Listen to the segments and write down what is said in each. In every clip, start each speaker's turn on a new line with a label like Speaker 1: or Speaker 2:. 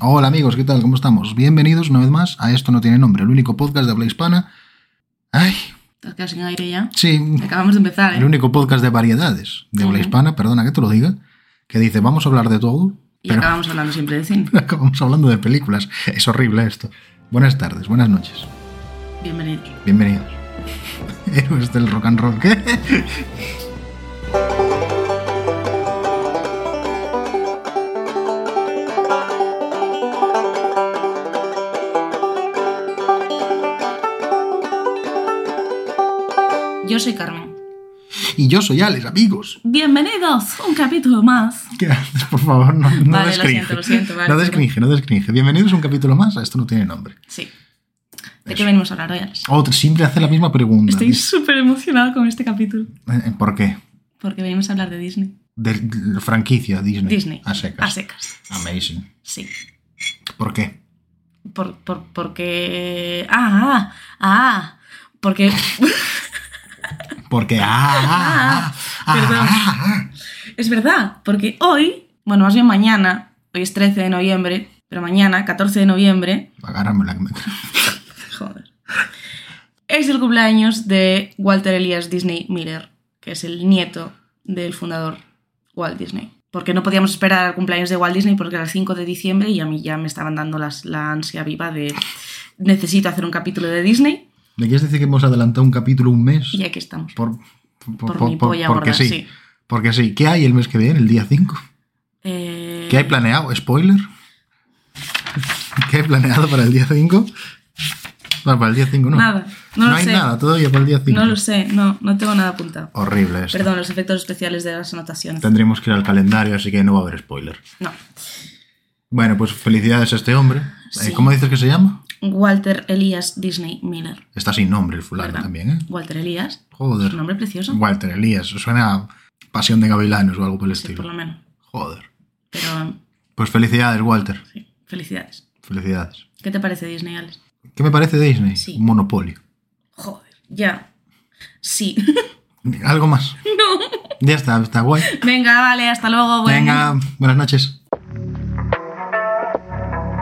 Speaker 1: Hola amigos, ¿qué tal? ¿Cómo estamos? Bienvenidos una vez más a Esto no tiene nombre, el único podcast de habla hispana. Ay,
Speaker 2: ¿Te has quedado sin aire ya?
Speaker 1: sí,
Speaker 2: Acabamos de empezar,
Speaker 1: el
Speaker 2: ¿eh?
Speaker 1: único podcast de variedades de habla
Speaker 2: Ujú.
Speaker 1: hispana, perdona que te lo diga, que dice vamos a hablar de todo,
Speaker 2: Y
Speaker 1: pero
Speaker 2: acabamos hablando siempre de cine.
Speaker 1: acabamos hablando de películas. Es horrible esto. Buenas tardes, buenas noches,
Speaker 2: Bienvenido.
Speaker 1: bienvenidos. Héroes del rock and roll. ¿Qué?
Speaker 2: Yo soy Carmen.
Speaker 1: Y yo soy Alex, amigos.
Speaker 2: Bienvenidos, un capítulo más.
Speaker 1: ¿Qué haces? Por favor, no, no
Speaker 2: Vale, lo
Speaker 1: descringe.
Speaker 2: siento, lo siento, vale,
Speaker 1: no
Speaker 2: perdón.
Speaker 1: descringe, no descringe. Bienvenidos a un capítulo más a Esto no tiene nombre.
Speaker 2: Sí. ¿De
Speaker 1: Eso.
Speaker 2: qué venimos a hablar hoy, Alex?
Speaker 1: Otra, siempre hace la misma pregunta.
Speaker 2: Estoy súper emocionada con este capítulo.
Speaker 1: Eh, ¿Por qué?
Speaker 2: Porque venimos a hablar de Disney.
Speaker 1: De la franquicia Disney.
Speaker 2: Disney.
Speaker 1: A secas.
Speaker 2: A secas.
Speaker 1: Amazing.
Speaker 2: Sí.
Speaker 1: ¿Por qué?
Speaker 2: Por, por, porque... Ah, ah, ah. Porque...
Speaker 1: Porque. ¡Ah! ah, ah,
Speaker 2: Perdón.
Speaker 1: ah, ah.
Speaker 2: Es verdad, porque hoy, bueno, más bien mañana, hoy es 13 de noviembre, pero mañana, 14 de noviembre,
Speaker 1: Agárrame la que me-
Speaker 2: Joder. Es el cumpleaños de Walter Elias Disney Miller, que es el nieto del fundador Walt Disney. Porque no podíamos esperar al cumpleaños de Walt Disney porque era el 5 de diciembre y a mí ya me estaban dando las- la ansia viva de necesito hacer un capítulo de Disney
Speaker 1: ¿Me quieres decir que hemos adelantado un capítulo un mes?
Speaker 2: y aquí estamos.
Speaker 1: Por, por,
Speaker 2: Por
Speaker 1: por-
Speaker 2: mi
Speaker 1: por-
Speaker 2: polla
Speaker 1: porque
Speaker 2: gorda,
Speaker 1: sí.
Speaker 2: sí.
Speaker 1: Porque sí. ¿Qué hay el mes que viene, el día 5?
Speaker 2: Eh,
Speaker 1: ¿Qué hay planeado? ¿Spoiler? ¿Qué hay planeado para el día 5? Bueno, para el día 5 no.
Speaker 2: Nada, no lo
Speaker 1: hay
Speaker 2: sé.
Speaker 1: nada todavía para el día 5.
Speaker 2: No lo sé, no, no tengo nada apuntado.
Speaker 1: Horrible esto.
Speaker 2: Perdón, los efectos especiales de las anotaciones.
Speaker 1: Tendremos que ir al calendario, así que no va a haber spoiler.
Speaker 2: No.
Speaker 1: Bueno, pues felicidades a este hombre.
Speaker 2: Sí.
Speaker 1: Eh, ¿Cómo dices que se llama?
Speaker 2: Walter Elias Disney Miller.
Speaker 1: Está sin nombre el fulano
Speaker 2: ¿verdad?
Speaker 1: también, ¿eh?
Speaker 2: Walter Elias. Es
Speaker 1: Joder.
Speaker 2: un nombre precioso.
Speaker 1: Walter Elías. Suena a Pasión de Gavilanes o algo por el
Speaker 2: Sí, por
Speaker 1: estilo.
Speaker 2: lo menos.
Speaker 1: Joder.
Speaker 2: Pero
Speaker 1: Pues felicidades, Walter.
Speaker 2: sí, felicidades.
Speaker 1: Felicidades.
Speaker 2: ¿Qué te parece Disney, Alex?
Speaker 1: ¿Qué me parece Disney?
Speaker 2: Sí.
Speaker 1: Un monopolio.
Speaker 2: Joder, ya. Sí.
Speaker 1: ¿Algo más? No. Ya está, está guay.
Speaker 2: Venga, vale, hasta luego. buen-
Speaker 1: Venga, buenas noches.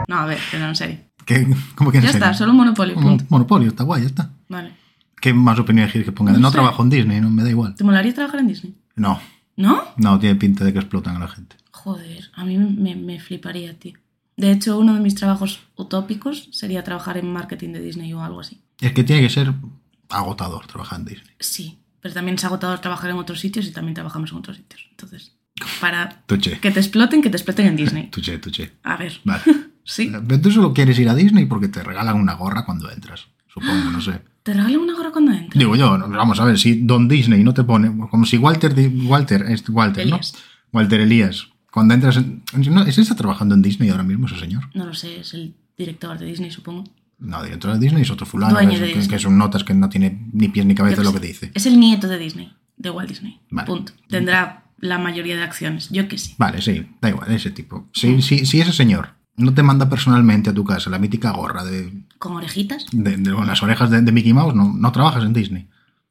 Speaker 2: No, a ver, pero en serio.
Speaker 1: ¿Qué, ¿Cómo que en
Speaker 2: Ya
Speaker 1: serio?
Speaker 2: está, solo un monopolio,
Speaker 1: Como
Speaker 2: punto.
Speaker 1: un monopolio, está guay, ya está.
Speaker 2: Vale.
Speaker 1: ¿Qué más opinión quieres que ponga? No,
Speaker 2: No sé.
Speaker 1: trabajo en Disney, no me da igual.
Speaker 2: ¿Te molaría trabajar en Disney?
Speaker 1: No,
Speaker 2: ¿No?
Speaker 1: no, tiene pinta de que explotan a la gente.
Speaker 2: Joder, a mí me, me fliparía, tío. De hecho, uno de mis trabajos utópicos sería trabajar en marketing de Disney o algo así.
Speaker 1: Es que tiene que ser agotador trabajar en Disney.
Speaker 2: Sí, pero también es agotador trabajar en otros sitios y también trabajamos en otros sitios. Entonces, para
Speaker 1: Tuche,
Speaker 2: que te exploten, que te exploten en Disney.
Speaker 1: tuche, tuche.
Speaker 2: A ver,
Speaker 1: Vale.
Speaker 2: sí.
Speaker 1: Pero tú solo quieres ir a Disney porque te regalan una gorra cuando entras. Supongo, no sé.
Speaker 2: ¿Te regalan una gorra cuando entres?
Speaker 1: Digo yo, no, vamos a ver, si Don Disney no te pone, como si Walter, Di- Walter, es Walter,
Speaker 2: Elías.
Speaker 1: ¿no? Walter Elías, cuando entras en... No, ¿Ese está trabajando en Disney ahora mismo ese señor?
Speaker 2: No lo sé, es el director de Disney, supongo.
Speaker 1: No, director de Disney es otro fulano,
Speaker 2: Dueño
Speaker 1: que es-
Speaker 2: de
Speaker 1: que,
Speaker 2: Disney.
Speaker 1: que son notas que no tiene ni pies ni cabeza
Speaker 2: Yo
Speaker 1: lo
Speaker 2: qué
Speaker 1: que
Speaker 2: sé.
Speaker 1: dice.
Speaker 2: Es el nieto de Disney, de Walt Disney.
Speaker 1: Vale.
Speaker 2: Punto. Tendrá la mayoría de acciones, yo que sí.
Speaker 1: Vale, sí, da igual, ese tipo.
Speaker 2: Mm.
Speaker 1: Si, si, si ese señor no te manda personalmente a tu casa la mítica gorra de,
Speaker 2: ¿Con orejitas?
Speaker 1: de- de- con las orejas de, de Mickey Mouse, no, no trabajas en Disney.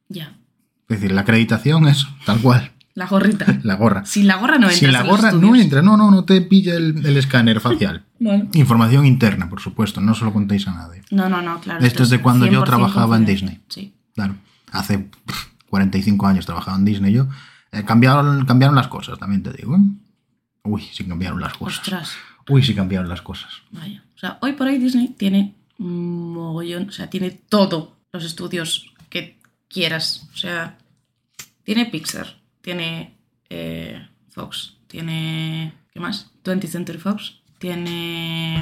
Speaker 2: Ya.
Speaker 1: Es decir, la acreditación es tal cual,
Speaker 2: La gorrita.
Speaker 1: la gorra.
Speaker 2: Sin la gorra no entra.
Speaker 1: Si la gorra no entra, no, no, no te pilla el, el escáner facial. Información interna, por supuesto, no se lo contéis a nadie.
Speaker 2: No, no, no, claro.
Speaker 1: Esto es de cuando yo
Speaker 2: 100%
Speaker 1: trabajaba en
Speaker 2: confidencial. Sí.
Speaker 1: Claro, hace pff, 45 años trabajaba en Disney yo. Eh, cambiaron, cambiaron las cosas, también te digo. ¿eh? Uy, sí cambiaron las cosas.
Speaker 2: Ostras,
Speaker 1: Uy, sí cambiaron las cosas.
Speaker 2: vaya. O sea, hoy por hoy Disney tiene un mogollón, o sea, tiene todo los estudios que quieras. O sea, tiene Pixar, tiene eh, Fox, tiene. ¿Qué más? 20th Century Fox, tiene.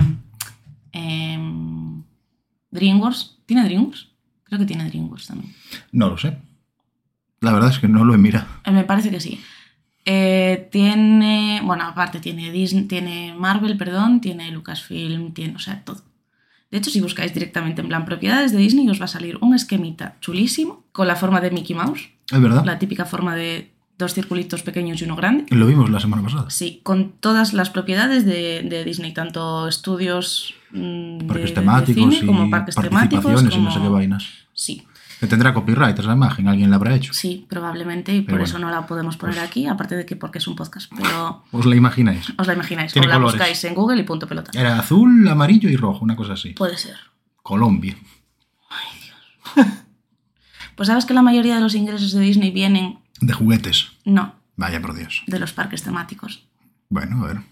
Speaker 2: em, DreamWorks. ¿Tiene DreamWorks? Creo que tiene DreamWorks también.
Speaker 1: No lo sé. La verdad es que no lo he mirado.
Speaker 2: Eh, Me parece que sí. Eh, tiene, bueno, aparte tiene Disney, tiene Marvel, perdón, tiene Lucasfilm, tiene, o sea, todo. De hecho, si buscáis directamente en plan propiedades de Disney, os va a salir un esquemita chulísimo con la forma de Mickey Mouse,
Speaker 1: Es verdad.
Speaker 2: la típica forma de dos circulitos pequeños y uno grande.
Speaker 1: Lo vimos la semana pasada.
Speaker 2: Sí, con todas las propiedades de, de Disney, tanto estudios mm, de-
Speaker 1: Parques
Speaker 2: de, de
Speaker 1: temáticos
Speaker 2: cine
Speaker 1: y
Speaker 2: como parques temáticos.
Speaker 1: participaciones y no sé
Speaker 2: como-
Speaker 1: qué vainas.
Speaker 2: Sí.
Speaker 1: Que Tendrá copyright esa imagen, alguien la habrá hecho.
Speaker 2: Sí, probablemente, y por
Speaker 1: Pero bueno.
Speaker 2: eso no la podemos poner aquí, aparte de que porque es un podcast, pero
Speaker 1: ¿Os la imagináis?
Speaker 2: os la imagináis, o
Speaker 1: Tiene
Speaker 2: la
Speaker 1: colores.
Speaker 2: buscáis en Google y punto pelota.
Speaker 1: Era azul, amarillo y rojo, una cosa así.
Speaker 2: Puede ser.
Speaker 1: Colombia.
Speaker 2: Pues sabes que la mayoría de los ingresos de Disney vienen,
Speaker 1: De juguetes.
Speaker 2: no,
Speaker 1: Vaya por Dios.
Speaker 2: de los parques temáticos.
Speaker 1: Bueno, a ver.
Speaker 2: O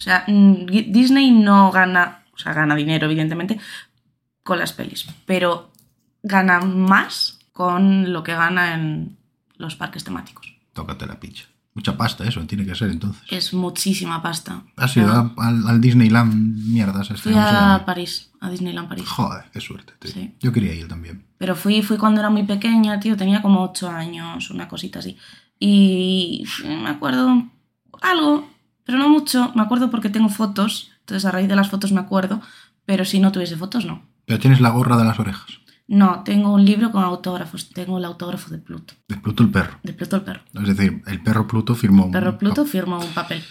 Speaker 2: sea, mm, Gui- Disney no gana, o sea, gana dinero, evidentemente, con las pelis, pero gana más con lo que gana en los parques temáticos.
Speaker 1: Tócate la picha. Mucha pasta eso, tiene que ser entonces.
Speaker 2: Es muchísima pasta. Ah,
Speaker 1: Has ido a- al, al Disneyland mierdas este.
Speaker 2: Fui
Speaker 1: ¿cómo se
Speaker 2: a
Speaker 1: llama?
Speaker 2: París, a Disneyland París.
Speaker 1: Joder, qué suerte, tío.
Speaker 2: Sí.
Speaker 1: Yo quería ir también.
Speaker 2: Pero fui, fui cuando era muy pequeña, tío, tenía como 8 años, una cosita así. Y me acuerdo algo, pero no mucho. Me acuerdo porque tengo fotos, entonces a raíz de las fotos me acuerdo, pero si no tuviese fotos, no.
Speaker 1: Pero tienes la gorra de las orejas.
Speaker 2: No, tengo un libro con autógrafos, tengo el autógrafo de Pluto,
Speaker 1: De Pluto el perro.
Speaker 2: de Pluto el perro.
Speaker 1: Es decir, el perro Pluto firmó un...
Speaker 2: Perro Pluto firmó un papel.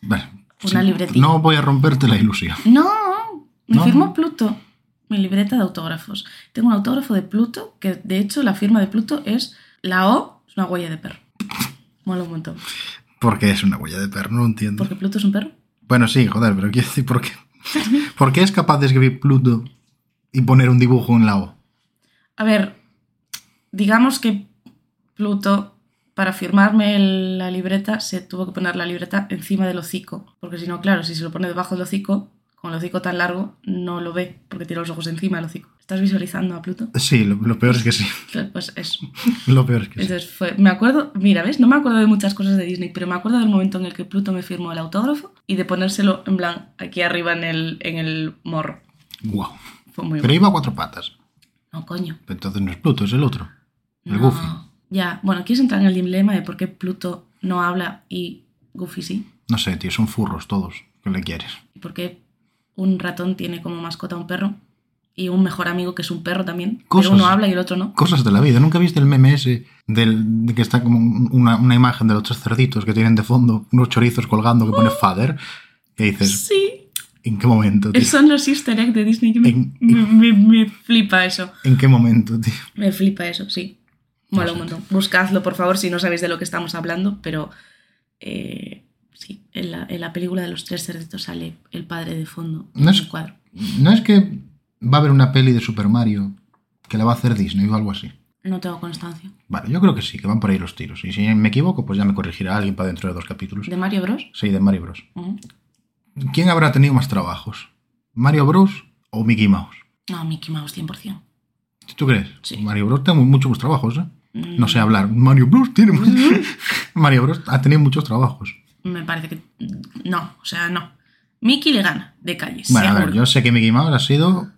Speaker 1: Bueno,
Speaker 2: Una libretita.
Speaker 1: No voy a romperte la ilusión.
Speaker 2: No, me
Speaker 1: No.
Speaker 2: firmó Pluto, mi libreta de autógrafos. Tengo un autógrafo de Pluto, que de hecho la firma de Pluto es la O, es una huella de perro. Mola un montón.
Speaker 1: Porque es una huella de perro, no lo entiendo.
Speaker 2: Porque Pluto es un perro.
Speaker 1: Bueno, sí, joder, pero quiero decir, ¿por qué? ¿Por qué es capaz de escribir Pluto y poner un dibujo en la O?
Speaker 2: A ver, digamos que Pluto, para firmarme el- la libreta, se tuvo que poner la libreta encima del hocico. Porque si no, claro, si se lo pone debajo del hocico, con el hocico tan largo, no lo ve, porque tiene los ojos encima del hocico. ¿Estás visualizando a Pluto?
Speaker 1: Sí, lo, lo peor es que sí.
Speaker 2: Claro, Pues eso.
Speaker 1: Lo peor es que sí.
Speaker 2: Entonces fue, me acuerdo, mira, ¿ves? No me acuerdo de muchas cosas de Disney, pero me acuerdo del momento en el que Pluto me firmó el autógrafo y de ponérselo en blanco aquí arriba en el, en el morro.
Speaker 1: Guau.
Speaker 2: Fue muy
Speaker 1: Pero
Speaker 2: bueno.
Speaker 1: iba a cuatro patas.
Speaker 2: No, coño.
Speaker 1: Entonces no es Pluto, es el otro. El
Speaker 2: No.
Speaker 1: Goofy.
Speaker 2: Ya, bueno, ¿quieres entrar en el dilema de por qué Pluto no habla y Goofy sí?
Speaker 1: No sé, tío, son furros todos. ¿Qué le quieres?
Speaker 2: ¿Y por qué un ratón tiene como mascota a un perro? Y un mejor amigo que es un perro también.
Speaker 1: Cosas.
Speaker 2: Pero uno habla y el otro no.
Speaker 1: Cosas de la vida. ¿Nunca viste el meme ese del, de que está como un- una, una imagen de los tres cerditos que tienen de fondo unos chorizos colgando que pone father? Que dices,
Speaker 2: Sí,
Speaker 1: ¿en qué momento, tío?
Speaker 2: son los easter eggs de Disney que me,
Speaker 1: En-
Speaker 2: me- me- me flipa eso.
Speaker 1: ¿En qué momento, tío?
Speaker 2: Me flipa eso, sí. Mola
Speaker 1: No
Speaker 2: un
Speaker 1: sé.
Speaker 2: montón. Buscadlo, por favor, si no sabéis de lo que estamos hablando, pero eh, sí, en la, en la película de los tres cerditos sale el padre de fondo en
Speaker 1: No es-
Speaker 2: el cuadro.
Speaker 1: ¿No es que va a haber una peli de Super Mario que la va a hacer Disney o algo así?
Speaker 2: No tengo constancia.
Speaker 1: Vale, yo creo que sí, que van por ahí los tiros. Y si me equivoco, pues ya me corregirá alguien para dentro de dos capítulos.
Speaker 2: ¿De Mario Bros?
Speaker 1: Sí, de Mario Bros.
Speaker 2: Ujú.
Speaker 1: ¿Quién habrá tenido más trabajos? ¿Mario Bros o Mickey Mouse?
Speaker 2: No, Mickey Mouse 100%.
Speaker 1: ¿Tú crees?
Speaker 2: Sí.
Speaker 1: Mario Bros tiene mu- muchos más trabajos, ¿eh?
Speaker 2: Mm,
Speaker 1: No sé hablar. Mario Bros tiene mu- Mario Bros ha tenido muchos trabajos.
Speaker 2: Mm, Me parece que. No, o sea, no. Mickey le gana de calle,
Speaker 1: Bueno, a
Speaker 2: seguro.
Speaker 1: ver, yo sé que Mickey Mouse ha sido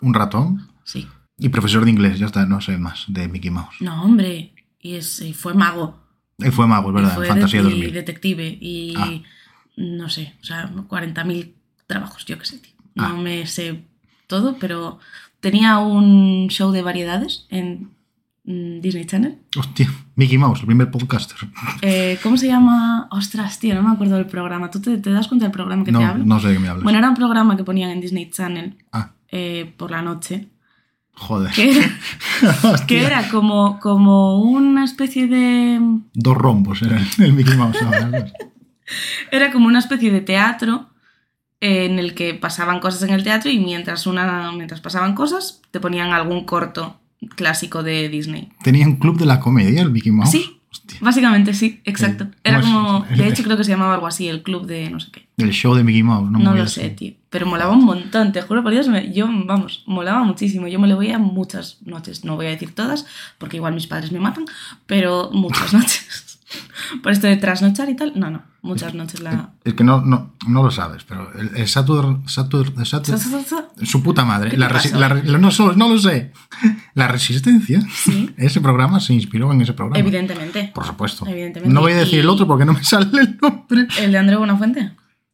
Speaker 1: un ratón
Speaker 2: Sí.
Speaker 1: y profesor de inglés, ya está, no sé más de Mickey Mouse.
Speaker 2: No, hombre. Y es, y fue mago.
Speaker 1: Él fue mago, es
Speaker 2: y
Speaker 1: verdad,
Speaker 2: fue
Speaker 1: en Fantasía
Speaker 2: de- y
Speaker 1: 2000.
Speaker 2: detective. Y.
Speaker 1: Ah.
Speaker 2: No sé, o sea, 40.000 trabajos, yo qué sé, tío. No
Speaker 1: Ah.
Speaker 2: me sé todo, pero tenía un show de variedades en mm, Disney Channel.
Speaker 1: Hostia, Mickey Mouse, el primer podcaster.
Speaker 2: Eh, ¿Cómo se llama? Ostras, tío, no me acuerdo del programa. ¿Tú te, te das cuenta del programa que te
Speaker 1: No,
Speaker 2: hablo?
Speaker 1: no sé de qué me hablas.
Speaker 2: Bueno, era un programa que ponían en Disney Channel
Speaker 1: Ah,
Speaker 2: eh, por la noche,
Speaker 1: joder.
Speaker 2: que era,
Speaker 1: Hostia,
Speaker 2: que era como, como una especie de...
Speaker 1: Dos rombos era el- el Mickey Mouse. ahora, ¿sabes?
Speaker 2: Era como una especie de teatro eh, en el que pasaban cosas en el teatro y mientras, una, mientras pasaban cosas te ponían algún corto clásico de Disney.
Speaker 1: Tenía un club de la comedia el Mickey Mouse.
Speaker 2: ¿Ah, Sí.
Speaker 1: Hostia.
Speaker 2: Básicamente sí, exacto.
Speaker 1: El-
Speaker 2: Era
Speaker 1: ¿cómo
Speaker 2: como...
Speaker 1: es? El-
Speaker 2: De hecho creo que se llamaba algo así, el club de no sé qué.
Speaker 1: El show de Mickey Mouse, no,
Speaker 2: No
Speaker 1: me
Speaker 2: lo sé, tío. Pero molaba un montón, te juro por Dios. me- yo, vamos, molaba muchísimo. Yo me lo veía muchas noches. No voy a decir todas, porque igual mis padres me matan, pero muchas noches. por esto de trasnochar y tal. No, no. Muchas noches la.
Speaker 1: Es que no, no, no lo sabes, pero el, el Satur, Satur, Satur- su puta madre.
Speaker 2: ¿Qué te
Speaker 1: La resi-
Speaker 2: pasa?
Speaker 1: la re- no, so- no lo sé. La resistencia.
Speaker 2: Sí.
Speaker 1: Ese programa se inspiró en ese programa.
Speaker 2: Evidentemente.
Speaker 1: Por supuesto.
Speaker 2: Evidentemente.
Speaker 1: No voy a decir
Speaker 2: Y-
Speaker 1: el otro porque no me sale el nombre.
Speaker 2: ¿El de André Buenafuente?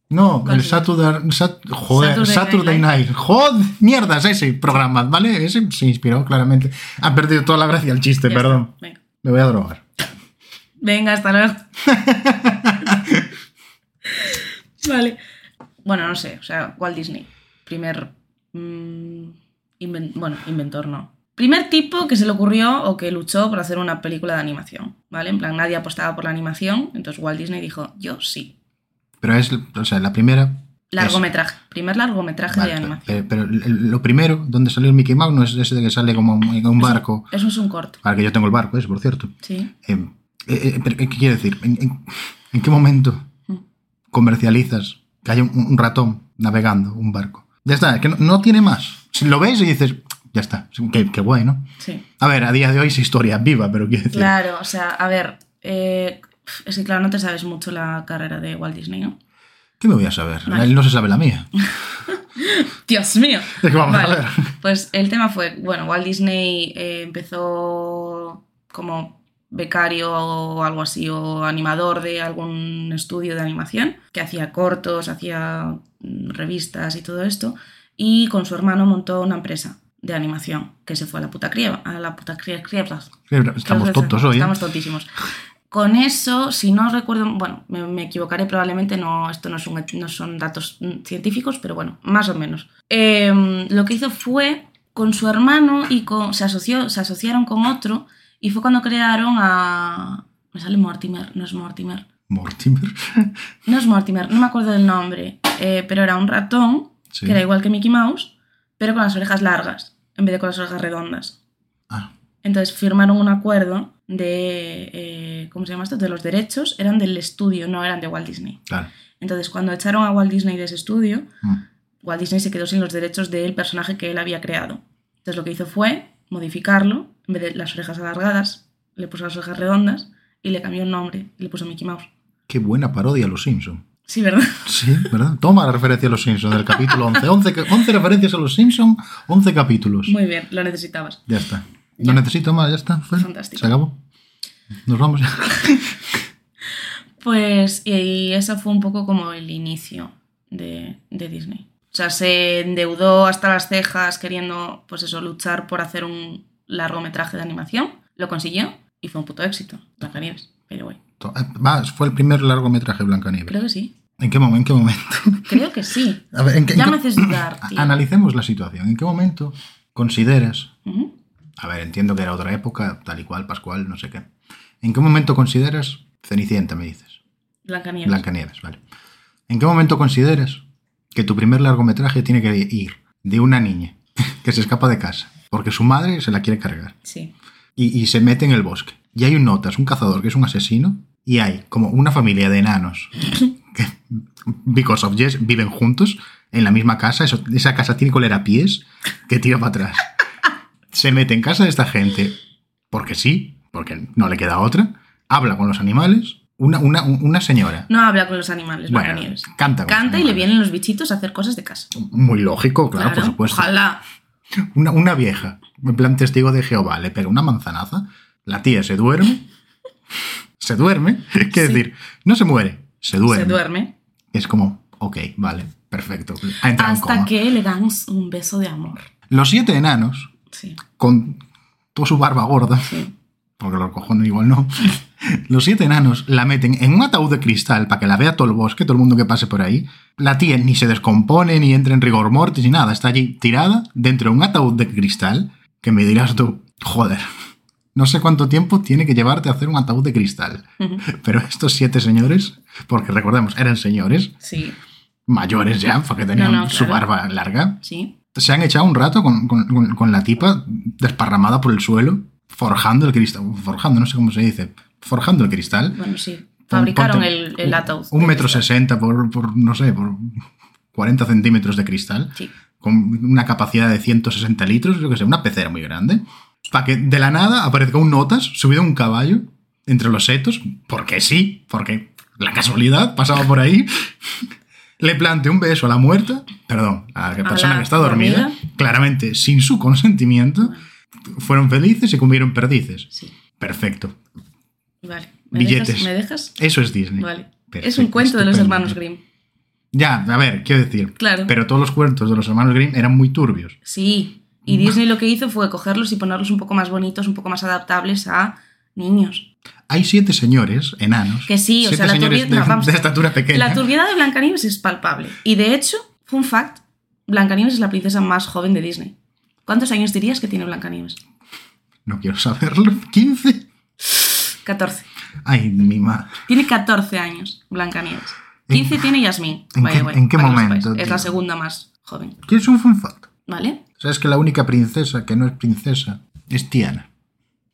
Speaker 1: No,
Speaker 2: ¿Cuál
Speaker 1: el
Speaker 2: es?
Speaker 1: Saturday, Sat- joder,
Speaker 2: Saturday
Speaker 1: Saturday
Speaker 2: Night
Speaker 1: Night. Joder, mierdas ese programa, ¿vale? Ese se inspiró claramente. Ha perdido toda la gracia el chiste,
Speaker 2: Ya
Speaker 1: perdón.
Speaker 2: está, Venga.
Speaker 1: Me voy a drogar.
Speaker 2: Venga, hasta luego. vale. Bueno, no sé. O sea, Walt Disney. Primer. mm, inven- bueno, inventor no. Primer tipo que se le ocurrió o que luchó por hacer una película de animación, ¿vale? En plan, nadie apostaba por la animación, entonces Walt Disney dijo, yo sí.
Speaker 1: Pero es, o sea, la primera.
Speaker 2: Largometraje, primer largometraje
Speaker 1: Vale,
Speaker 2: de
Speaker 1: pero,
Speaker 2: animación.
Speaker 1: pero- pero lo primero, donde salió el Mickey Mouse, no es ese de que sale como en un barco.
Speaker 2: Eso es un corto,
Speaker 1: Para que yo tengo el barco, es por cierto.
Speaker 2: sí.
Speaker 1: Eh, eh, eh, pero, ¿Qué quiere decir? ¿En, en- en qué momento
Speaker 2: Mm.
Speaker 1: comercializas que haya un, un ratón navegando un barco? Ya está, es que no, no tiene más. Si lo ves y dices, ya está, qué, qué guay, ¿no?
Speaker 2: Sí.
Speaker 1: A ver, a día de hoy es historia viva, pero quiero decir.
Speaker 2: Claro, o sea, a ver, eh, es que claro, no te sabes mucho la carrera de Walt Disney, ¿no?
Speaker 1: ¿Qué me voy a saber?
Speaker 2: Vale.
Speaker 1: Él No se sabe la mía.
Speaker 2: Dios mío.
Speaker 1: Es que vamos a
Speaker 2: Vale,
Speaker 1: ver.
Speaker 2: Pues el tema fue, bueno, Walt Disney eh, empezó como becario o algo así, o animador de algún estudio de animación, que hacía cortos, hacía mm, revistas y todo esto, y con su hermano montó una empresa de animación que se fue a la puta crieba, a la puta crie- criebra.
Speaker 1: Estamos
Speaker 2: Creo que
Speaker 1: tontos hoy. ¿eh?
Speaker 2: Estamos tontísimos. Con eso, si no recuerdo, bueno, me, me equivocaré probablemente, no, esto no, es un- no son datos mm, científicos, pero bueno, más o menos. Em, lo que hizo fue con su hermano y con, se, asoció, se asociaron con otro y fue cuando crearon a... Me sale Mortimer, no es Mortimer.
Speaker 1: Mortimer.
Speaker 2: No es Mortimer, no me acuerdo del nombre, eh, pero era un ratón,
Speaker 1: Sí.
Speaker 2: que era igual que Mickey Mouse, pero con las orejas largas, en vez de con las orejas redondas.
Speaker 1: Ah,
Speaker 2: Entonces firmaron un acuerdo de, eh, ¿cómo se llama esto? De los derechos, eran del estudio, no eran de Walt Disney.
Speaker 1: claro.
Speaker 2: Entonces cuando echaron a Walt Disney de ese estudio,
Speaker 1: Mm.
Speaker 2: Walt Disney se quedó sin los derechos del personaje que él había creado. Entonces lo que hizo fue modificarlo, en vez de las orejas alargadas, le puso las orejas redondas y le cambió el nombre, y le puso Mickey Mouse.
Speaker 1: Qué buena parodia a los Simpson.
Speaker 2: Sí, ¿verdad?
Speaker 1: Sí, ¿verdad? Toma la referencia a los Simpsons del capítulo 11. 11, ca- 11 referencias a los Simpsons, 11 capítulos.
Speaker 2: Muy bien, lo necesitabas.
Speaker 1: Ya está. No necesito más, ya está. Fue.
Speaker 2: Fantástico.
Speaker 1: Se acabó. Nos vamos.
Speaker 2: Pues y eso fue un poco como el inicio de, de Disney. O sea, se endeudó hasta las cejas queriendo, pues eso, luchar por hacer un largometraje de animación. Lo consiguió y fue un puto éxito. Blancanieves, pero bueno.
Speaker 1: To- eh, va, fue el primer largometraje Blancanieves.
Speaker 2: Creo que sí.
Speaker 1: ¿En qué momento? ¿En qué momento?
Speaker 2: Creo que sí.
Speaker 1: A ver, ¿en qué- en
Speaker 2: Ya
Speaker 1: qué-
Speaker 2: me haces dudar, tío.
Speaker 1: Analicemos la situación. ¿En qué momento consideras?
Speaker 2: Ujú.
Speaker 1: A ver, entiendo que era otra época, tal y cual, Pascual, no sé qué. ¿En qué momento consideras Cenicienta, me dices?
Speaker 2: Blancanieves.
Speaker 1: Blancanieves, vale. ¿En qué momento consideras que tu primer largometraje tiene que ir de una niña que se escapa de casa porque su madre se la quiere cargar?
Speaker 2: Sí.
Speaker 1: y, y se mete en el bosque. Y hay un notas, un cazador que es un asesino, y hay como una familia de enanos que, because of yes, viven juntos en la misma casa. eso- esa casa tiene colera pies que tira para atrás. Se mete en casa de esta gente porque sí, porque no le queda otra. Habla con los animales. Una, una, una señora.
Speaker 2: No habla con los animales,
Speaker 1: Bueno,
Speaker 2: Blancanieves.
Speaker 1: canta. con los
Speaker 2: Canta y le
Speaker 1: animales.
Speaker 2: vienen los bichitos a hacer cosas de casa.
Speaker 1: Muy lógico, claro, por supuesto.
Speaker 2: Ojalá.
Speaker 1: Una, una vieja, en plan testigo de Jehová, le pega una manzanaza, la tía se duerme, se duerme, es
Speaker 2: Sí.
Speaker 1: decir, no se muere, se duerme.
Speaker 2: Se duerme.
Speaker 1: Es como, ok, vale, perfecto, ha entrado en
Speaker 2: Hasta
Speaker 1: coma.
Speaker 2: que le dan un beso de amor.
Speaker 1: Los siete enanos,
Speaker 2: Sí,
Speaker 1: con toda su barba gorda,
Speaker 2: sí.
Speaker 1: porque los cojones igual no, los siete enanos la meten en un ataúd de cristal para que la vea todo el bosque, todo el mundo que pase por ahí. La tía ni se descompone, ni entra en rigor mortis, ni nada, está allí tirada dentro de un ataúd de cristal que me dirás tú, joder. No sé cuánto tiempo tiene que llevarte a hacer un ataúd de cristal.
Speaker 2: Ujú.
Speaker 1: Pero estos siete señores, porque recordemos, eran señores
Speaker 2: Sí,
Speaker 1: mayores ya, porque tenían
Speaker 2: No, no,
Speaker 1: su
Speaker 2: claro.
Speaker 1: barba larga,
Speaker 2: sí.
Speaker 1: se han echado un rato con, con- con- con la tipa desparramada por el suelo, forjando el cristal, forjando, no sé cómo se dice, forjando el cristal.
Speaker 2: Bueno, sí. Fabricaron
Speaker 1: Ponte
Speaker 2: el, el
Speaker 1: un-
Speaker 2: ataúd.
Speaker 1: Un
Speaker 2: de
Speaker 1: metro
Speaker 2: cristal.
Speaker 1: sesenta por, por, no sé, por 40 centímetros de cristal,
Speaker 2: Sí.
Speaker 1: con una capacidad de 160 litros, yo que sé, una pecera muy grande, para que de la nada aparezca un notas subido a un caballo entre los setos, porque sí, porque la casualidad pasaba por ahí, le plante un beso a la muerta, perdón, a la
Speaker 2: la
Speaker 1: persona que está dormida,
Speaker 2: dormida.
Speaker 1: claramente sin su consentimiento, fueron felices y comieron perdices.
Speaker 2: Sí.
Speaker 1: Perfecto.
Speaker 2: Vale. ¿Me
Speaker 1: Billetes.
Speaker 2: dejas? ¿Me dejas?
Speaker 1: Eso es Disney.
Speaker 2: Vale.
Speaker 1: Perfecto,
Speaker 2: es un cuento de los
Speaker 1: estupendo.
Speaker 2: hermanos Grimm.
Speaker 1: Ya, a ver, quiero decir.
Speaker 2: Claro.
Speaker 1: Pero todos los cuentos de los hermanos Grimm eran muy turbios.
Speaker 2: Sí. Y Disney lo que hizo fue cogerlos y ponerlos un poco más bonitos, un poco más adaptables a niños.
Speaker 1: Hay siete señores enanos.
Speaker 2: Que sí, o
Speaker 1: siete
Speaker 2: sea, la
Speaker 1: señores
Speaker 2: turbi-
Speaker 1: de,
Speaker 2: no, vamos a
Speaker 1: de
Speaker 2: ver.
Speaker 1: estatura pequeña.
Speaker 2: La turbiedad de Blancanieves es palpable. Y de hecho, fun fact, Blancanieves es la princesa más joven de Disney. ¿Cuántos años dirías que tiene Blancanieves?
Speaker 1: No quiero saberlo. ¿15?
Speaker 2: 14.
Speaker 1: Ay, mi madre.
Speaker 2: Tiene 14 años Blancanieves. 15 tiene Yasmín.
Speaker 1: ¿En
Speaker 2: by the
Speaker 1: qué-
Speaker 2: way,
Speaker 1: en qué
Speaker 2: para que lo
Speaker 1: momento,
Speaker 2: sepáis. Es la
Speaker 1: tío?
Speaker 2: segunda más joven.
Speaker 1: ¿Quieres un fun fact?
Speaker 2: ¿Vale?
Speaker 1: ¿Sabes que la única princesa que no es princesa es Tiana?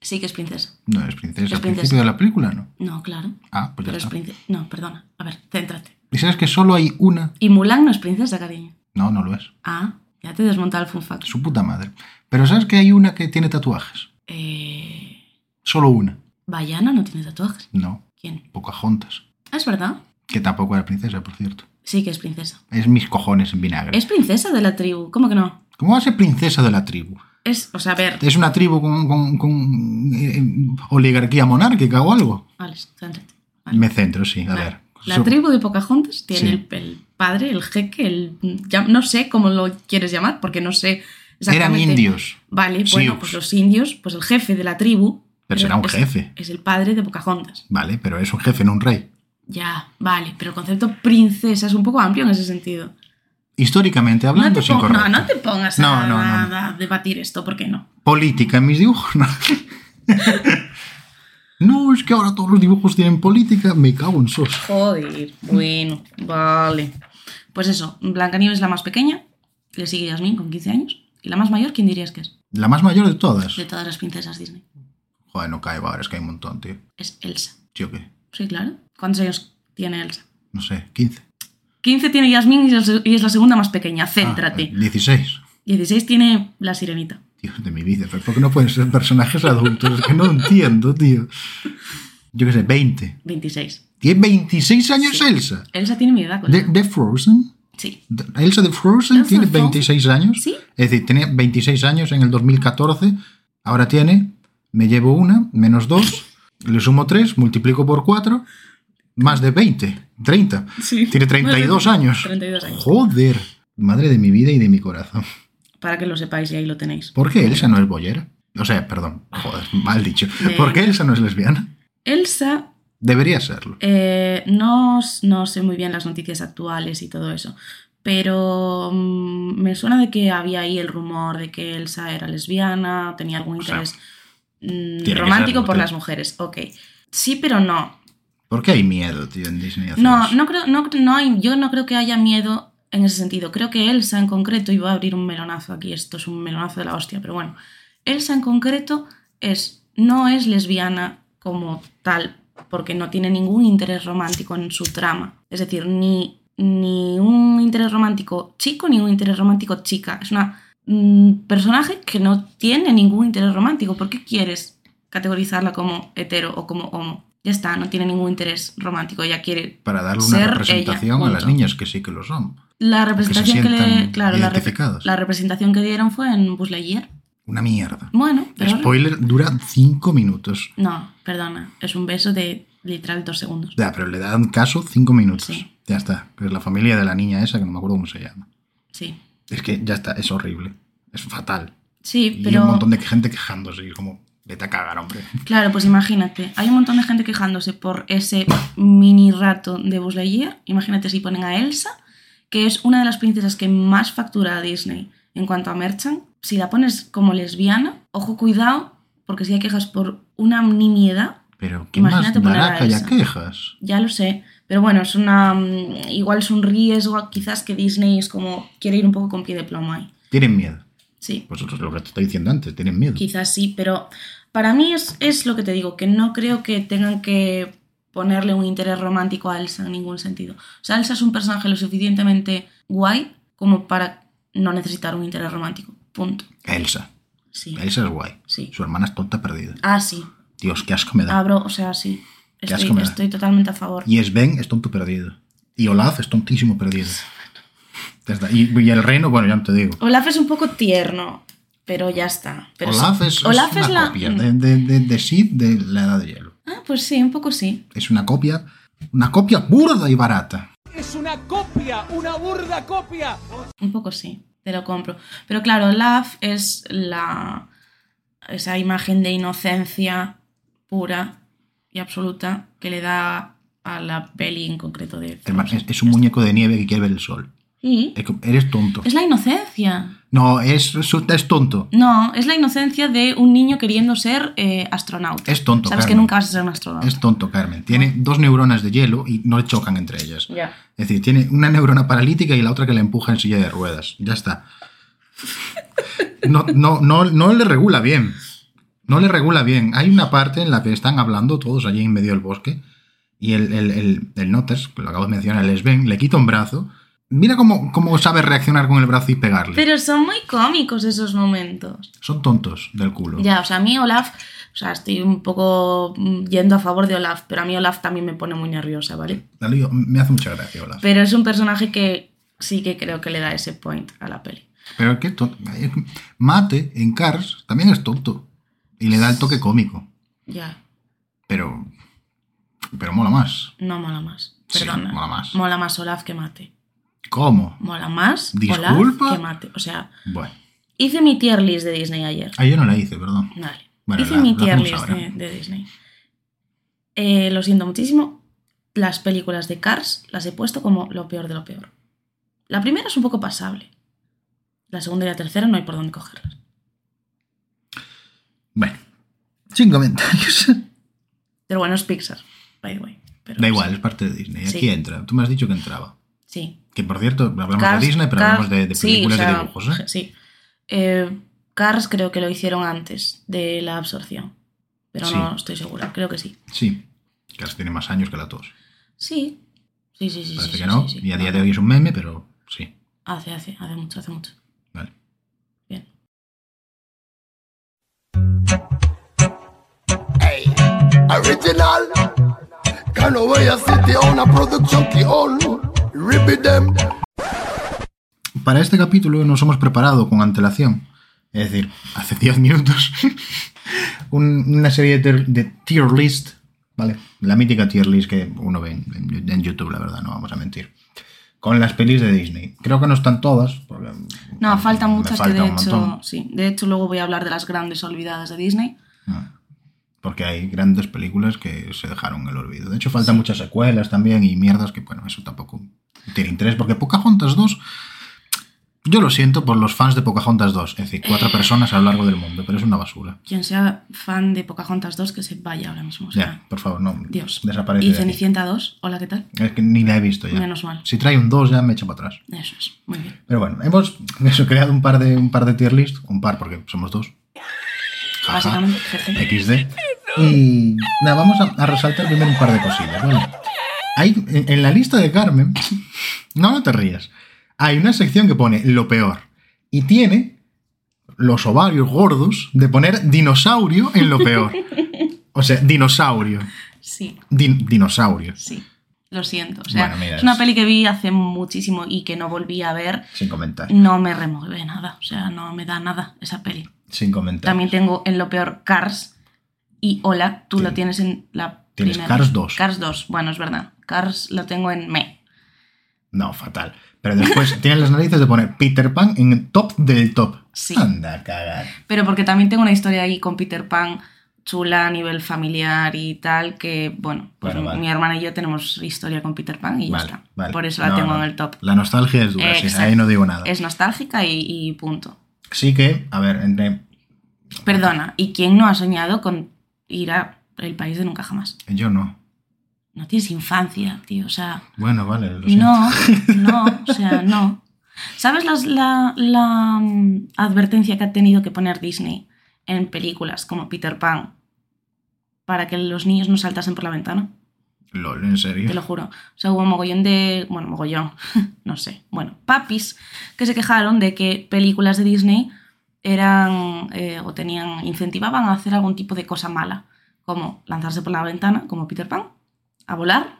Speaker 2: Sí que es princesa.
Speaker 1: No es princesa.
Speaker 2: Es
Speaker 1: Al
Speaker 2: princesa.
Speaker 1: principio de la película, ¿no?
Speaker 2: No, claro.
Speaker 1: Ah, pues ya
Speaker 2: Pero es
Speaker 1: está.
Speaker 2: princesa. No, perdona. A ver, céntrate.
Speaker 1: ¿Y sabes que solo hay una?
Speaker 2: Y Mulan no es princesa, cariño.
Speaker 1: No, no lo es.
Speaker 2: Ah, ya te desmonta el fun fact.
Speaker 1: Su puta madre. Pero ¿sabes que hay una que tiene tatuajes?
Speaker 2: Eh...
Speaker 1: Solo una.
Speaker 2: Bayana no tiene tatuajes.
Speaker 1: No,
Speaker 2: ¿Quién?
Speaker 1: Pocahontas.
Speaker 2: Ah, es verdad.
Speaker 1: Que tampoco era princesa, por cierto.
Speaker 2: Sí que es princesa.
Speaker 1: Es mis cojones en vinagre.
Speaker 2: Es princesa de la tribu. ¿Cómo que no?
Speaker 1: ¿Cómo va a ser princesa de la tribu?
Speaker 2: Es, o sea, a ver.
Speaker 1: ¿Es una tribu con, con- con, eh, oligarquía monárquica o algo?
Speaker 2: Alex, céntrate. Vale.
Speaker 1: Me centro, sí. A
Speaker 2: Vale.
Speaker 1: ver.
Speaker 2: La
Speaker 1: Su-
Speaker 2: tribu de Pocahontas tiene
Speaker 1: Sí.
Speaker 2: el, el padre, el jeque, el. ya- no sé cómo lo quieres llamar, porque no sé
Speaker 1: Eran
Speaker 2: exactamente.
Speaker 1: indios.
Speaker 2: Vale, bueno,
Speaker 1: Sioux.
Speaker 2: pues los indios, pues el jefe de la tribu.
Speaker 1: Pero será un
Speaker 2: es-
Speaker 1: jefe.
Speaker 2: Es el padre de Pocahontas.
Speaker 1: Vale, pero es un jefe, no un rey.
Speaker 2: Ya, vale, pero el concepto princesa es un poco amplio en ese sentido.
Speaker 1: Históricamente
Speaker 2: No
Speaker 1: hablando,
Speaker 2: te,
Speaker 1: es
Speaker 2: pon-
Speaker 1: incorrecto.
Speaker 2: no, no te pongas
Speaker 1: No,
Speaker 2: a,
Speaker 1: no, no,
Speaker 2: a debatir esto, porque no.
Speaker 1: Política en mis dibujos. No. No, es que ahora todos los dibujos tienen política. Me cago en sos.
Speaker 2: Joder, bueno, vale. Pues eso, Blancanieves es la más pequeña, le sigue Yasmín con 15 años, y la más mayor, ¿quién dirías que es?
Speaker 1: La más mayor de todas.
Speaker 2: De todas las princesas Disney.
Speaker 1: Joder, no cae, ahora es que hay un montón, tío.
Speaker 2: Es Elsa.
Speaker 1: Tío, ¿qué?
Speaker 2: Sí, claro. ¿Cuántos años tiene Elsa?
Speaker 1: No sé, 15.
Speaker 2: 15 tiene Yasmín y es la se- y es la segunda más pequeña,
Speaker 1: Ah,
Speaker 2: céntrate.
Speaker 1: 16.
Speaker 2: 16 tiene la sirenita.
Speaker 1: Dios de mi vida, pero ¿por qué no pueden ser personajes adultos? Es que no entiendo, tío. Yo qué sé, 20.
Speaker 2: 26.
Speaker 1: Tiene 26 años
Speaker 2: Sí.
Speaker 1: Elsa.
Speaker 2: Elsa tiene mi edad,
Speaker 1: De,
Speaker 2: colega.
Speaker 1: de Frozen.
Speaker 2: Sí.
Speaker 1: De- Elsa de Frozen
Speaker 2: Elsa
Speaker 1: tiene
Speaker 2: de Frozen.
Speaker 1: 26 años.
Speaker 2: Sí.
Speaker 1: Es decir, tenía 26 años en el 2014. Ahora tiene, me llevo una, menos dos, le sumo tres, multiplico por cuatro, más de 20, 30.
Speaker 2: Sí.
Speaker 1: Tiene 32 años.
Speaker 2: 32 años.
Speaker 1: Joder, madre de mi vida y de mi corazón.
Speaker 2: Para que lo sepáis y ahí lo tenéis.
Speaker 1: ¿Por qué Elsa no es boyera? O sea, perdón, joder, mal dicho.
Speaker 2: Eh.
Speaker 1: ¿Por qué Elsa no es lesbiana?
Speaker 2: Elsa,
Speaker 1: Debería serlo.
Speaker 2: eh, no, s- no sé muy bien las noticias actuales y todo eso, pero mm, me suena de que había ahí el rumor de que Elsa era lesbiana, tenía algún
Speaker 1: O sea,
Speaker 2: interés mm,
Speaker 1: que
Speaker 2: romántico
Speaker 1: serlo,
Speaker 2: por
Speaker 1: tío.
Speaker 2: las mujeres. Ok. Sí, pero no.
Speaker 1: ¿Por qué hay miedo, tío, en Disney? a hacer
Speaker 2: No,
Speaker 1: eso?
Speaker 2: no creo, no, no hay, yo no creo que haya miedo en ese sentido. Creo que Elsa en concreto, iba a abrir un melonazo aquí, esto es un melonazo de la hostia, pero bueno. Elsa en concreto es, no es lesbiana como tal, porque no tiene ningún interés romántico en su trama. Es decir, ni, ni un interés romántico chico, ni un interés romántico chica. Es una mm, personaje que no tiene ningún interés romántico. ¿Por qué quieres categorizarla como hetero o como homo? Ya está, no tiene ningún interés romántico. Ella quiere
Speaker 1: Para darle
Speaker 2: ser
Speaker 1: una
Speaker 2: ella,
Speaker 1: representación a las
Speaker 2: punto.
Speaker 1: niñas que sí que lo son.
Speaker 2: la
Speaker 1: Que se
Speaker 2: representación que,
Speaker 1: sientan
Speaker 2: le, claro, la, rep-
Speaker 1: identificados.
Speaker 2: la representación que dieron fue en Buzz Lightyear.
Speaker 1: Una mierda.
Speaker 2: Bueno, pero
Speaker 1: Spoiler, dura 5 minutos.
Speaker 2: no, perdona, es un beso de literal dos segundos.
Speaker 1: Ya, pero le dan caso 5 minutos.
Speaker 2: Sí.
Speaker 1: Ya está. Que es la familia de la niña esa, que no me acuerdo cómo se llama.
Speaker 2: Sí,
Speaker 1: Es que ya está, es horrible. Es fatal.
Speaker 2: sí,
Speaker 1: Y un
Speaker 2: pero
Speaker 1: montón de gente quejándose. Y es como, vete a cagar, hombre.
Speaker 2: claro, pues imagínate, hay un montón de gente quejándose por ese mini rato de Buzz Lightyear. Imagínate si ponen a Elsa, que es una de las princesas que más factura a Disney en cuanto a merchan. Si la pones como lesbiana, ojo cuidado, porque si hay quejas por una nimiedad,
Speaker 1: Pero, ¿qué
Speaker 2: Imagínate
Speaker 1: más
Speaker 2: poner
Speaker 1: dará
Speaker 2: a
Speaker 1: que haya
Speaker 2: Elsa.
Speaker 1: quejas?
Speaker 2: Ya lo sé, pero bueno, es una mm, igual es un riesgo, quizás que Disney es como quiere ir un poco con pie de plomo ahí.
Speaker 1: Tienen miedo.
Speaker 2: Sí,
Speaker 1: Pues eso es lo que te estoy diciendo antes, tienen miedo.
Speaker 2: quizás sí, pero para mí es, es lo que te digo, que no creo que tengan que ponerle un interés romántico a Elsa en ningún sentido. O sea, Elsa es un personaje lo suficientemente guay como para no necesitar un interés romántico. Punto.
Speaker 1: Elsa.
Speaker 2: Sí.
Speaker 1: Elsa es guay.
Speaker 2: Sí.
Speaker 1: Su hermana es tonta perdida.
Speaker 2: Ah, sí.
Speaker 1: Dios, qué asco me da.
Speaker 2: Abro, o sea, sí.
Speaker 1: Qué
Speaker 2: Estoy,
Speaker 1: asco me da.
Speaker 2: estoy totalmente a favor.
Speaker 1: Y Sven es tonto perdido. Y Olaf es tontísimo perdido. Ya está. Y, y el reino, bueno, ya no te digo.
Speaker 2: Olaf es un poco tierno, pero ya está. Pero
Speaker 1: Olaf
Speaker 2: sí.
Speaker 1: es, es
Speaker 2: Olaf
Speaker 1: una
Speaker 2: es la- Mm.
Speaker 1: copia ¿eh? de, de, de, de Sid de la Edad de Hielo.
Speaker 2: Ah, pues sí, un poco sí.
Speaker 1: Es una copia, una copia burda y barata.
Speaker 3: Es una copia, una burda copia.
Speaker 2: Un poco sí, te lo compro. Pero claro, Olaf es la. esa imagen de inocencia pura y absoluta que le da a la peli en concreto de.
Speaker 1: Hermano, Es, es un muñeco de nieve que quiere ver el sol.
Speaker 2: Sí.
Speaker 1: Eh, Eres tonto.
Speaker 2: Es la inocencia.
Speaker 1: No, es, es tonto.
Speaker 2: No, es la inocencia de un niño queriendo ser eh, astronauta.
Speaker 1: Es tonto,
Speaker 2: Sabes que
Speaker 1: Carmen.
Speaker 2: nunca vas a ser un astronauta.
Speaker 1: Es tonto, Carmen. Tiene dos neuronas de hielo y no chocan entre ellas.
Speaker 2: Ya.
Speaker 1: Es decir, tiene una neurona paralítica y la otra que la empuja en silla de ruedas. Ya está. No, no, no, no le regula bien. No le regula bien. Hay una parte en la que están hablando todos allí en medio del bosque y el, el, el, el Notters, que lo acabo de mencionar, el Sven, le quita un brazo. Mira cómo, cómo sabe reaccionar con el brazo y pegarle.
Speaker 2: Pero son muy cómicos esos momentos.
Speaker 1: Son tontos del culo.
Speaker 2: Ya, o sea, a mí Olaf, o sea, estoy un poco mm, yendo a favor de Olaf, pero a mí Olaf también me pone muy nerviosa, ¿vale?
Speaker 1: La lío- Me hace mucha gracia, Olaf.
Speaker 2: Pero es un personaje que sí que creo que le da ese point a la peli.
Speaker 1: Pero qué tonto. Mate en Cars también es tonto. Y le da el toque cómico.
Speaker 2: Ya,
Speaker 1: Pero. Pero mola más.
Speaker 2: no mola más.
Speaker 1: Sí,
Speaker 2: Perdona.
Speaker 1: mola más.
Speaker 2: Mola más Olaf que mate.
Speaker 1: ¿Cómo?
Speaker 2: Mola más
Speaker 1: Disculpa.
Speaker 2: Olaf que mate. O sea,
Speaker 1: Bueno.
Speaker 2: hice mi tier list de Disney ayer.
Speaker 1: Ah, yo no la hice, perdón.
Speaker 2: Vale.
Speaker 1: Bueno,
Speaker 2: Hice
Speaker 1: la-
Speaker 2: mi
Speaker 1: la
Speaker 2: tier
Speaker 1: hacemos
Speaker 2: list
Speaker 1: ahora.
Speaker 2: de, de Disney. Eh, lo siento muchísimo. Las películas de Cars las he puesto como lo peor de lo peor. La primera es un poco pasable. La segunda y la tercera no hay por dónde cogerlas.
Speaker 1: Bueno. Sin comentarios.
Speaker 2: Pero bueno, es Pixar, by the way. Pero
Speaker 1: Da
Speaker 2: sí.
Speaker 1: igual, es parte de Disney.
Speaker 2: Sí.
Speaker 1: Aquí entra. Tú me has dicho que entraba.
Speaker 2: Sí.
Speaker 1: Que por cierto, hablamos
Speaker 2: Cars-
Speaker 1: de Disney, pero
Speaker 2: Cars-
Speaker 1: hablamos de, de
Speaker 2: sí,
Speaker 1: películas
Speaker 2: o sea,
Speaker 1: de dibujos, ¿eh?
Speaker 2: Sí. Eh, Cars creo que lo hicieron antes de la absorción. Pero
Speaker 1: Sí.
Speaker 2: no estoy segura, creo que sí.
Speaker 1: Sí. Cars tiene más años que la tos.
Speaker 2: Sí. Sí, sí, sí.
Speaker 1: Parece
Speaker 2: sí,
Speaker 1: que
Speaker 2: sí,
Speaker 1: no.
Speaker 2: sí, sí.
Speaker 1: Y a día de hoy es un meme, pero sí.
Speaker 2: Hace, hace, hace mucho, hace mucho.
Speaker 1: Vale.
Speaker 2: Bien.
Speaker 4: original. Canaway City on a production key on. Ribby them.
Speaker 1: Para este capítulo nos hemos preparado con antelación, es decir, hace 10 minutos, un- una serie de, ter- de tier list, ¿vale? La mítica tier list que uno ve en, en- en YouTube, la verdad, no vamos a mentir. Con las pelis de Disney. Creo que no están todas. porque,
Speaker 2: No,
Speaker 1: bueno,
Speaker 2: faltan
Speaker 1: me
Speaker 2: muchas
Speaker 1: falta
Speaker 2: que de
Speaker 1: un montón,
Speaker 2: hecho, sí, de hecho luego voy a hablar de las grandes olvidadas de Disney.
Speaker 1: Porque hay grandes películas que se dejaron en el olvido. De hecho, faltan muchas secuelas también y mierdas que, bueno, eso tampoco tiene interés. Porque Pocahontas 2, yo lo siento por los fans de Pocahontas 2. Es decir,
Speaker 2: Eh.
Speaker 1: cuatro personas a lo largo del mundo, pero es una basura.
Speaker 2: Quien sea fan de Pocahontas 2 que se vaya ahora mismo. o sea,
Speaker 1: Ya, por favor, no.
Speaker 2: Dios.
Speaker 1: Desaparece.
Speaker 2: Y
Speaker 1: de aquí.
Speaker 2: Cenicienta 2, hola, ¿qué tal?
Speaker 1: Es que ni la he visto ya.
Speaker 2: Menos mal.
Speaker 1: Si trae un 2 ya me echo para atrás.
Speaker 2: Eso es, muy bien.
Speaker 1: Pero bueno, hemos eso, creado un par de un par de tier list, un par porque somos dos. Jaja.
Speaker 2: Básicamente, jeje.
Speaker 1: XD. Y nada, vamos a, a resaltar primero un par de cosillas, ¿vale? Hay, en, en la lista de Carmen, no, no te rías, hay una sección que pone lo peor y tiene los ovarios gordos de poner dinosaurio en lo peor. O sea, dinosaurio.
Speaker 2: Sí,
Speaker 1: Din- dinosaurio.
Speaker 2: sí. Lo siento. O sea,
Speaker 1: Bueno, mira,
Speaker 2: es una
Speaker 1: es-
Speaker 2: peli que vi hace muchísimo y que no volví a ver.
Speaker 1: Sin comentar.
Speaker 2: No me remueve nada. O sea, no me da nada esa peli.
Speaker 1: Sin comentar.
Speaker 2: También tengo en lo peor Cars y Hola, tú lo
Speaker 1: Tien-
Speaker 2: tienes en la
Speaker 1: tienes
Speaker 2: primera.
Speaker 1: Cars 2.
Speaker 2: Cars 2, bueno, es verdad. Cars lo tengo en me.
Speaker 1: No, fatal. Pero después tienes las narices de poner Peter Pan en el top del top.
Speaker 2: Sí.
Speaker 1: Anda, a cagar.
Speaker 2: Pero porque también tengo una historia ahí con Peter Pan chula a nivel familiar y tal, que bueno, pues
Speaker 1: Bueno, vale.
Speaker 2: mi hermana y yo tenemos historia con Peter Pan y
Speaker 1: Vale,
Speaker 2: ya está.
Speaker 1: vale.
Speaker 2: Por eso la
Speaker 1: No,
Speaker 2: tengo
Speaker 1: no.
Speaker 2: en el top.
Speaker 1: La nostalgia es dura, sí,
Speaker 2: Exacto.
Speaker 1: ahí no digo nada.
Speaker 2: Es nostálgica y, y punto.
Speaker 1: Sí que, a ver, entre.
Speaker 2: Perdona, ¿y quién no ha soñado con ir a el país de nunca jamás?
Speaker 1: Yo no.
Speaker 2: No tienes infancia, tío, o sea...
Speaker 1: Bueno, vale, lo siento.
Speaker 2: No, no, o sea, no. ¿Sabes las- la, la, mm, advertencia que ha tenido que poner Disney en películas como Peter Pan para que los niños no saltasen por la ventana?
Speaker 1: Lol, en
Speaker 2: Te
Speaker 1: serio.
Speaker 2: lo juro. O sea, hubo mogollón de. Bueno, mogollón, no sé. Bueno, papis que se quejaron de que películas de Disney eran. eh, o tenían. incentivaban a hacer algún tipo de cosa mala. Como lanzarse por la ventana, como Peter Pan, a volar,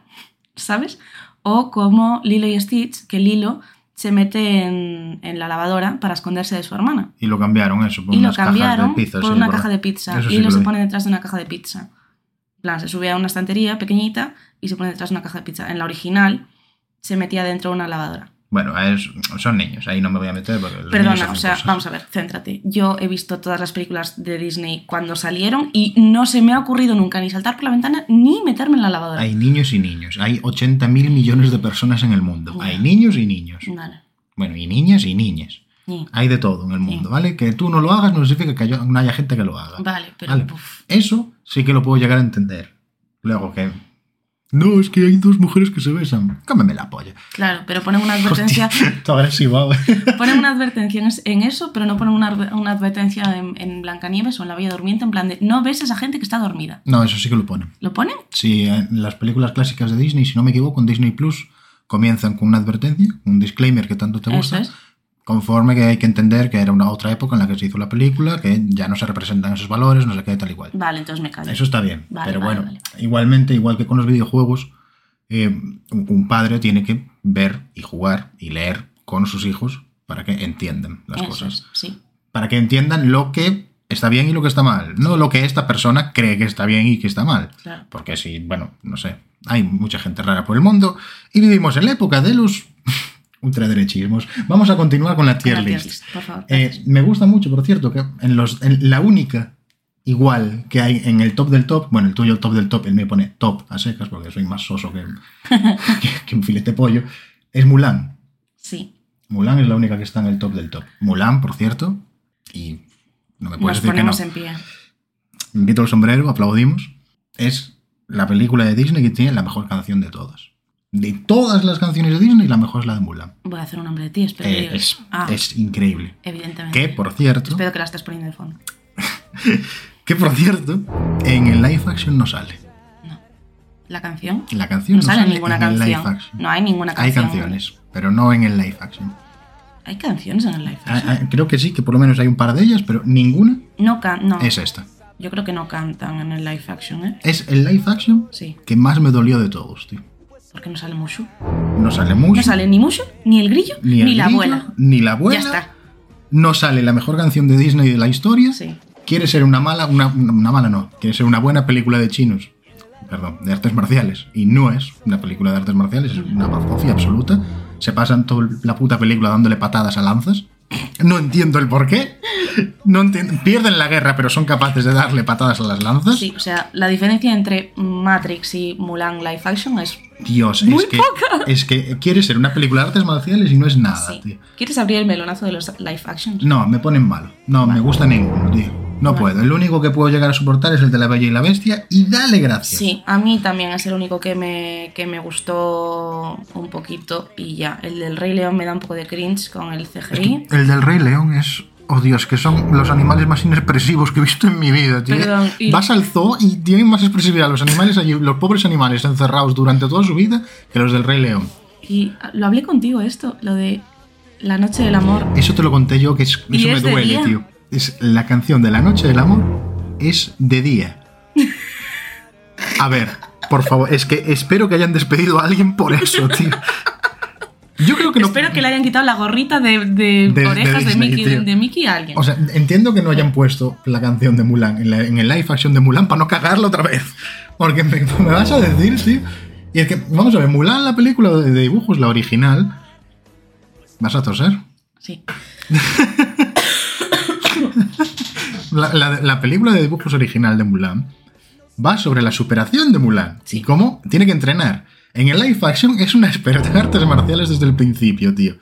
Speaker 2: ¿sabes? O como Lilo y Stitch, que Lilo se mete en, en la lavadora para esconderse de su hermana.
Speaker 1: Y lo cambiaron eso por
Speaker 2: y lo
Speaker 1: unas
Speaker 2: cambiaron
Speaker 1: cajas de pizza.
Speaker 2: por
Speaker 1: sí,
Speaker 2: una
Speaker 1: por-
Speaker 2: caja de pizza.
Speaker 1: Eso sí
Speaker 2: Lilo
Speaker 1: que lo
Speaker 2: se
Speaker 1: vi.
Speaker 2: pone detrás de una caja de pizza. En plan, se sube a una estantería pequeñita y se pone detrás de una caja de pizza. En la original se metía dentro de una lavadora.
Speaker 1: Bueno, es- son niños, ahí no me voy a meter porque. los niños
Speaker 2: Perdona,
Speaker 1: hacen
Speaker 2: o sea,
Speaker 1: cosas.
Speaker 2: vamos a ver, céntrate. Yo he visto todas las películas de Disney cuando salieron y no se me ha ocurrido nunca ni saltar por la ventana ni meterme en la lavadora.
Speaker 1: Hay niños y niños. Hay 80 mil millones de personas en el mundo.
Speaker 2: Bueno.
Speaker 1: Hay niños y niños.
Speaker 2: Vale.
Speaker 1: Bueno, y niñas y niñas.
Speaker 2: Sí.
Speaker 1: Hay de todo en el mundo, ¿vale? Que tú no lo hagas no significa que haya- no haya gente que lo haga.
Speaker 2: Vale, pero
Speaker 1: Ah, Vale.
Speaker 2: uf,
Speaker 1: Eso sí que lo puedo llegar a entender. Luego que... No, es que hay dos mujeres que se besan. Cámeme la polla.
Speaker 2: claro, pero ponen una advertencia,
Speaker 1: Todo agresivo, ¿eh? güey.
Speaker 2: ponen una advertencia en es- en eso, pero no ponen una, adver- una advertencia en, en Blancanieves o en La Bella Durmiente en plan de no ves a esa gente que está dormida.
Speaker 1: No, eso sí que lo ponen.
Speaker 2: ¿Lo ponen?
Speaker 1: Si en las películas clásicas de Disney, si no me equivoco, en Disney Plus comienzan con una advertencia, un disclaimer que tanto te
Speaker 2: Eso
Speaker 1: gusta,
Speaker 2: es.
Speaker 1: conforme que hay que entender que era una otra época en la que se hizo la película, que ya no se representan esos valores, no sé qué, tal y cual.
Speaker 2: Vale, entonces me callo.
Speaker 1: Eso está bien,
Speaker 2: Vale,
Speaker 1: pero
Speaker 2: vale,
Speaker 1: bueno,
Speaker 2: vale.
Speaker 1: igualmente, igual que con los videojuegos, eh, un- un padre tiene que ver y jugar y leer con sus hijos para que entiendan las
Speaker 2: Eso
Speaker 1: cosas.
Speaker 2: es, sí.
Speaker 1: Para que entiendan lo que está bien y lo que está mal, no lo que esta persona cree que está bien y que está mal.
Speaker 2: Claro.
Speaker 1: Porque si, bueno, no sé, hay mucha gente rara por el mundo y vivimos en la época de los ultraderechismos. Vamos a continuar con la tier
Speaker 2: Con la tier
Speaker 1: list.
Speaker 2: list, por favor,
Speaker 1: Eh,
Speaker 2: gracias.
Speaker 1: me gusta mucho, por cierto, que en los, en la única igual que hay en el top del top, bueno, el tuyo el top del top, él me pone top a secas porque soy más soso que, que, que un filete pollo, es Mulan.
Speaker 2: Sí.
Speaker 1: Mulan es la única que está en el top del top. Mulan, por cierto, y no me puedes
Speaker 2: Nos
Speaker 1: decir que no.
Speaker 2: ponemos en pie.
Speaker 1: Me quito el sombrero, aplaudimos. Es la película de Disney que tiene la mejor canción de todas. De todas las canciones de Disney, la mejor es la de Mulan.
Speaker 2: Voy a hacer un nombre de ti, espero que
Speaker 1: Eh,
Speaker 2: digas.
Speaker 1: es,
Speaker 2: Ah,
Speaker 1: es increíble.
Speaker 2: evidentemente.
Speaker 1: Que, por cierto,
Speaker 2: Espero que la estés poniendo de fondo.
Speaker 1: que por cierto, en el live action no sale.
Speaker 2: La canción.
Speaker 1: La
Speaker 2: No,
Speaker 1: canción no,
Speaker 2: sale, ninguna
Speaker 1: en el live
Speaker 2: canción.
Speaker 1: action.
Speaker 2: No hay ninguna
Speaker 1: Hay
Speaker 2: canción.
Speaker 1: canciones, pero no en el live action.
Speaker 2: Hay canciones en el live
Speaker 1: Ah,
Speaker 2: action.
Speaker 1: ah, Creo que sí, que por lo menos hay un par de ellas, pero ninguna
Speaker 2: No can no.
Speaker 1: es esta.
Speaker 2: Yo creo que no cantan en el live action, ¿eh?
Speaker 1: Es el live action
Speaker 2: Sí.
Speaker 1: que más me dolió de todos, tío.
Speaker 2: Porque no sale Mushu.
Speaker 1: No sale mucho.
Speaker 2: No sale ni Mushu, ni el grillo,
Speaker 1: el
Speaker 2: ni, la
Speaker 1: grillo,
Speaker 2: abuela.
Speaker 1: Ni la abuela.
Speaker 2: Ya está.
Speaker 1: No sale la mejor canción de Disney de la historia.
Speaker 2: Sí.
Speaker 1: Quiere ser una mala, una, una mala no, quiere ser una buena película de chinos. Perdón, de artes marciales. Y no es una película de artes marciales, es una bazofia absoluta. Se pasan toda la puta película dándole patadas a lanzas. No entiendo el porqué. No entiendo. Pierden la guerra, pero son capaces de darle patadas a las lanzas.
Speaker 2: Sí, o sea, la diferencia entre Matrix y Mulan live action es.
Speaker 1: Dios,
Speaker 2: Muy
Speaker 1: es que, es que quiere ser una película de artes marciales y no es nada, tío.
Speaker 2: Sí. ¿Quieres abrir el melonazo de los live actions?
Speaker 1: No, me ponen malo. No me gusta ninguno, tío. No puedo. El único que puedo llegar a soportar es el de la Bella y la Bestia y dale gracias.
Speaker 2: Sí, a mí también es el único que me, que me gustó un poquito y ya. El del Rey León me da un poco de cringe con el CGI.
Speaker 1: El del Rey León es. Oh Dios, que son los animales más inexpresivos que he visto en mi vida, tío.
Speaker 2: Perdón, y-
Speaker 1: Vas al zoo y tienen más expresividad los animales allí, los pobres animales encerrados durante toda su vida que los del Rey León.
Speaker 2: Y lo hablé contigo esto, lo de La Noche del Amor.
Speaker 1: Eso te lo conté yo, que es-
Speaker 2: Y
Speaker 1: eso
Speaker 2: es de
Speaker 1: me duele,
Speaker 2: día.
Speaker 1: tío. Es la canción de la noche del amor es de día. A ver, por favor, es que espero que hayan despedido a alguien por eso, tío. Yo creo que no.
Speaker 2: Espero que le hayan quitado la gorrita de, de
Speaker 1: De- de
Speaker 2: orejas de,
Speaker 1: Disney,
Speaker 2: Mickey,
Speaker 1: tío.
Speaker 2: de Mickey a alguien.
Speaker 1: O sea, entiendo que no hayan puesto la canción de Mulan en, la- en el live action de Mulan para no cagarlo otra vez. Porque me, me vas a decir, tío. Y es que, vamos a ver, Mulan, la película de de dibujos, la original. ¿Vas a toser?
Speaker 2: sí.
Speaker 1: La, la- la película de dibujos original de Mulan va sobre la superación de Mulan y cómo tiene que entrenar. En el live action es una experta en artes marciales desde el principio, tío.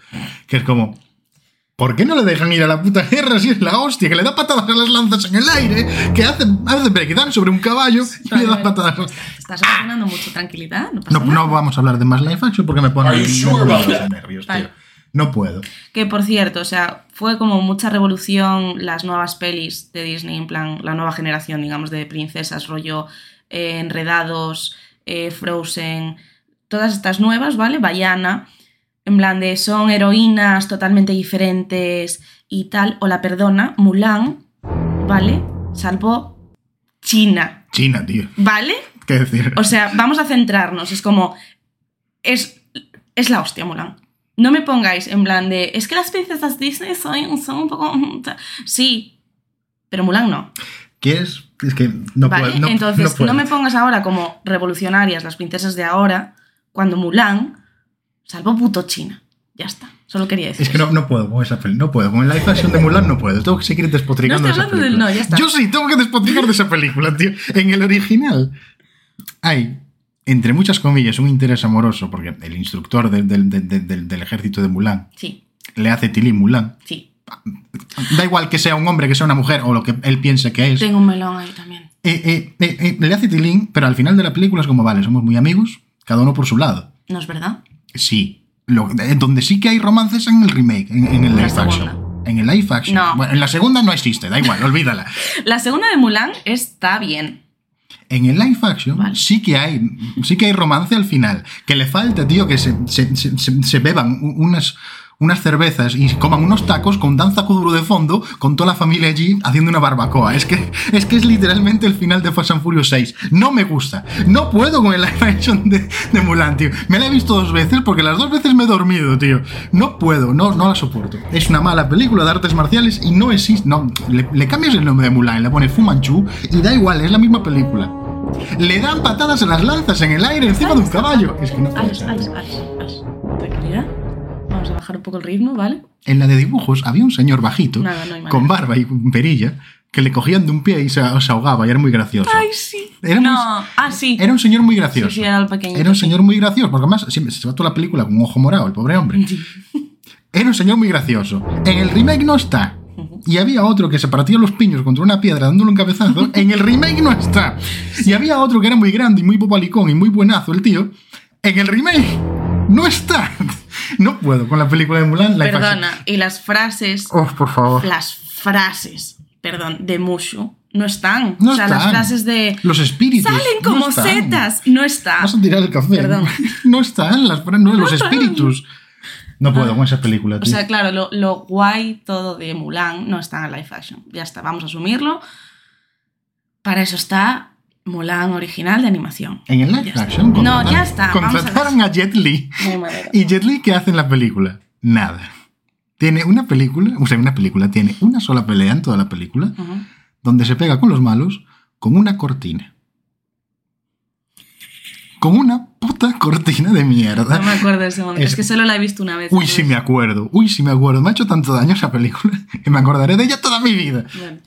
Speaker 1: Que es como, ¿por qué no le dejan ir a la puta guerra si es la hostia? Que le da patadas a las lanzas en el aire, que hace, hace breakdown sobre un caballo y le da patadas.
Speaker 2: Estás ocasionando mucho tranquilidad, no pasa
Speaker 1: No,
Speaker 2: nada.
Speaker 1: no vamos a hablar de más live action porque me ponen los nervios, tío.
Speaker 2: Vale.
Speaker 1: No puedo.
Speaker 2: Que por cierto, o sea, fue como mucha revolución las nuevas pelis de Disney, en plan, la nueva generación, digamos, de princesas, rollo eh, Enredados, eh, Frozen, todas estas nuevas, ¿vale? Bayana, en plan de son heroínas totalmente diferentes y tal, o la perdona, Mulan, ¿vale? Salvo China,
Speaker 1: China, tío.
Speaker 2: ¿vale?
Speaker 1: ¿Qué decir?
Speaker 2: O sea, vamos a centrarnos. Es como. Es, es la hostia, Mulan. No me pongáis en plan de. Es que las princesas Disney son, son un poco. Sí, pero Mulan no.
Speaker 1: ¿Quieres? Es que no
Speaker 2: ¿vale?
Speaker 1: puedo. No, no
Speaker 2: Entonces, no,
Speaker 1: puedo.
Speaker 2: me pongas ahora como revolucionarias las princesas de ahora, cuando Mulan salvo puto China. Ya está. Solo quería decir.
Speaker 1: Es que no, no puedo con esa peli, no puedo. Con el live action de Mulan no puedo. Tengo que seguir despotricando
Speaker 2: No
Speaker 1: de
Speaker 2: estoy
Speaker 1: esa
Speaker 2: hablando del
Speaker 1: película.
Speaker 2: no, ya está.
Speaker 1: Yo sí, tengo que despotricar de esa película, tío. En el original hay, entre muchas comillas, un interés amoroso, porque el instructor del, del- del- del- del ejército de Mulan
Speaker 2: Sí.
Speaker 1: le hace Tilly Mulan.
Speaker 2: Sí.
Speaker 1: Da igual que sea un hombre, que sea una mujer o lo que él piense que es.
Speaker 2: Tengo un melón ahí también.
Speaker 1: Eh, eh, eh, eh, le hace Tilín, pero al final de la película es como, vale, somos muy amigos, cada uno por su lado.
Speaker 2: ¿No es verdad?
Speaker 1: Sí. Lo- eh, donde sí que hay romances en el remake, en, en el
Speaker 2: La
Speaker 1: live action.
Speaker 2: segunda.
Speaker 1: En el live action.
Speaker 2: No.
Speaker 1: Bueno, en la segunda no existe, da igual, olvídala.
Speaker 2: La segunda de Mulan está bien.
Speaker 1: En el live action
Speaker 2: Vale.
Speaker 1: sí que hay sí que hay romance al final. Que le falta, tío, que se, se- se- se- se beban u- unas, unas cervezas y coman unos tacos con danza kuduro de fondo, con toda la familia allí haciendo una barbacoa. Es que es, que es literalmente el final de Fast and Furious 6. No me gusta. No puedo con el live action de, de Mulan, tío. Me la he visto dos veces porque las dos veces me he dormido, tío. No puedo, no, no la soporto. Es una mala película de artes marciales y no existe. No, le, le cambias el nombre de Mulan, le pones Fu Manchu y da igual, es la misma película. Le dan patadas a las lanzas en el aire encima de un caballo. Es que no puede
Speaker 2: Alex,
Speaker 1: ser.
Speaker 2: Alex, Alex, Alex. Tranquilidad. Vamos a bajar un poco el ritmo, ¿vale?
Speaker 1: En la de dibujos había un señor bajito,
Speaker 2: Nada, no hay manera.
Speaker 1: con barba y perilla, que le cogían de un pie y se, se ahogaba y era muy gracioso.
Speaker 2: Ay, sí.
Speaker 1: Era
Speaker 2: no,
Speaker 1: muy-
Speaker 2: ah, sí.
Speaker 1: Era un señor muy gracioso.
Speaker 2: Sí, sí, era el pequeñito,
Speaker 1: Era un
Speaker 2: sí.
Speaker 1: señor muy gracioso, porque además siempre se va toda la película con un ojo morado, el pobre hombre. Era un señor muy gracioso. En el remake no está. Y había otro que se partía los piños contra una piedra dándole un cabezazo. En el remake no está. Y había otro que era muy grande y muy bobalicón y muy buenazo el tío. En el remake no está. No puedo con la película de Mulan. live action.
Speaker 2: Perdona, y las frases,
Speaker 1: Oh, por favor.
Speaker 2: las frases, perdón, de Mushu, no están.
Speaker 1: No
Speaker 2: o sea, las
Speaker 1: están.
Speaker 2: frases de...
Speaker 1: Los espíritus.
Speaker 2: Salen
Speaker 1: no
Speaker 2: como
Speaker 1: están.
Speaker 2: setas, no está.
Speaker 1: Vas a tirar el café.
Speaker 2: Perdón.
Speaker 1: No están las, no, los espíritus. No puedo con esa película,
Speaker 2: Ah. O
Speaker 1: tío.
Speaker 2: sea, claro, lo, lo guay todo de Mulan no está en live action. Ya está, vamos a asumirlo. Para eso está Mulan original de animación.
Speaker 1: en el live
Speaker 2: Ya está.
Speaker 1: action
Speaker 2: No,
Speaker 1: contrataron-
Speaker 2: ya está. vamos a ver.
Speaker 1: Contrataron a, Jet Li.
Speaker 2: No hay manera.
Speaker 1: ¿Y Jet Li qué hace en la película? Nada. Tiene una película, o sea, una película, tiene una sola pelea en toda la película,
Speaker 2: Ujú.
Speaker 1: donde se pega con los malos con una cortina. Con una puta cortina de mierda.
Speaker 2: No me acuerdo de ese momento.
Speaker 1: Es-
Speaker 2: Es, que solo la he visto una vez.
Speaker 1: Uy, sí me acuerdo, uy, sí me acuerdo. Me ha hecho tanto daño esa película que me acordaré de ella toda mi vida.
Speaker 2: Bueno,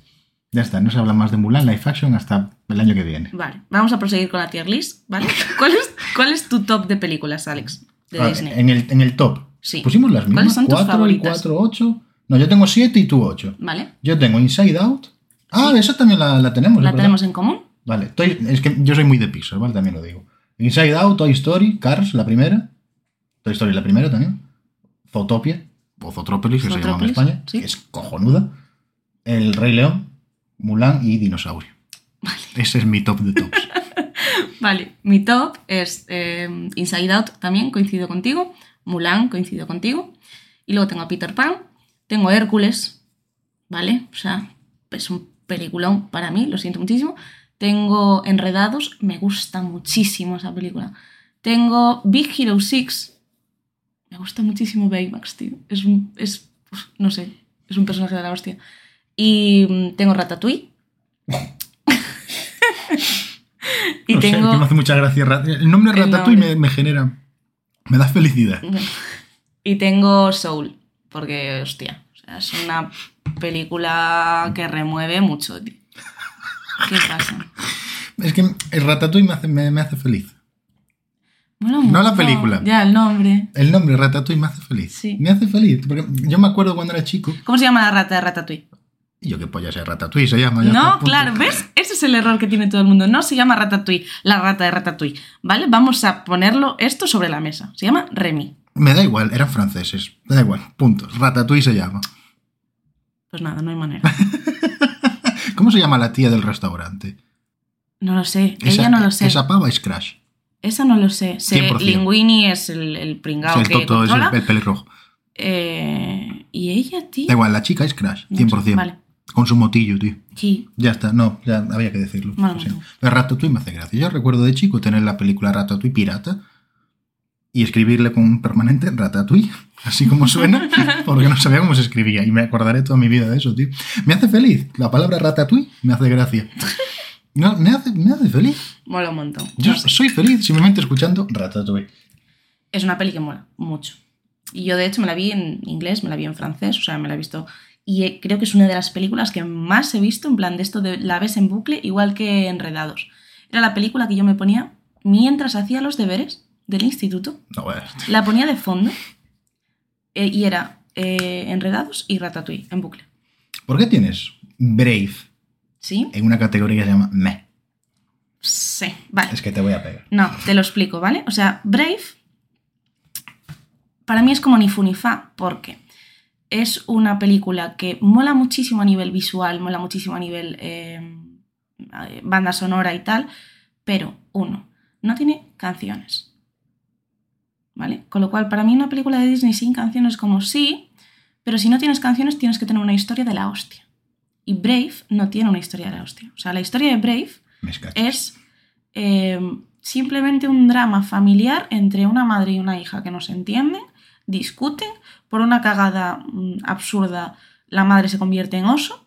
Speaker 1: Ya está, no se habla más de Mulan Life Action hasta el año que viene.
Speaker 2: vale, vamos a proseguir con la tier list, ¿vale? ¿Cuál es, cuál es tu top de películas, Alex? De
Speaker 1: Ah,
Speaker 2: Disney.
Speaker 1: En, el, en el top.
Speaker 2: Sí.
Speaker 1: Pusimos las mismas.
Speaker 2: ¿Cuáles son tus
Speaker 1: 4, el
Speaker 2: favoritas?
Speaker 1: 4, 8. No, yo tengo 7 y tú 8.
Speaker 2: ¿Vale?
Speaker 1: Yo tengo Inside Out. Ah, esa también la, la tenemos.
Speaker 2: ¿La
Speaker 1: es verdad.
Speaker 2: tenemos en común?
Speaker 1: Vale, Toy- es que yo soy muy de Pixar, ¿vale? También lo digo. Inside Out, Toy Story, Cars, la primera. Toy Story, la primera también. Zootopia. O Zootropolis, que se llama en
Speaker 2: Zootropolis,
Speaker 1: España.
Speaker 2: sí.
Speaker 1: Que es cojonuda. El Rey León, Mulan y Dinosaurio. Ese es mi top de tops.
Speaker 2: Vale, mi top es eh, Inside Out también, coincido contigo. Mulan, coincido contigo. Y luego tengo a Peter Pan, tengo a Hércules, ¿vale? O sea, es un peliculón para mí, lo siento muchísimo. Tengo Enredados, me gusta muchísimo esa película. Tengo Big Hero 6, me gusta muchísimo Baymax, tío. Es un, es, uf, no sé, es un personaje de la hostia. Y mm, tengo Ratatouille. y
Speaker 1: No sé,
Speaker 2: tengo...
Speaker 1: que me hace mucha gracia. Rat- El nombre
Speaker 2: El
Speaker 1: Ratatouille
Speaker 2: nombre.
Speaker 1: me, me genera. Me da felicidad.
Speaker 2: Y tengo Soul, porque, hostia, o sea, es una película que remueve mucho, tío. ¿Qué pasa?
Speaker 1: Es que el Ratatouille me hace, me- me hace feliz.
Speaker 2: Mola
Speaker 1: No la
Speaker 2: mucho.
Speaker 1: película.
Speaker 2: Ya, el nombre.
Speaker 1: El nombre Ratatouille me hace feliz.
Speaker 2: Sí.
Speaker 1: Me hace feliz. Porque yo me acuerdo cuando era chico.
Speaker 2: ¿Cómo se llama la rata de Ratatouille?
Speaker 1: Y yo qué polla sé, Ratatouille se llama. ya está,
Speaker 2: No,
Speaker 1: punto.
Speaker 2: claro, ¿ves? Ese es el error que tiene todo el mundo. No se llama Ratatouille, la rata de Ratatouille. ¿Vale? Vamos a ponerlo esto sobre la mesa. Se llama Remy.
Speaker 1: Me da igual, eran franceses. Me da igual, punto. Ratatouille se llama.
Speaker 2: Pues nada, no hay manera.
Speaker 1: ¿Cómo se llama la tía del restaurante?
Speaker 2: No lo sé.
Speaker 1: Esa-
Speaker 2: Ella Eh, no lo sé.
Speaker 1: Esa pava es Crash.
Speaker 2: Esa no lo sé. Se,
Speaker 1: 100%.
Speaker 2: Linguini es el, el
Speaker 1: O
Speaker 2: pringao
Speaker 1: sea, el
Speaker 2: que
Speaker 1: toto es
Speaker 2: controla.
Speaker 1: el, el pelirrojo.
Speaker 2: Eh, y ella, tío.
Speaker 1: Da igual, la chica es Crash,
Speaker 2: No sé,
Speaker 1: 100%.
Speaker 2: vale.
Speaker 1: Con su motillo, tío.
Speaker 2: Sí.
Speaker 1: Ya está, no, ya había que decirlo.
Speaker 2: Bueno,
Speaker 1: Sí.
Speaker 2: bueno.
Speaker 1: Pero Ratatouille me hace gracia. Yo recuerdo de chico tener la película Ratatouille pirata y escribirle con un permanente Ratatouille, así como suena, porque no sabía cómo se escribía y me acordaré toda mi vida de eso, tío. Me hace feliz. La palabra Ratatouille me hace gracia. No, me hace, me hace feliz.
Speaker 2: Mola un montón.
Speaker 1: Yo
Speaker 2: No sé.
Speaker 1: soy feliz simplemente escuchando Ratatouille.
Speaker 2: Es una peli que mola mucho. Y yo, de hecho, me la vi en inglés, me la vi en francés, o sea, me la he visto. Y eh, creo que es una de las películas que más he visto, en plan de esto de la ves en bucle, igual que Enredados. Era la película que yo me ponía mientras hacía los deberes del instituto.
Speaker 1: No, bueno,
Speaker 2: La ponía de fondo eh, y era eh, Enredados y Ratatouille en bucle.
Speaker 1: ¿Por qué tienes Brave
Speaker 2: ¿Sí?
Speaker 1: en una categoría que se llama Meh?
Speaker 2: Sí, vale.
Speaker 1: Es que te voy a pegar.
Speaker 2: No, te lo explico, ¿vale? O sea, Brave para mí es como ni fu ni fa, porque es una película que mola muchísimo a nivel visual, mola muchísimo a nivel eh, banda sonora y tal, pero uno, no tiene canciones. ¿Vale? Con lo cual, para mí una película de Disney sin canciones como sí, pero si no tienes canciones tienes que tener una historia de la hostia. Y Brave no tiene una historia de la hostia. O sea, la historia de Brave
Speaker 1: Me escacho.
Speaker 2: es eh, simplemente un drama familiar entre una madre y una hija que no se entienden, discuten, por una cagada mm, absurda la madre se convierte en oso.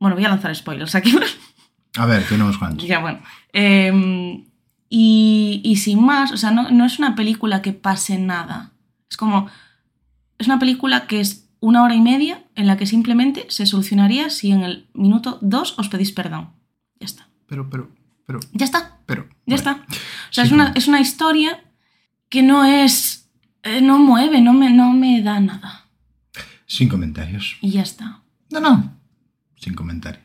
Speaker 2: Bueno, voy a lanzar spoilers aquí.
Speaker 1: A ver, tiene unos cuantos.
Speaker 2: ya, bueno. Eh, y, y sin más, o sea, no, no es una película que pase nada. Es como. Es una película que es una hora y media en la que simplemente se solucionaría si en el minuto 2 os pedís perdón. Ya está.
Speaker 1: Pero, pero, pero,
Speaker 2: Ya está.
Speaker 1: pero. Bueno.
Speaker 2: Ya está. O sea,
Speaker 1: Sí,
Speaker 2: es, una,
Speaker 1: claro.
Speaker 2: es una historia que no es. eh, no mueve, no me, no me da nada.
Speaker 1: Sin comentarios.
Speaker 2: Y ya está.
Speaker 1: No, no. Sin comentarios.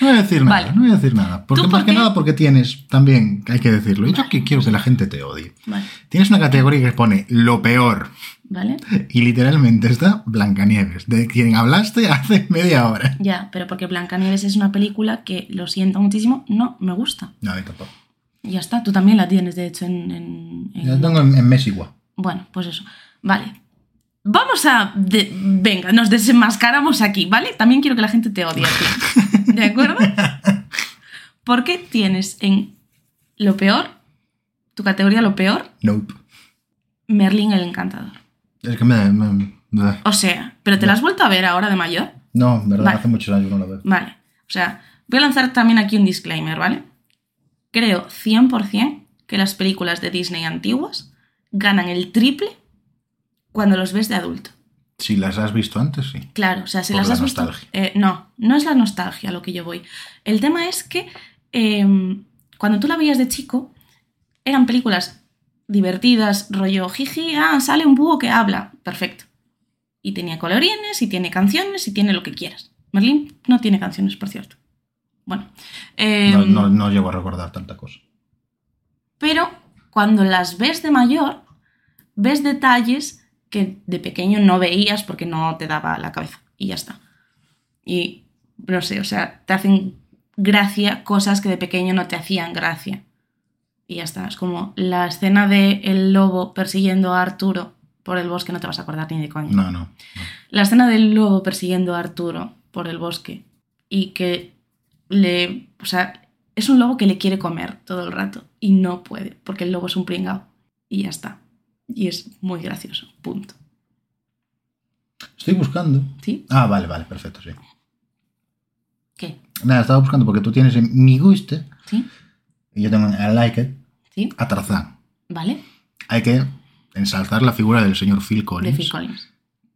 Speaker 1: No voy a decir nada,
Speaker 2: Vale.
Speaker 1: no voy a decir nada. Porque
Speaker 2: ¿Tú
Speaker 1: más
Speaker 2: por
Speaker 1: que
Speaker 2: qué?
Speaker 1: nada porque tienes también, hay que decirlo. Y yo que quiero que la gente te odie.
Speaker 2: Vale.
Speaker 1: Tienes una categoría que pone lo peor.
Speaker 2: ¿Vale?
Speaker 1: Y literalmente está Blancanieves, de quien hablaste hace media hora.
Speaker 2: Ya, pero porque Blancanieves es una película que, lo siento muchísimo, no me gusta.
Speaker 1: No, a mí tampoco.
Speaker 2: Y ya está. Tú también la tienes, de hecho, en. en- en-
Speaker 1: Yo la tengo en, en Mesigua.
Speaker 2: Bueno, pues eso. Vale. Vamos a. de- Venga, nos desenmascaramos aquí, ¿vale? También quiero que la gente te odie a ti. ¿De acuerdo? ¿Por qué tienes en lo peor, tu categoría lo peor,
Speaker 1: Nope.
Speaker 2: Merlín el Encantador?
Speaker 1: Es que me... me- me-
Speaker 2: O sea, ¿pero te la has vuelto a ver ahora de mayor?
Speaker 1: no, en verdad,
Speaker 2: Vale.
Speaker 1: hace muchos años que no la veo.
Speaker 2: Vale. O sea, voy a lanzar también aquí un disclaimer, ¿vale? Creo 100% que las películas de Disney antiguas ganan el triple cuando los ves de adulto.
Speaker 1: Si las has visto antes, sí.
Speaker 2: Claro, o sea, si
Speaker 1: Por
Speaker 2: las
Speaker 1: la
Speaker 2: has visto-
Speaker 1: nostalgia.
Speaker 2: eh, no, no es la nostalgia a lo que yo voy. El tema es que em, cuando tú la veías de chico, eran películas divertidas, rollo jiji, ah, sale un búho que habla. Perfecto. Y tenía colorines, y tiene canciones, y tiene lo que quieras. Merlín no tiene canciones, por cierto. Bueno.
Speaker 1: No,
Speaker 2: em,
Speaker 1: no, no llego a recordar tanta cosa.
Speaker 2: pero cuando las ves de mayor, ves detalles que de pequeño no veías porque no te daba la cabeza. Y ya está. Y no sé, o sea, te hacen gracia cosas que de pequeño no te hacían gracia. Y ya está. Es como la escena de el lobo persiguiendo a Arturo por el bosque, no te vas a acordar ni de coña.
Speaker 1: No, no.
Speaker 2: La escena del lobo persiguiendo a Arturo por el bosque y que le. O sea, es un lobo que le quiere comer todo el rato y no puede, porque el lobo es un pringao. Y ya está. Y es muy gracioso. Punto.
Speaker 1: Estoy buscando.
Speaker 2: ¿Sí?
Speaker 1: Ah, vale, vale, perfecto, sí.
Speaker 2: ¿Qué?
Speaker 1: Nada, estaba buscando porque tú tienes en mi guste
Speaker 2: ¿Sí?
Speaker 1: y yo tengo en I like it
Speaker 2: ¿Sí?
Speaker 1: a Tarzán.
Speaker 2: ¿Vale?
Speaker 1: Hay que ensalzar la figura del señor Phil
Speaker 2: De
Speaker 1: Collins,
Speaker 2: Phil Collins.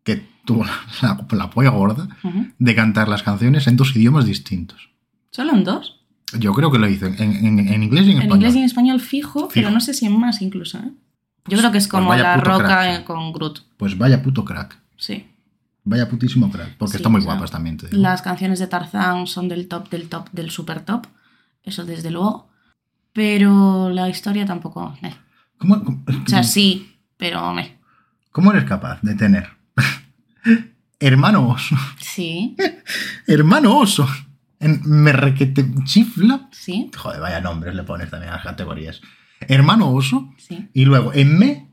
Speaker 1: que tuvo la, la- la polla gorda
Speaker 2: Ujú.
Speaker 1: de cantar las canciones en dos idiomas distintos.
Speaker 2: Solo en dos.
Speaker 1: Yo creo que lo hizo en, en- en- en inglés y en,
Speaker 2: En
Speaker 1: español.
Speaker 2: inglés y en español fijo, pero
Speaker 1: Fijo.
Speaker 2: no sé si en más incluso. ¿eh? Yo
Speaker 1: Pues-
Speaker 2: creo que es
Speaker 1: pues
Speaker 2: como
Speaker 1: vaya
Speaker 2: la
Speaker 1: puto
Speaker 2: roca
Speaker 1: crack.
Speaker 2: eh, con Groot.
Speaker 1: Pues vaya puto crack.
Speaker 2: Sí.
Speaker 1: Vaya putísimo crack. Porque
Speaker 2: Sí,
Speaker 1: están muy
Speaker 2: o sea,
Speaker 1: guapas también, te digo.
Speaker 2: Las canciones de Tarzán son del top, del top, del super top. Eso desde luego. Pero la historia tampoco. eh.
Speaker 1: ¿Cómo, cómo-
Speaker 2: O sea, sí, pero. eh.
Speaker 1: cómo eres capaz de tener hermano oso,
Speaker 2: Sí,
Speaker 1: hermano oso, en me requete chifla?
Speaker 2: sí,
Speaker 1: Joder, vaya nombres le pones también a las categorías. Hermano oso,
Speaker 2: sí.
Speaker 1: Y luego en me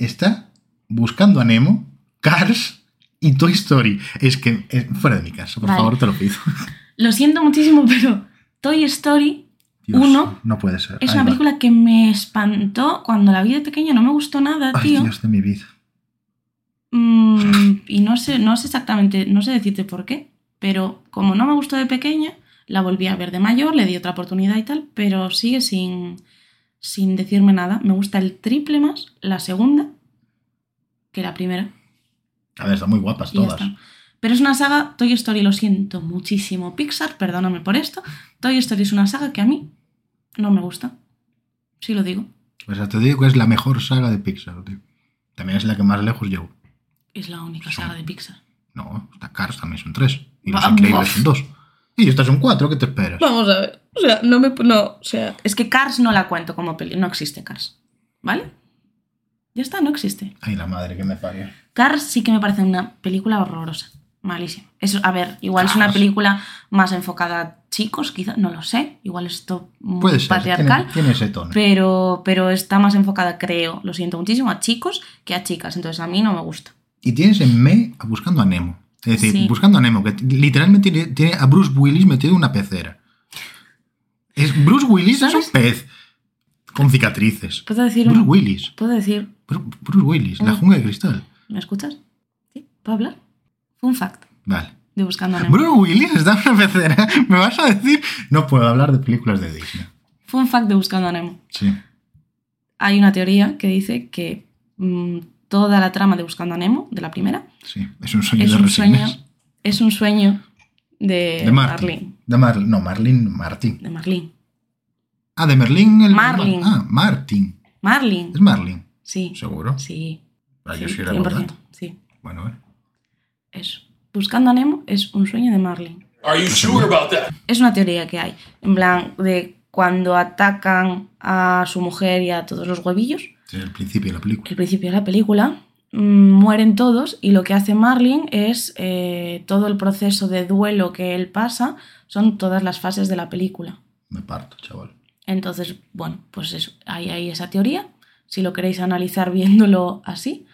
Speaker 1: está buscando a Nemo, Cars y Toy Story. Es que eh, fuera de mi casa, por
Speaker 2: Vale.
Speaker 1: favor, te lo pido.
Speaker 2: Lo siento muchísimo, pero Toy Story
Speaker 1: Dios,
Speaker 2: Uno
Speaker 1: No puede ser.
Speaker 2: es
Speaker 1: Ahí
Speaker 2: una
Speaker 1: va.
Speaker 2: película que me espantó cuando la vi de pequeña, no me gustó nada,
Speaker 1: Ay,
Speaker 2: tío.
Speaker 1: Dios de mi vida.
Speaker 2: Mm, y no sé, no sé exactamente, no sé decirte por qué, pero como no me gustó de pequeña, la volví a ver de mayor, le di otra oportunidad y tal, pero sigue sin, sin decirme nada. Me gusta el triple más la segunda que la primera.
Speaker 1: A ver, están muy guapas
Speaker 2: Y ya
Speaker 1: todas.
Speaker 2: está. Pero es una saga, Toy Story, lo siento muchísimo, Pixar, perdóname por esto. Toy Story es una saga que a mí no me gusta. Sí lo digo.
Speaker 1: O sea, te digo que es la mejor saga de Pixar, tío. También es la que más lejos llevo.
Speaker 2: Es la única saga de Pixar.
Speaker 1: No, está Cars también son tres. Y los
Speaker 2: Vamos.
Speaker 1: increíbles son dos. Y estas son cuatro, ¿qué te esperas?
Speaker 2: Vamos a ver. O sea, no me. No, o sea. Es que Cars no la cuento como peli. No existe Cars. ¿Vale? Ya está, no existe.
Speaker 1: Ay, la madre que me parió.
Speaker 2: Cars sí que me parece una película horrorosa. Malísima. Eso, a ver, igual es una
Speaker 1: Cars.
Speaker 2: película más enfocada a chicos, quizá, no lo sé. Igual esto muy
Speaker 1: Puede ser.
Speaker 2: patriarcal.
Speaker 1: Tiene, tiene ese tono.
Speaker 2: Pero, pero está más enfocada, creo, lo siento muchísimo, a chicos que a chicas. Entonces a mí no me gusta.
Speaker 1: Y tienes en me a buscando a Nemo. Es decir,
Speaker 2: Sí.
Speaker 1: buscando a Nemo, que literalmente tiene, tiene a Bruce Willis metido en una pecera. Es, Bruce Willis es
Speaker 2: ¿Sabes?
Speaker 1: un pez. Con cicatrices.
Speaker 2: ¿Puedo decir
Speaker 1: Bruce
Speaker 2: un-
Speaker 1: Willis.
Speaker 2: ¿Puedo decir?
Speaker 1: Bru- Bruce Willis, la
Speaker 2: Un-
Speaker 1: jungla de cristal.
Speaker 2: ¿Me escuchas? ¿Sí? ¿Puedo hablar? Fun fact
Speaker 1: Vale.
Speaker 2: de Buscando a Nemo.
Speaker 1: Bruce Willis está en una pecera. Me vas a decir. No puedo hablar de películas de Disney.
Speaker 2: Fun fact de Buscando a Nemo.
Speaker 1: Sí.
Speaker 2: Hay una teoría que dice que mm, toda la trama de Buscando a Nemo, de la primera,
Speaker 1: Sí. Es un sueño
Speaker 2: es
Speaker 1: de
Speaker 2: un sueño, eh,
Speaker 1: resignas.
Speaker 2: es un sueño de,
Speaker 1: de
Speaker 2: Marlene.
Speaker 1: Martin. De Marlin. No, Marlin, Martin.
Speaker 2: De Marlene.
Speaker 1: Ah, de Merlín. El...
Speaker 2: Marlin.
Speaker 1: Ah, Martin.
Speaker 2: Marlene.
Speaker 1: Es Marlin.
Speaker 2: Sí.
Speaker 1: Seguro.
Speaker 2: Sí.
Speaker 1: Ah, yo
Speaker 2: sí,
Speaker 1: sí era
Speaker 2: 100%,
Speaker 1: verdad.
Speaker 2: Sí.
Speaker 1: Bueno, a ver.
Speaker 2: Eso. Buscando a Nemo es un sueño de Marlene.
Speaker 5: Are you sure about that?
Speaker 2: Es una teoría que hay. En plan, de cuando atacan a su mujer y a todos los huevillos,
Speaker 1: Sí, el principio de la película.
Speaker 2: el principio de la película, mm, mueren todos y lo que hace Marlin es eh, todo el proceso de duelo que él pasa, son todas las fases de la película.
Speaker 1: Me parto, chaval.
Speaker 2: Entonces, bueno, pues eso, ahí hay esa teoría. Si lo queréis analizar viéndolo así,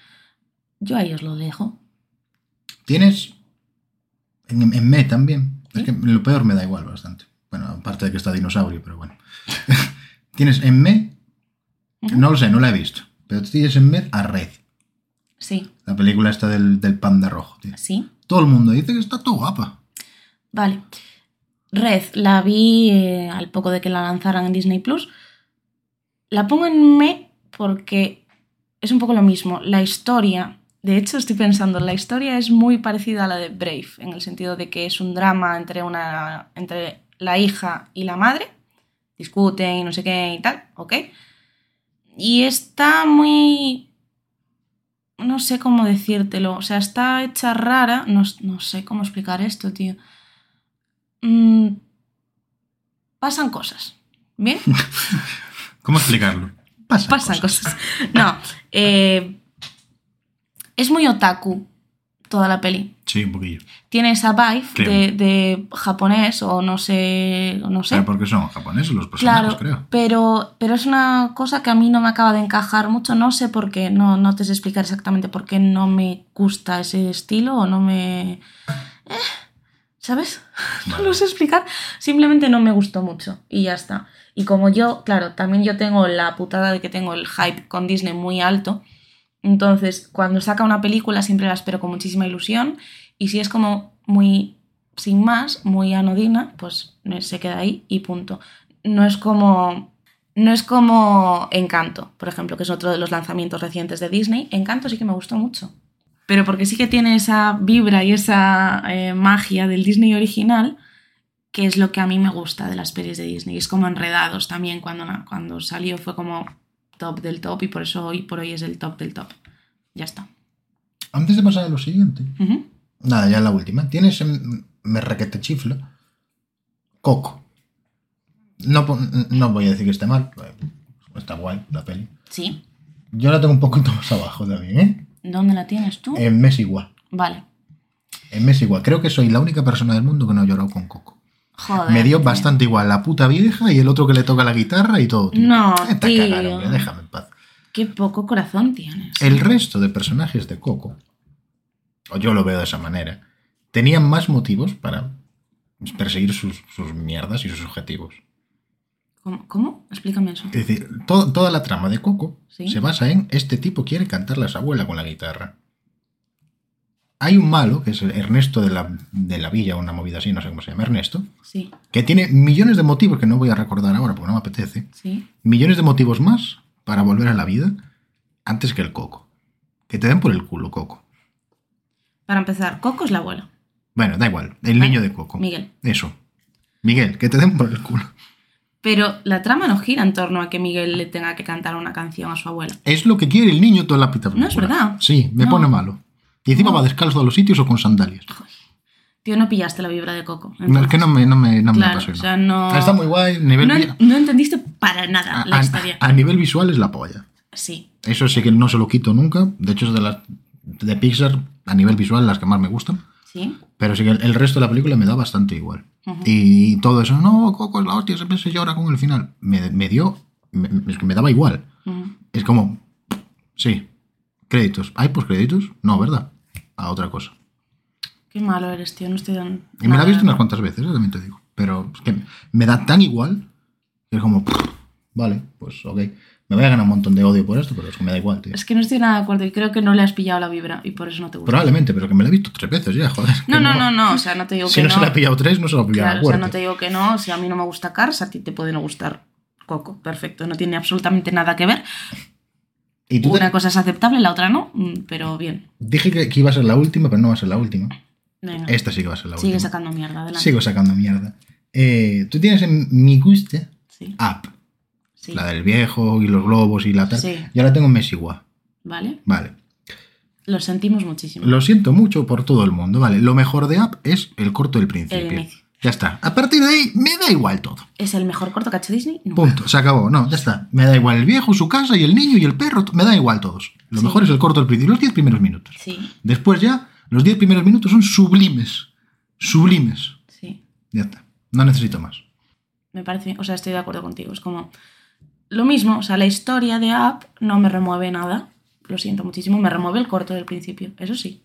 Speaker 2: yo ahí os lo dejo.
Speaker 1: Tienes en, en me también.
Speaker 2: ¿Sí?
Speaker 1: Es que lo peor me da igual bastante. Bueno, aparte de que está dinosaurio, pero bueno. tienes en me.
Speaker 2: Ujú.
Speaker 1: No lo sé, no la he visto. Pero tienes en me a Red.
Speaker 2: Sí,
Speaker 1: La película esta del, del panda rojo, tío.
Speaker 2: sí.
Speaker 1: Todo el mundo dice que está todo guapa.
Speaker 2: Vale. Red, la vi eh, al poco de que la lanzaran en Disney Plus. La pongo en me porque es un poco lo mismo. La historia, de hecho, estoy pensando, la historia es muy parecida a la de Brave, en el sentido de que es un drama entre, una, entre la hija y la madre. Discuten y no sé qué y tal, ¿ok? Y está muy no sé cómo decírtelo. O sea, está hecha rara. No, s- no sé cómo explicar esto, tío. Mm, pasan cosas. ¿Bien?
Speaker 1: ¿Cómo explicarlo? Pasan,
Speaker 2: Pasan
Speaker 1: cosas.
Speaker 2: cosas. No. eh, es muy otaku toda la peli.
Speaker 1: Sí, un poquillo.
Speaker 2: Tiene esa vibe
Speaker 1: Creo.
Speaker 2: de, de japonés o no sé. o No sé.
Speaker 1: Pero porque son japoneses los personajes,
Speaker 2: Claro,
Speaker 1: creo.
Speaker 2: pero, pero es una cosa que a mí no me acaba de encajar mucho, no sé por qué, no, no te sé explicar exactamente por qué no me gusta ese estilo o no me... Eh, ¿Sabes? No lo sé explicar, simplemente no me gustó mucho y ya está. Y como yo, claro, también yo tengo la putada de que tengo el hype con Disney muy alto, entonces cuando saca una película siempre la espero con muchísima ilusión y si es como muy sin más, muy anodina, pues eh, se queda ahí y punto. No es como no es como Encanto, por ejemplo, que es otro de los lanzamientos recientes de Disney. Encanto sí que me gustó mucho. Pero porque sí que tiene esa vibra y esa eh, magia del Disney original, que es lo que a mí me gusta de las pelis de Disney. Es como enredados también cuando, na- cuando salió fue como top del top y por eso hoy por hoy es el top del top. Ya está.
Speaker 1: Antes de pasar a lo siguiente.
Speaker 2: Ujú.
Speaker 1: Nada, ya la última. Tienes en me requete chifla. Coco. No, po- no voy a decir que esté mal. eh, Está guay la peli.
Speaker 2: Sí.
Speaker 1: Yo la tengo un poquito más abajo también, ¿eh?
Speaker 2: ¿Dónde la tienes tú?
Speaker 1: En mes igual.
Speaker 2: vale.
Speaker 1: En mes igual. Creo que soy la única persona del mundo que no ha llorado con Coco.
Speaker 2: Joder.
Speaker 1: Me dio
Speaker 2: tío.
Speaker 1: bastante igual la puta vieja y el otro que le toca la guitarra y todo. tío.
Speaker 2: No,
Speaker 1: Vete a
Speaker 2: tío.
Speaker 1: cagar, hombre, déjame en paz.
Speaker 2: Qué poco corazón tienes.
Speaker 1: El resto de personajes de Coco, o yo lo veo de esa manera, tenían más motivos para perseguir sus, sus mierdas y sus objetivos.
Speaker 2: ¿Cómo? ¿Cómo? Explícame eso.
Speaker 1: Es decir, to- toda la trama de Coco
Speaker 2: Sí.
Speaker 1: se basa en este tipo quiere cantarle a su abuela con la guitarra. Hay un malo, que es el Ernesto de la, de la Villa, una movida así, no sé cómo se llama, Ernesto,
Speaker 2: Sí,
Speaker 1: que tiene millones de motivos que no voy a recordar ahora porque no me apetece,
Speaker 2: sí.
Speaker 1: millones de motivos más para volver a la vida antes que el Coco. Que te den por el culo, Coco.
Speaker 2: Para empezar, Coco es la abuela.
Speaker 1: Bueno, da igual, el
Speaker 2: Vale.
Speaker 1: niño de Coco.
Speaker 2: Miguel.
Speaker 1: Eso. Miguel, que te den por el culo.
Speaker 2: Pero la trama no gira en torno a que Miguel le tenga que cantar una canción a su abuela.
Speaker 1: Es lo que quiere el niño toda la pita
Speaker 2: No es verdad.
Speaker 1: Sí, me
Speaker 2: No.
Speaker 1: pone malo. Y encima va descalzo a los sitios o con sandalias.
Speaker 2: Tío, no pillaste la vibra de Coco.
Speaker 1: No, es que no me, no me, no me
Speaker 2: Claro,
Speaker 1: apasiona. Ah,
Speaker 2: o sea, no-
Speaker 1: Está muy guay. Nivel
Speaker 2: no,
Speaker 1: vi-
Speaker 2: en- no entendiste para nada
Speaker 1: a,
Speaker 2: la
Speaker 1: a-
Speaker 2: historia.
Speaker 1: a nivel visual es la polla.
Speaker 2: sí.
Speaker 1: Eso sí que no se lo quito nunca. De hecho, es de las de Pixar a nivel visual las que más me gustan.
Speaker 2: Sí.
Speaker 1: Pero sí que el, el resto de la película me da bastante igual.
Speaker 2: Ujú.
Speaker 1: y, todo eso, no, Coco es la hostia, siempre se llora con el final. Me, me dio, me, me- es que me daba igual.
Speaker 2: Ujú.
Speaker 1: Es como, sí, créditos. ¿Hay créditos? No, ¿verdad? A otra cosa.
Speaker 2: Qué malo eres, tío. No estoy dando.
Speaker 1: Y me la he
Speaker 2: nada.
Speaker 1: visto unas cuantas veces, eh, también te digo. Pero es que me da tan igual que es como, "Pff, vale, pues ok. Me voy a ganar un montón de odio por esto, pero es que me da igual, tío.
Speaker 2: Es que no estoy nada de acuerdo y creo que no le has pillado la vibra y por eso no te gusta.
Speaker 1: Probablemente, pero que me la he visto tres veces ya, joder. que
Speaker 2: no, no, no, no. O sea, no te digo
Speaker 1: Si
Speaker 2: que
Speaker 1: no,
Speaker 2: no.
Speaker 1: se la ha pillado tres, no se la ha pillado
Speaker 2: Claro,
Speaker 1: la
Speaker 2: o sea,
Speaker 1: cuarta.
Speaker 2: no te digo que no. Si a mí no me gusta Cars, a ti te puede no gustar Coco. Perfecto. No tiene absolutamente nada que ver.
Speaker 1: Y tú te-
Speaker 2: Una cosa es aceptable, la otra no. mm, Pero bien.
Speaker 1: dije que, que iba a ser la última, pero no va a ser la última.
Speaker 2: Venga.
Speaker 1: Esta sí que va a ser la
Speaker 2: Sigue
Speaker 1: última.
Speaker 2: sacando mierda. Adelante.
Speaker 1: Sigo sacando mierda. Eh, tú tienes en Mi Guste
Speaker 2: Sí.
Speaker 1: App,
Speaker 2: sí.
Speaker 1: la del viejo y los globos y la tal.
Speaker 2: Sí.
Speaker 1: Yo la tengo en Mesigua.
Speaker 2: Vale.
Speaker 1: Vale.
Speaker 2: Lo sentimos muchísimo.
Speaker 1: Lo siento mucho por todo el mundo, ¿vale? Lo mejor de App es el corto del principio.
Speaker 2: El inicio.
Speaker 1: ya está. A partir de ahí, me da igual todo.
Speaker 2: ¿Es el mejor corto que ha hecho Disney? No.
Speaker 1: Punto. Se acabó. No, ya está. Me da igual el viejo, su casa y el niño y el perro. t- Me da igual todos. Lo
Speaker 2: Sí.
Speaker 1: mejor es el corto del principio. Los 10 primeros minutos.
Speaker 2: Sí,
Speaker 1: Después ya, los 10 primeros minutos son sublimes. Sublimes.
Speaker 2: sí.
Speaker 1: Ya está. No necesito más.
Speaker 2: Me parece bien. O sea, estoy de acuerdo contigo. Es como. Lo mismo, o sea, la historia de App no me remueve nada. Lo siento muchísimo. Me remueve el corto del principio, eso sí.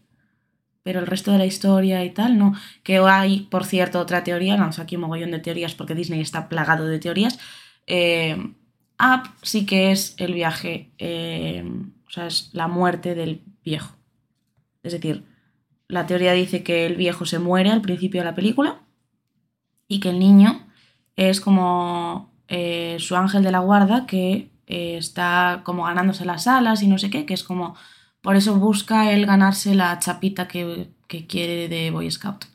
Speaker 2: Pero el resto de la historia y tal, no. Que hay, por cierto, otra teoría. Lanzo aquí un mogollón de teorías porque Disney está plagado de teorías. Eh, Up sí que es el viaje, eh, o sea, es la muerte del viejo. Es decir, la teoría dice que el viejo se muere al principio de la película y que el niño es como eh, su ángel de la guarda que eh, está como ganándose las alas y no sé qué, que es como, por eso busca él ganarse la chapita que, que quiere de Boy Scout.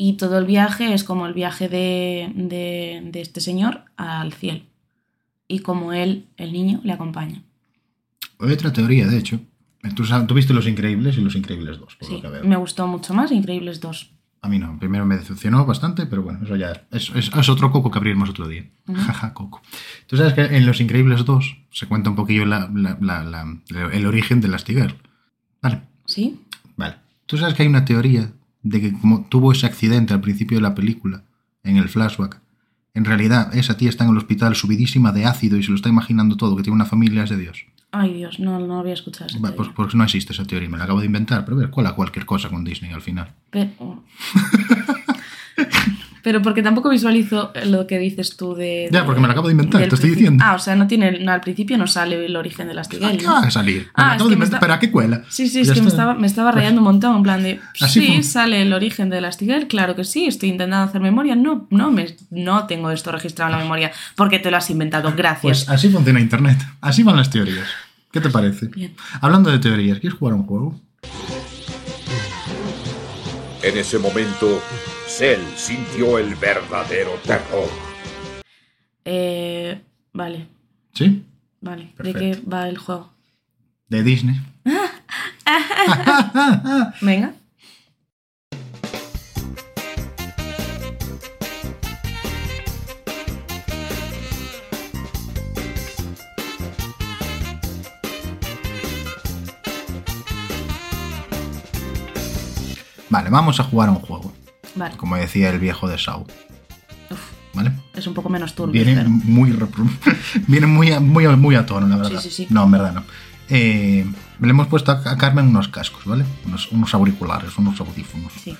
Speaker 2: Y todo el viaje es como el viaje de- de- de este señor al cielo y como él, el niño, le acompaña.
Speaker 1: Hay otra teoría, de hecho. Tú, sab- tú viste Los Increíbles y Los Increíbles 2, por
Speaker 2: Sí,
Speaker 1: lo que veo.
Speaker 2: me gustó mucho más Increíbles 2.
Speaker 1: A mí no. Primero me decepcionó bastante, pero bueno, eso ya es, es- es otro coco que abriremos otro día. Jaja, coco. Tú sabes que en Los Increíbles 2 se cuenta un poquillo la- la- la- la- el origen de las Tiger. Vale,
Speaker 2: ¿Sí?
Speaker 1: vale. Tú sabes que hay una teoría de que como tuvo ese accidente al principio de la película, en el flashback, en realidad esa tía está en el hospital subidísima de ácido y se lo está imaginando todo, que tiene una familia es de Dios.
Speaker 2: Ay, Dios, no, no había escuchado esa
Speaker 1: Vale, pues,
Speaker 2: teoría.
Speaker 1: pues no existe esa teoría, me la acabo de inventar, pero a ver, cuela cualquier cosa con Disney al final.
Speaker 2: Pero... Pero porque tampoco visualizo lo que dices tú de...
Speaker 1: Ya,
Speaker 2: de-
Speaker 1: porque me lo acabo de inventar,
Speaker 2: del
Speaker 1: te estoy
Speaker 2: principio.
Speaker 1: diciendo.
Speaker 2: Ah, o sea, no tiene, no, al principio no sale el origen de las
Speaker 1: ¿A
Speaker 2: Tigel,
Speaker 1: qué
Speaker 2: ¿no?
Speaker 1: va a salir?
Speaker 2: Ah,
Speaker 1: Me acabo
Speaker 2: es que
Speaker 1: de
Speaker 2: me
Speaker 1: inventar-
Speaker 2: está-
Speaker 1: ¿Pero a qué cuela?
Speaker 2: Sí, sí,
Speaker 1: Ya
Speaker 2: es que
Speaker 1: está.
Speaker 2: me
Speaker 1: Pues
Speaker 2: estaba, me estaba rayando un montón, en plan de...
Speaker 1: Así
Speaker 2: Sí,
Speaker 1: fue.
Speaker 2: sale el origen de las Tigel, claro que sí, estoy intentando hacer memoria. No, no, me, no tengo esto registrado en la memoria, porque te lo has inventado, gracias.
Speaker 1: Pues así funciona Internet. Así van las teorías. ¿Qué te parece?
Speaker 2: Bien.
Speaker 1: Hablando de teorías, ¿quieres jugar a un juego?
Speaker 5: En ese momento, Cell sintió el verdadero terror.
Speaker 2: Eh, vale,
Speaker 1: Sí.
Speaker 2: vale. ¿De qué
Speaker 1: Perfecto.
Speaker 2: va el juego?
Speaker 1: De Disney.
Speaker 2: Venga.
Speaker 1: Vale, vamos a jugar a un juego.
Speaker 2: Vale,
Speaker 1: Como decía el viejo de Saw. ¿Vale?
Speaker 2: es un poco menos turbio.
Speaker 1: Viene
Speaker 2: pero-
Speaker 1: muy, repro- viene muy, a- muy, a- muy a tono, la verdad.
Speaker 2: Sí, sí, sí.
Speaker 1: No, en verdad no. Eh, le hemos puesto a a Carmen unos cascos, ¿vale? Unos, unos auriculares, unos audífonos.
Speaker 2: Sí.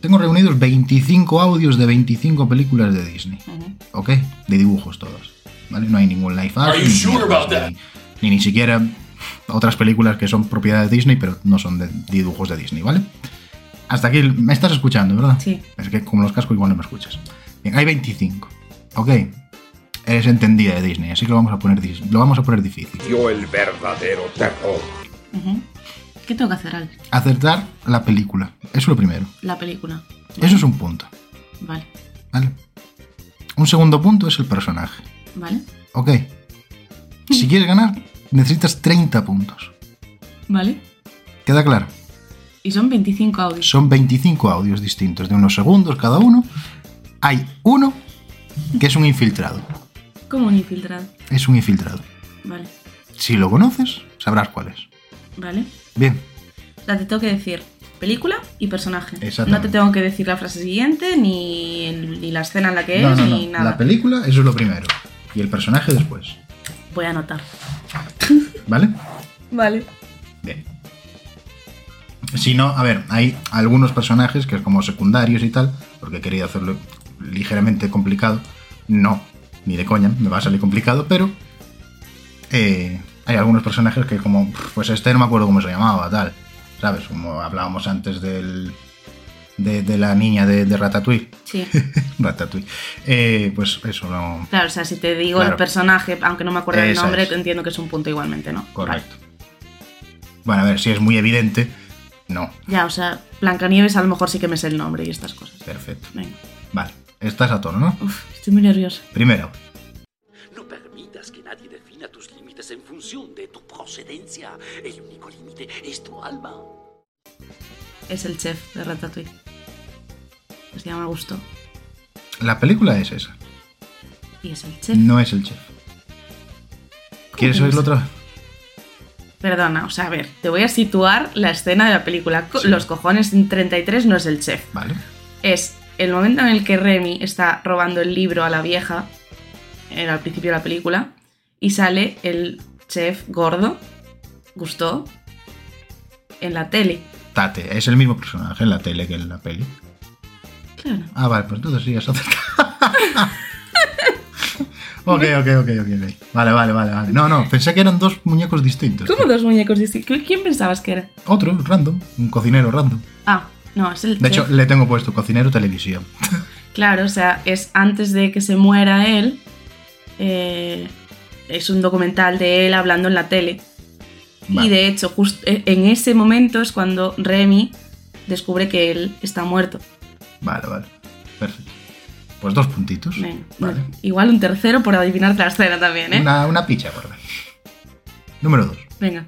Speaker 1: Tengo reunidos 25 audios de 25 películas de Disney.
Speaker 2: ujú.
Speaker 1: ¿ok? De dibujos todos, ¿vale? No hay ningún live action, ni, ni- ni- ni siquiera otras películas que son propiedad de Disney, pero no son de dibujos de Disney, ¿vale? Hasta aquí el- me estás escuchando, ¿verdad?
Speaker 2: Sí.
Speaker 1: Es que con los cascos igual no me escuchas. Bien, hay 25, ¿ok? Eres entendida de Disney, así que lo vamos a poner, dis- lo vamos a poner difícil.
Speaker 5: Sintió el verdadero terror.
Speaker 2: ujú. ¿Qué tengo que hacer, Al?
Speaker 1: Acertar la película, eso es lo primero.
Speaker 2: La película.
Speaker 1: Eso es un punto,
Speaker 2: Vale,
Speaker 1: ¿vale? Un segundo punto es el personaje,
Speaker 2: vale,
Speaker 1: ¿ok? Si quieres ganar, necesitas 30 puntos.
Speaker 2: vale.
Speaker 1: ¿Queda claro?
Speaker 2: Y son 25 audios.
Speaker 1: Son 25 audios distintos, de unos segundos cada uno. Hay uno que es un infiltrado.
Speaker 2: Como un infiltrado.
Speaker 1: Es un infiltrado.
Speaker 2: Vale,
Speaker 1: Si lo conoces, sabrás cuál es.
Speaker 2: vale.
Speaker 1: Bien,
Speaker 2: O sea, te tengo que decir película y personaje. No
Speaker 1: Exactamente.
Speaker 2: te tengo que decir la frase siguiente, ni, el- ni la escena en la que
Speaker 1: No,
Speaker 2: es,
Speaker 1: no,
Speaker 2: ni
Speaker 1: no.
Speaker 2: nada.
Speaker 1: La película, eso es lo primero. Y el personaje después.
Speaker 2: Voy a anotar.
Speaker 1: ¿Vale?
Speaker 2: Vale.
Speaker 1: Bien. Eh, Si no, a ver, hay algunos personajes que es como secundarios y tal, porque he querido hacerlo ligeramente complicado. No, ni de coña, me va a salir complicado, pero eh, hay algunos personajes que como, "Pff, pues este no me acuerdo cómo se llamaba, tal. ¿Sabes? Como hablábamos antes del, de, de la niña de, de Ratatouille.
Speaker 2: Sí.
Speaker 1: Ratatouille. Eh, pues eso, no,
Speaker 2: Claro, o sea, si te digo el
Speaker 1: Claro.
Speaker 2: personaje, aunque no me acuerdo el
Speaker 1: Esa
Speaker 2: nombre,
Speaker 1: es.
Speaker 2: entiendo que es un punto igualmente, ¿no?
Speaker 1: Correcto. Bueno, a ver, si es muy evidente, no.
Speaker 2: Vale. Ya, o sea, Blancanieves a lo mejor sí que me sé el nombre y estas cosas.
Speaker 1: Perfecto.
Speaker 2: Venga.
Speaker 1: Vale, estás a tono, ¿no?
Speaker 2: Uf, estoy muy nerviosa.
Speaker 1: Primero,
Speaker 6: No permitas que nadie defina tus límites en función de tu procedencia. El único límite es tu alma.
Speaker 2: Es el chef de Ratatouille. Pues ya me gustó.
Speaker 1: la película es esa,
Speaker 2: Y es el chef.
Speaker 1: no es el chef. ¿Quieres
Speaker 2: que no
Speaker 1: oírlo
Speaker 2: es?
Speaker 1: otra vez?
Speaker 2: Perdona, o sea, a ver, te voy a situar la escena de la película. Co-
Speaker 1: Sí.
Speaker 2: Los cojones en 33 no es el chef.
Speaker 1: Vale,
Speaker 2: es el momento en el que Remy está robando el libro a la vieja, era al principio de la película, y sale el chef gordo, Gusto, en la tele.
Speaker 1: Tate, es el mismo personaje en la tele que en la peli.
Speaker 2: Claro.
Speaker 1: Ah, vale, pues entonces sí, es acerca. ok, ok, ok, ok, ok. Vale, vale, vale, vale. No, no, pensé que eran dos muñecos distintos.
Speaker 2: ¿Cómo dos muñecos distintos? ¿Qui- ¿Quién pensabas que era?
Speaker 1: Otro, random, un cocinero random.
Speaker 2: Ah, no, es el
Speaker 1: De
Speaker 2: chef.
Speaker 1: hecho, le tengo puesto cocinero televisión.
Speaker 2: Claro, o sea, es antes de que se muera él. eh, es un documental de él hablando en la tele.
Speaker 1: Vale.
Speaker 2: Y de hecho, justo en ese momento es cuando Remy descubre que él está muerto.
Speaker 1: Vale, vale. Perfecto. Pues dos puntitos.
Speaker 2: Venga,
Speaker 1: vale.
Speaker 2: bueno, Igual un tercero por adivinar la escena también, ¿eh?
Speaker 1: Una, una picha, gorda. Número dos.
Speaker 2: Venga.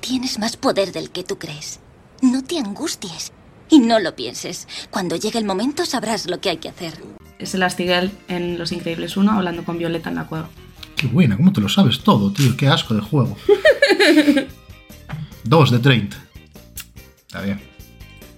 Speaker 7: Tienes más poder del que tú crees. No te angusties y no lo pienses. Cuando llegue el momento sabrás lo que hay que hacer.
Speaker 2: Es el Astigel en Los Increíbles 1 hablando con Violeta en la cueva.
Speaker 1: Qué buena, ¿cómo te lo sabes todo, tío? Qué asco de juego. dos de 30. Está bien.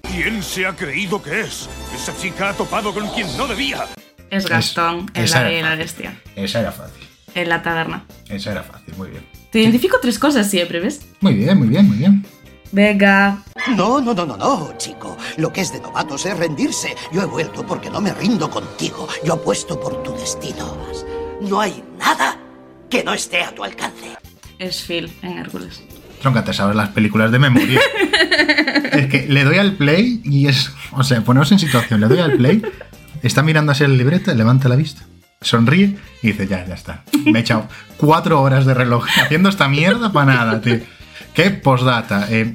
Speaker 8: ¿Quién se ha creído que es? Esa chica ha topado con quien no debía.
Speaker 2: Es Gastón en
Speaker 1: esa
Speaker 2: la
Speaker 1: era
Speaker 2: Bella y la
Speaker 1: fácil.
Speaker 2: Bestia,
Speaker 1: Esa era fácil.
Speaker 2: en la taberna.
Speaker 1: Esa era fácil, muy bien.
Speaker 2: Te identifico tres cosas siempre, ¿ves?
Speaker 1: Muy bien, muy bien, muy bien.
Speaker 2: Venga.
Speaker 9: No, no, no, no, no, chico. Lo que es de novatos es rendirse. Yo he vuelto porque no me rindo contigo. Yo apuesto por tu destino. No hay nada que no esté a tu alcance.
Speaker 2: Es Phil en Hércules.
Speaker 1: Tronca, te sabes las películas de memoria. es que le doy al play y es. O sea, poneos en situación, le doy al play, está mirando hacia la libreta, levanta la vista, sonríe y dice: Ya, ya está. Me he echado cuatro horas de reloj haciendo esta mierda para nada, tío. Qué postdata. eh,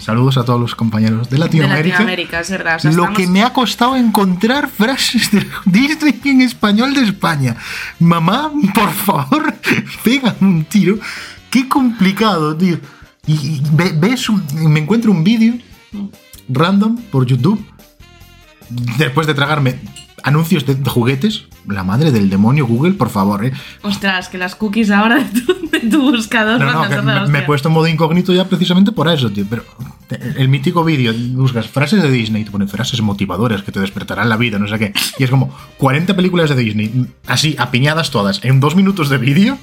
Speaker 1: saludos a todos los compañeros de
Speaker 2: De
Speaker 1: Latinoamérica.
Speaker 2: Latinoamérica, es verdad. o sea,
Speaker 1: Lo
Speaker 2: estamos-
Speaker 1: que me ha costado encontrar frases de Disney en español de España. Mamá, por favor, pega un tiro. Qué complicado, tío. Y, y ve- ves un- me encuentro un vídeo random por YouTube. Después de tragarme anuncios de juguetes. La madre del demonio, Google, por favor, eh.
Speaker 2: Ostras, que las cookies ahora de tu, de tu buscador
Speaker 1: No,
Speaker 2: van
Speaker 1: no,
Speaker 2: a
Speaker 1: que
Speaker 2: ser
Speaker 1: me, me
Speaker 2: la
Speaker 1: he
Speaker 2: hostia.
Speaker 1: puesto en modo incógnito ya precisamente por eso, tío. Pero el, el mítico vídeo, buscas frases de Disney, te ponen frases motivadoras que te despertarán la vida, no sé qué. Y es como 40 películas de Disney, así, apiñadas todas, en dos minutos de vídeo,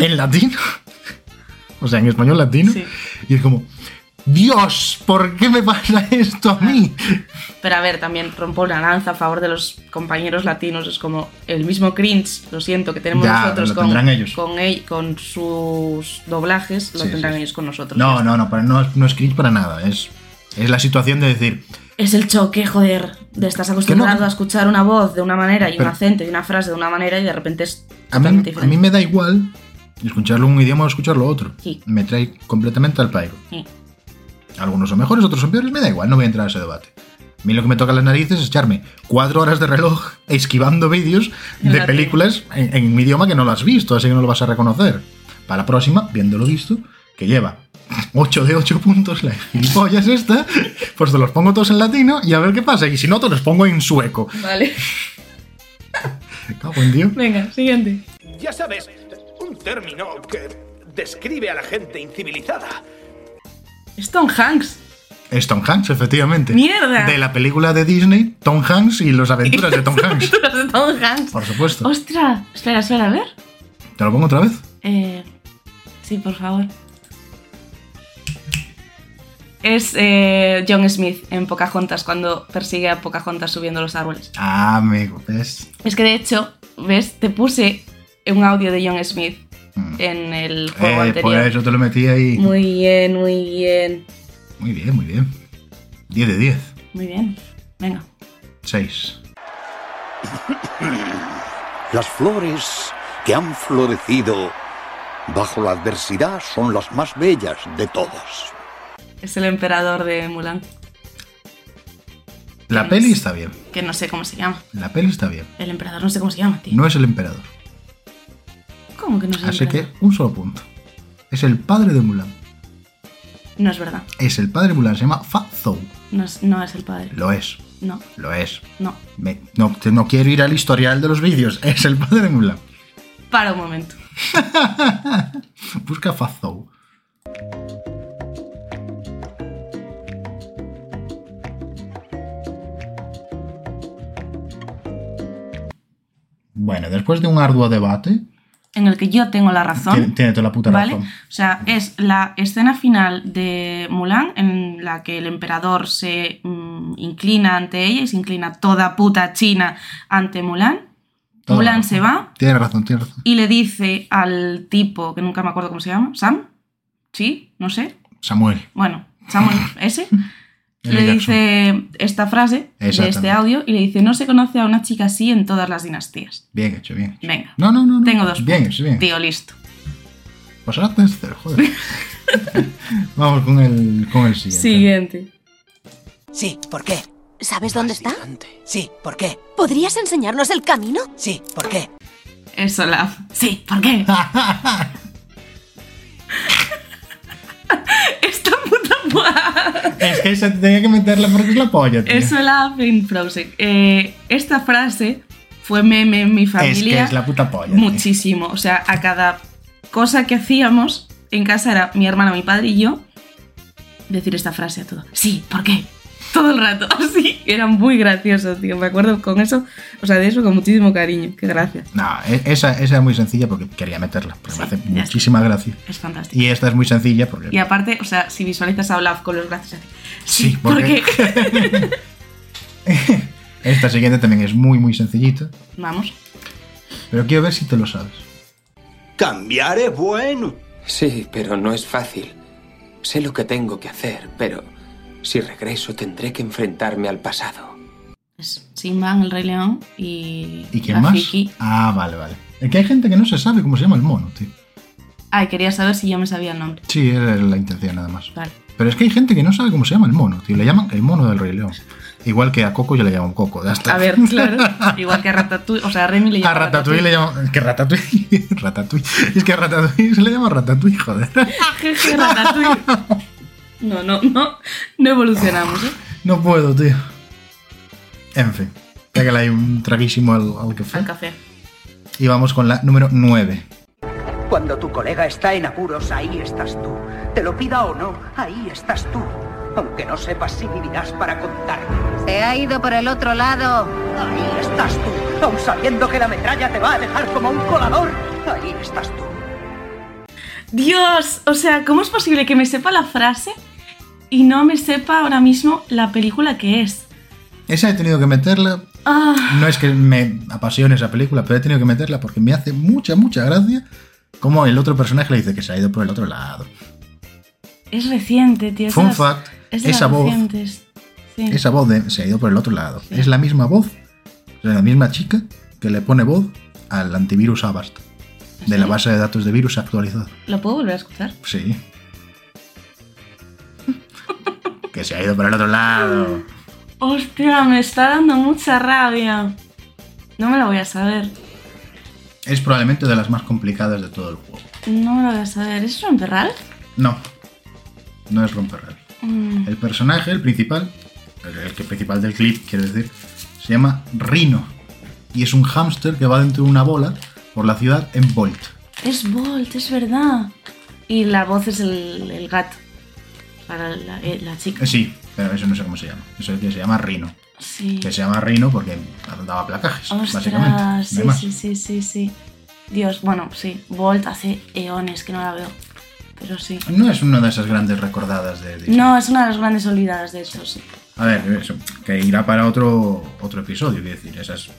Speaker 1: en latino, o sea, en español latino.
Speaker 2: Sí.
Speaker 1: Y es como, Dios, ¿por qué me pasa esto a mí?
Speaker 2: Pero a ver, también rompo una lanza a favor de los compañeros latinos. Es como el mismo cringe, lo siento, que tenemos
Speaker 1: Ya,
Speaker 2: nosotros
Speaker 1: lo
Speaker 2: con,
Speaker 1: tendrán ellos.
Speaker 2: Con, el- con sus doblajes, lo
Speaker 1: Sí,
Speaker 2: tendrán
Speaker 1: sí, sí.
Speaker 2: ellos con nosotros.
Speaker 1: No, no, no, para- no, es- no es cringe para nada, es, es la situación de decir,
Speaker 2: Es el choque, joder. De estás acostumbrado a escuchar una voz de una manera y un
Speaker 1: Pero-
Speaker 2: acento y una frase de una manera y de repente es
Speaker 1: A mí,
Speaker 2: totalmente
Speaker 1: a mí
Speaker 2: diferente.
Speaker 1: me da igual escucharlo un idioma o escucharlo otro.
Speaker 2: Sí.
Speaker 1: Me trae completamente al pairo.
Speaker 2: Sí.
Speaker 1: Algunos son mejores, otros son peores, me da igual, no voy a entrar a ese debate. A mí lo que me toca las narices es echarme cuatro horas de reloj esquivando vídeos
Speaker 2: En
Speaker 1: de
Speaker 2: latín.
Speaker 1: películas en, en un idioma que no lo has visto, así que no lo vas a reconocer. Para la próxima, viéndolo visto, que lleva 8 de 8 puntos, la gilipollas esta, pues te los pongo todos en latino y a ver qué pasa. Y si no, te los pongo en sueco.
Speaker 2: Vale.
Speaker 1: Me cago en Dios.
Speaker 2: Venga, siguiente.
Speaker 10: Ya sabes, un término que describe a la gente incivilizada.
Speaker 2: Stone Hanks.
Speaker 1: Es Tom Hanks, efectivamente.
Speaker 2: ¡Mierda!
Speaker 1: De la película de Disney, Tom Hanks y las aventuras de Tom Hanks.
Speaker 2: Los de Tom Hanks.
Speaker 1: Por supuesto.
Speaker 2: Ostras. Espera, espera, a ver.
Speaker 1: ¿Te lo pongo otra vez?
Speaker 2: Eh, sí, por favor. Es eh, John Smith en Pocahontas cuando persigue a Pocahontas subiendo los árboles.
Speaker 1: Ah, amigo, ¿ves?
Speaker 2: Es que de hecho, ¿ves? Te puse un audio de John Smith
Speaker 1: Mm.
Speaker 2: en el juego
Speaker 1: Eh, por
Speaker 2: anterior.
Speaker 1: eso te lo metí ahí. Muy,
Speaker 2: Muy bien, muy bien.
Speaker 1: bien, muy bien. 10 de 10.
Speaker 2: Muy bien. Venga.
Speaker 1: 6.
Speaker 5: Las flores que han florecido bajo la adversidad son las más bellas de todas.
Speaker 2: Es el emperador de Mulan,
Speaker 1: La
Speaker 2: Pues-
Speaker 1: peli está bien.
Speaker 2: que no sé cómo se llama.
Speaker 1: La peli está bien.
Speaker 2: El emperador no sé cómo se llama, tío.
Speaker 1: No es el emperador.
Speaker 2: ¿Cómo que no es el
Speaker 1: Así que
Speaker 2: emperador?
Speaker 1: un solo punto. Es el padre de Mulan.
Speaker 2: No es verdad.
Speaker 1: Es el padre de Mulan. Se llama Fa Zhou.
Speaker 2: No es, no es el padre.
Speaker 1: Lo es.
Speaker 2: No,
Speaker 1: Lo es.
Speaker 2: no.
Speaker 1: Me- no, te- no quiero ir al historial de los vídeos. Es el padre de Mulan.
Speaker 2: Para un momento.
Speaker 1: Busca Fa Zhou. Bueno, después de un arduo debate,
Speaker 2: En el que yo tengo la
Speaker 1: tiene,
Speaker 2: razón.
Speaker 1: tiene toda la puta
Speaker 2: ¿Vale?
Speaker 1: razón.
Speaker 2: O sea, es la escena final de Mulan en la que el emperador se mm, inclina ante ella y se inclina toda puta China ante Mulan.
Speaker 1: Toda la
Speaker 2: Mulan
Speaker 1: razón.
Speaker 2: se va
Speaker 1: Tiene razón, tiene razón.
Speaker 2: y le dice al tipo, que nunca me acuerdo cómo se llama, Sam, ¿sí? No sé.
Speaker 1: Samuel.
Speaker 2: Bueno, Samuel ese.
Speaker 1: L.
Speaker 2: le
Speaker 1: Jackson.
Speaker 2: dice esta frase de este
Speaker 1: Exactamente.
Speaker 2: audio y le dice, no se conoce a una chica así en todas las dinastías.
Speaker 1: Bien hecho, bien hecho.
Speaker 2: Venga.
Speaker 1: No, no, no. no.
Speaker 2: Tengo dos
Speaker 1: Bien
Speaker 2: puntos.
Speaker 1: hecho, bien.
Speaker 2: Tío, listo.
Speaker 1: Pues ahora tercero, joder. Vamos con el, con el siguiente.
Speaker 2: Siguiente.
Speaker 11: Sí, ¿por qué?
Speaker 7: ¿Sabes dónde está?
Speaker 11: Sí, ¿por qué?
Speaker 7: ¿Podrías enseñarnos el camino?
Speaker 11: Sí, ¿por qué?
Speaker 2: Eso, la... Sí, ¿por qué? Esta puta po-
Speaker 1: Es que se tenía que meterla porque es la polla, tío.
Speaker 2: Eso la en Frozen. Eh, esta frase fue meme en mi
Speaker 1: es que
Speaker 2: familia
Speaker 1: es la puta polla. tío.
Speaker 2: muchísimo. O sea, a cada cosa que hacíamos en casa era mi hermana, mi padre y yo decir esta frase a todo. Sí, ¿por qué? Todo el rato. Así. Era muy gracioso, tío. Me acuerdo con eso. O sea, de eso con muchísimo cariño. Qué gracias.
Speaker 1: No, e- esa, esa es muy sencilla porque quería meterla, porque me
Speaker 2: Sí,
Speaker 1: hace
Speaker 2: ya está.
Speaker 1: muchísima gracia.
Speaker 2: Es fantástico.
Speaker 1: Y esta es muy sencilla porque...
Speaker 2: Y aparte, o sea, si visualizas a Olaf con los brazos así.
Speaker 1: Sí, ¿por
Speaker 2: porque.
Speaker 1: Esta siguiente también es muy, muy sencillita,
Speaker 2: Vamos.
Speaker 1: pero quiero ver si te lo sabes.
Speaker 9: Cambiar es bueno.
Speaker 10: Sí, pero no es fácil. Sé lo que tengo que hacer, pero si regreso tendré que enfrentarme al pasado.
Speaker 2: Es Simba, el Rey León y.
Speaker 1: ¿Y quién
Speaker 2: la
Speaker 1: más?
Speaker 2: Fiki.
Speaker 1: Ah, vale, vale. Es que hay gente que no se sabe cómo se llama el mono, tío.
Speaker 2: Ay, quería saber si yo me sabía el nombre.
Speaker 1: Sí, era la intención nada más.
Speaker 2: Vale.
Speaker 1: Pero es que hay gente que no sabe cómo se llama el mono, tío. Le llaman el mono del Rey León. Igual que a Coco yo le llamo Coco. ya está.
Speaker 2: A ver, claro. Igual que a Ratatouille. O sea, a Remy le
Speaker 1: A
Speaker 2: llama.
Speaker 1: Ratatouille le llaman... Es que Ratatouille... Ratatouille. Es que a Ratatouille se le llama Ratatouille, joder.
Speaker 2: Jeje, Ratatouille. No, no, no. No evolucionamos, ¿eh?
Speaker 1: No puedo, tío. En fin. Pégale ahí un traguísimo al, al café.
Speaker 2: Al café.
Speaker 1: Y vamos con la número 9.
Speaker 9: Cuando tu colega está en apuros, ahí estás tú. Te lo pida o no, ahí estás tú. Aunque no sepas si vivirás para contarme.
Speaker 11: Se ha ido por el otro lado.
Speaker 9: Ahí estás tú. Aun sabiendo que la metralla te va a dejar como un colador, ahí estás tú.
Speaker 2: Dios, o sea, ¿cómo es posible que me sepa la frase y no me sepa ahora mismo la película que es?
Speaker 1: Esa he tenido que meterla.
Speaker 2: Ah,
Speaker 1: No es que me apasione esa película, pero he tenido que meterla porque me hace mucha, mucha gracia como el otro personaje le dice que se ha ido por el otro lado.
Speaker 2: es reciente, tío. es de
Speaker 1: Fun
Speaker 2: las-
Speaker 1: fact,
Speaker 2: es de
Speaker 1: esa
Speaker 2: las
Speaker 1: voz-
Speaker 2: recientes. Sí.
Speaker 1: Esa voz de se ha ido por el otro lado. Es la misma voz, o sea, la misma chica que le pone voz al antivirus Avast de la base de datos de virus actualizada.
Speaker 2: ¿La puedo volver a escuchar?
Speaker 1: Sí. que se ha ido por el otro lado.
Speaker 2: Hostia, me está dando mucha rabia. No me la voy a saber.
Speaker 1: Es probablemente de las más complicadas de todo el juego.
Speaker 2: No me la voy a saber. ¿Es Ron Perral?
Speaker 1: No. no es romperrabia.
Speaker 2: Mm.
Speaker 1: El personaje, el principal, el, el que- principal del clip, quiero decir, se llama Rino. Y es un hámster que va dentro de una bola por la ciudad en Volt.
Speaker 2: Es Bolt, es verdad. Y la voz es el, el gato. Para la, eh, la chica.
Speaker 1: Eh, Sí, pero eso no sé cómo se llama. Eso es que se llama Rino.
Speaker 2: Sí.
Speaker 1: Que se llama Rino porque daba placajes,
Speaker 2: Ostras,
Speaker 1: básicamente. No hay
Speaker 2: sí,
Speaker 1: más.
Speaker 2: sí, sí, sí, sí. Dios, bueno, sí. Bolt hace eones que no la veo. Pero sí.
Speaker 1: No es una de esas grandes recordadas de Disney.
Speaker 2: No, es una de las grandes olvidadas de hecho, sí.
Speaker 1: A ver, eso, que irá para otro, otro episodio, quiero decir, esas,
Speaker 2: Sí,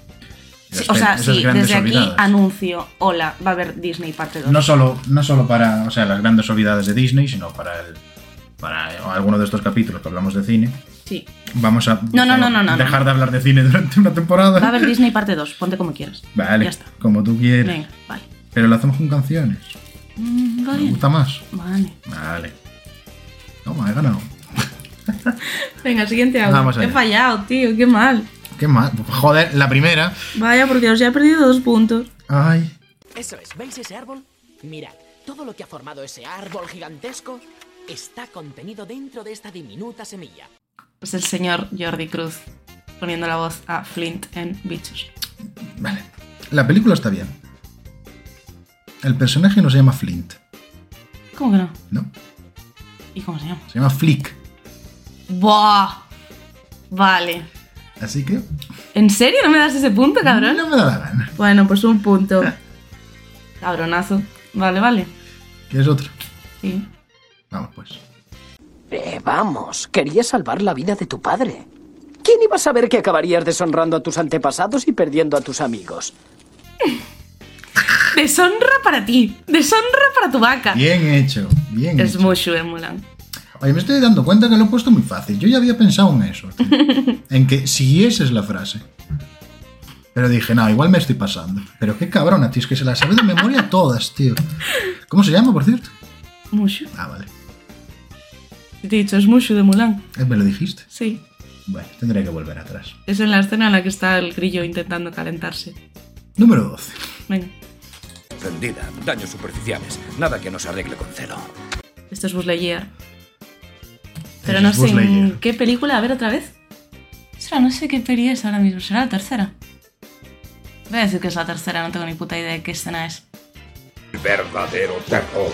Speaker 1: esas
Speaker 2: o
Speaker 1: pe-
Speaker 2: sea,
Speaker 1: esas
Speaker 2: sí,
Speaker 1: grandes
Speaker 2: desde aquí
Speaker 1: olvidadas.
Speaker 2: anuncio, hola, va a haber Disney parte 2.
Speaker 1: No solo, no solo para o sea, las grandes olvidadas de Disney, sino para, el, para alguno de estos capítulos que hablamos de cine.
Speaker 2: Sí.
Speaker 1: Vamos a
Speaker 2: No, no,
Speaker 1: a
Speaker 2: no, no, no,
Speaker 1: dejar de hablar de cine durante una temporada.
Speaker 2: Va a haber Disney parte 2, ponte como quieras.
Speaker 1: Vale,
Speaker 2: Ya está.
Speaker 1: como tú quieres.
Speaker 2: Venga, vale.
Speaker 1: Pero lo hacemos con canciones.
Speaker 2: Mm, va
Speaker 1: ¿Te
Speaker 2: bien.
Speaker 1: gusta más?
Speaker 2: Vale.
Speaker 1: Vale. Toma, he ganado.
Speaker 2: Venga, siguiente
Speaker 1: audio. Vamos allá.
Speaker 2: audio. He
Speaker 1: He
Speaker 2: fallado, tío, qué mal.
Speaker 1: Qué mal. Joder, la primera.
Speaker 2: Vaya, porque os ya he perdido dos puntos.
Speaker 1: Ay.
Speaker 12: Eso es, ¿veis ese árbol? Mirad, todo lo que ha formado ese árbol gigantesco está contenido dentro de esta diminuta semilla.
Speaker 2: Pues el señor Jordi Cruz poniendo la voz a Flint en Bichos.
Speaker 1: Vale. La película está bien. El personaje no se llama Flint,
Speaker 2: ¿Cómo que no?
Speaker 1: No.
Speaker 2: ¿Y cómo se llama?
Speaker 1: se llama Flick.
Speaker 2: ¡Buah! Vale.
Speaker 1: Así que
Speaker 2: ¿En serio no me das ese punto, cabrón?
Speaker 1: No me da la gana.
Speaker 2: Bueno, pues un punto. Cabronazo. Vale, vale.
Speaker 1: ¿Quieres otro?
Speaker 2: Sí.
Speaker 1: Vamos, pues.
Speaker 12: Eh, vamos, querías salvar la vida de tu padre. ¿Quién iba a saber que acabarías deshonrando a tus antepasados y perdiendo a tus amigos?
Speaker 2: Deshonra para ti. Deshonra para tu vaca.
Speaker 1: Bien hecho, bien
Speaker 2: es
Speaker 1: hecho.
Speaker 2: Mushu en Mulan.
Speaker 1: Oye, me estoy dando cuenta que lo he puesto muy fácil. Yo ya había pensado en eso. tío. en que siguieses la frase. Pero dije, no, igual me estoy pasando. Pero qué cabrona, tío, es que se las sabe de memoria todas, tío. ¿Cómo se llama, por cierto?
Speaker 2: Mushu.
Speaker 1: Ah, vale.
Speaker 2: Te he dicho, es Mushu de Mulan.
Speaker 1: Eh, Me lo dijiste.
Speaker 2: Sí.
Speaker 1: Bueno, tendré que volver atrás.
Speaker 2: Es en la escena en la que está el grillo intentando calentarse.
Speaker 1: Número 12.
Speaker 2: Venga.
Speaker 13: Rendida, daños superficiales, nada que no se arregle con celo.
Speaker 2: Esto es Buzz Lightyear. Pero
Speaker 13: Ese
Speaker 2: no
Speaker 13: es Buzz
Speaker 2: sé en
Speaker 13: Lightyear.
Speaker 2: qué película. A ver, otra vez. Será, no sé qué peli es ahora mismo. Será la tercera. Voy a decir que es la tercera. No tengo ni puta idea de qué escena es.
Speaker 13: El verdadero terror.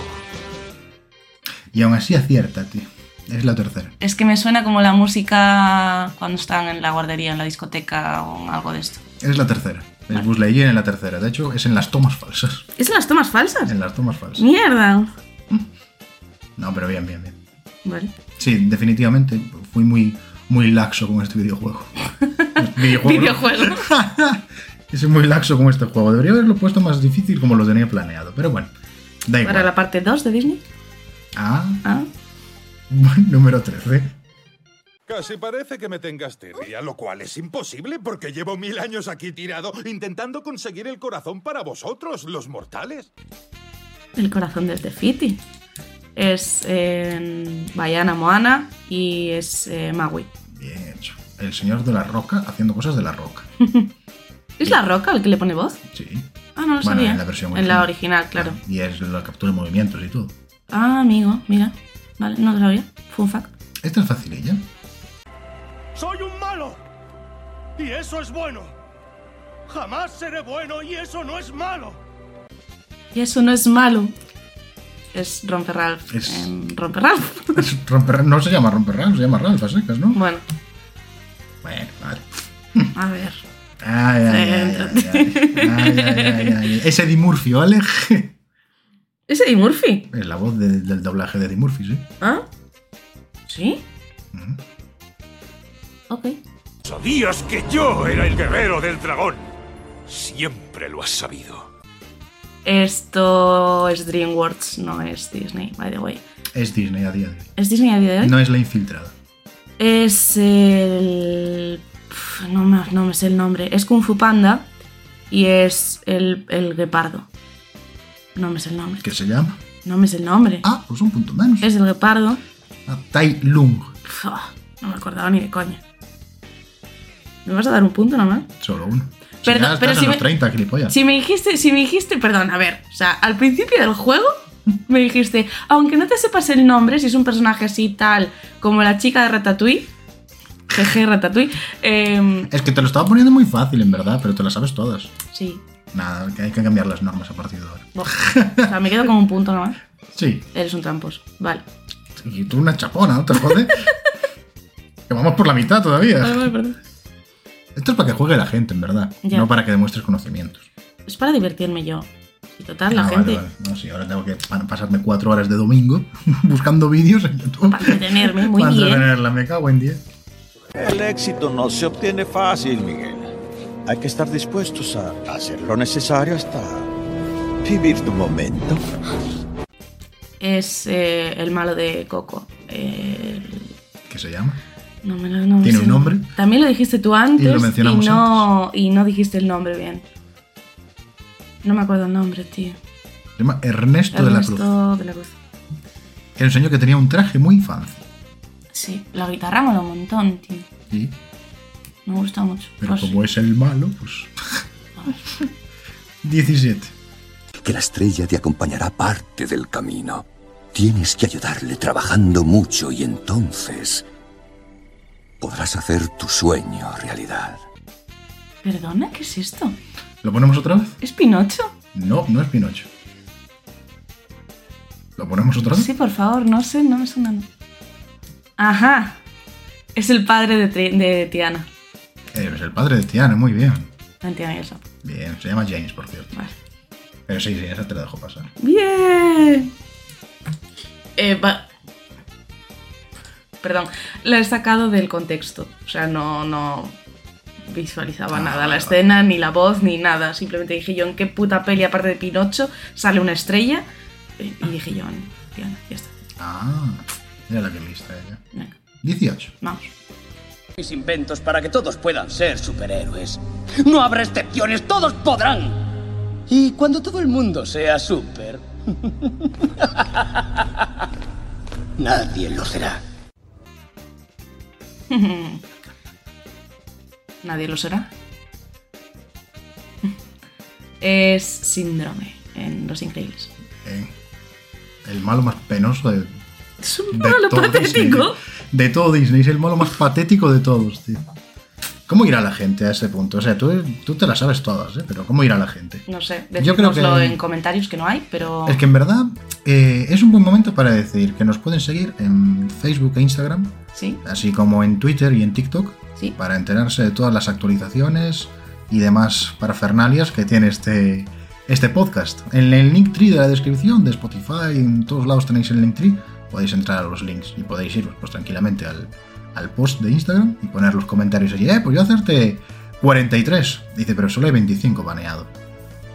Speaker 1: Y aún así acierta, tío. Es la tercera.
Speaker 2: Es que me suena como la música cuando están en la guardería, en la discoteca o en algo de esto.
Speaker 1: Es la tercera. Es Buzz Lightyear en la tercera. De hecho, es en las tomas falsas.
Speaker 2: ¿Es en las tomas falsas?
Speaker 1: En las tomas falsas.
Speaker 2: ¡Mierda!
Speaker 1: No, pero bien, bien, bien.
Speaker 2: Vale.
Speaker 1: Sí, definitivamente fui muy, muy laxo con este videojuego. videojuego. ¿no?
Speaker 2: Videojuego.
Speaker 1: Es muy laxo con este juego. Debería haberlo puesto más difícil como lo tenía planeado, pero bueno. Da igual.
Speaker 2: Para la parte 2 de Disney.
Speaker 1: Ah,
Speaker 2: Ah.
Speaker 1: número 13.
Speaker 8: Casi parece que me tengas tirria, lo cual es imposible porque llevo mil años aquí tirado intentando conseguir el corazón para vosotros, los mortales.
Speaker 2: El corazón desde Fiti. Es en Bayana Moana y es eh, Maui.
Speaker 1: Bien hecho. El señor de la roca haciendo cosas de la roca.
Speaker 2: ¿Es la roca el que le pone voz?
Speaker 1: Sí.
Speaker 2: Ah, no lo
Speaker 1: Bueno,
Speaker 2: sabía.
Speaker 1: en la versión
Speaker 2: En la original, claro.
Speaker 1: Y es la captura de movimientos y todo.
Speaker 2: Ah, amigo, mira. Vale, no lo sabía. Fun fact.
Speaker 1: Esta es facililla.
Speaker 14: Soy un malo. Y eso es bueno. Jamás seré bueno y eso no es malo.
Speaker 2: Y eso no es malo. Es romper Ralph.
Speaker 1: Es-
Speaker 2: em, romper Ralph.
Speaker 1: Es romper- no se llama romper Ralph, se llama Ralph a secas, ¿no?
Speaker 2: Bueno.
Speaker 1: Bueno, vale.
Speaker 2: A ver.
Speaker 1: Ay, ay, ay, ay, ay. Ay, ay, ay, ay. Es Eddie Murphy, ¿vale?
Speaker 2: ¿Es Eddie Murphy?
Speaker 1: Es la voz de- del doblaje de Eddie Murphy, sí.
Speaker 2: ¿Ah? ¿Sí?
Speaker 1: Mm.
Speaker 2: Ok.
Speaker 8: Sabías que yo era el guerrero del dragón. Siempre lo has sabido.
Speaker 2: Esto es DreamWorks, no es Disney, by the way.
Speaker 1: Es Disney a día de hoy.
Speaker 2: ¿Es Disney a día de hoy?
Speaker 1: No es la infiltrada.
Speaker 2: Es el. Pf, No me, no me sé el nombre. Es Kung Fu Panda y es el, el guepardo. No me sé el nombre.
Speaker 1: ¿Qué se llama?
Speaker 2: No me sé el nombre.
Speaker 1: Ah, pues un punto menos.
Speaker 2: Es el guepardo.
Speaker 1: Ah, Tai Lung.
Speaker 2: Pf, ah, no me acordaba ni de coña. ¿Me vas a dar un punto nomás?
Speaker 1: Solo uno. Si
Speaker 2: Perdón,
Speaker 1: ya estás
Speaker 2: pero
Speaker 1: en
Speaker 2: si
Speaker 1: los
Speaker 2: me-
Speaker 1: 30, gilipollas.
Speaker 2: Si me dijiste, si me dijiste, perdón, a ver, o sea, al principio del juego Me dijiste, aunque no te sepas el nombre, si es un personaje así tal como la chica de Ratatouille, jeje Ratatouille, em,
Speaker 1: Es que te lo estaba poniendo muy fácil, en verdad, pero te las sabes todas.
Speaker 2: sí,
Speaker 1: Nada, que hay que cambiar las normas a partir de ahora.
Speaker 2: bo- o sea, me quedo con un punto nomás.
Speaker 1: Sí.
Speaker 2: Eres un tramposo, vale.
Speaker 1: Y tú una chapona, ¿no te jode? que vamos por la mitad
Speaker 2: Vale,
Speaker 1: todavía.
Speaker 2: vale, perdón.
Speaker 1: Esto es para que juegue la gente, en verdad.
Speaker 2: Ah. Ya.
Speaker 1: No para que demuestres conocimientos.
Speaker 2: Es para divertirme yo. Y total, la
Speaker 1: Ah, Vale,
Speaker 2: gente
Speaker 1: vale. No, sí, ahora tengo que pa- pasarme cuatro horas de domingo buscando vídeos en YouTube. Para
Speaker 2: entretenerme, muy
Speaker 1: para
Speaker 2: bien.
Speaker 1: entretenerla, me cago en 10.
Speaker 15: El éxito no se obtiene fácil, Miguel. Hay que estar dispuestos a hacer lo necesario hasta vivir tu momento.
Speaker 2: es eh, el malo de Coco. Eh,
Speaker 1: ¿Qué se llama?
Speaker 2: no me lo- no me
Speaker 1: ¿Tiene
Speaker 2: sé.
Speaker 1: un nombre?
Speaker 2: También lo dijiste tú antes
Speaker 1: Y lo mencionamos
Speaker 2: no, y no dijiste el nombre bien. No me acuerdo el nombre, tío.
Speaker 1: Se llama Ernesto, de la
Speaker 2: Ernesto
Speaker 1: Cruz.
Speaker 2: de la Cruz.
Speaker 1: Que enseñó que tenía un traje muy fancy.
Speaker 2: Sí, la guitarra mola un montón, tío.
Speaker 1: Sí.
Speaker 2: Me gusta mucho.
Speaker 1: Pero
Speaker 2: Pues,
Speaker 1: como es el malo, pues. 17.
Speaker 16: que la estrella te acompañará parte del camino. Tienes que ayudarle trabajando mucho y entonces podrás hacer tu sueño realidad.
Speaker 2: Perdona, ¿qué es esto?
Speaker 1: ¿Lo ponemos otra vez?
Speaker 2: ¿Es Pinocho?
Speaker 1: No, no es Pinocho. ¿Lo ponemos otra vez?
Speaker 2: Sí, por favor, no sé, no me suena. Ajá. Es el padre de, Tri- de Tiana.
Speaker 1: Eh, es el padre de Tiana, muy bien.
Speaker 2: No entiendo yo eso.
Speaker 1: Bien, se llama James, por cierto. Pero sí, sí, esa te la dejo pasar.
Speaker 2: Bien. Eh, va- Perdón, la he sacado del contexto. O sea, no, no visualizaba
Speaker 1: Ah,
Speaker 2: nada
Speaker 1: vale,
Speaker 2: la
Speaker 1: vale.
Speaker 2: escena, ni la voz, ni nada. Simplemente dije yo, ¿en qué puta peli, aparte de Pinocho, sale una estrella? Eh, Y dije yo, en Tiana, ya está.
Speaker 1: Ah, mira la que lista ella. 18.
Speaker 2: Vamos.
Speaker 17: Mis inventos para que todos puedan ser superhéroes. No habrá excepciones, todos podrán. Y cuando todo el mundo sea super, nadie lo será.
Speaker 2: Nadie lo será. Es síndrome en Los Increíbles.
Speaker 1: Eh, el malo más penoso de.
Speaker 2: Es un
Speaker 1: malo
Speaker 2: patético.
Speaker 1: de todo Disney, es el malo más patético de todos, tío. ¿Cómo irá la gente a ese punto? O sea, tú, tú te las sabes todas, ¿eh? Pero ¿cómo irá la gente?
Speaker 2: No sé,
Speaker 1: Yo creo que-
Speaker 2: decídnoslo en comentarios que no hay, pero...
Speaker 1: Es que en verdad eh, es un buen momento para decir que nos pueden seguir en Facebook e Instagram,
Speaker 2: Sí.
Speaker 1: así como en Twitter y en TikTok,
Speaker 2: Sí.
Speaker 1: para enterarse de todas las actualizaciones y demás parafernalias que tiene este, este podcast. En el linktree de la descripción de Spotify, en todos lados tenéis el linktree, podéis entrar a los links y podéis ir pues, tranquilamente al, al post de Instagram y poner los comentarios allí. Eh, pues yo hacerte 43. Dice, pero solo hay 25 baneado.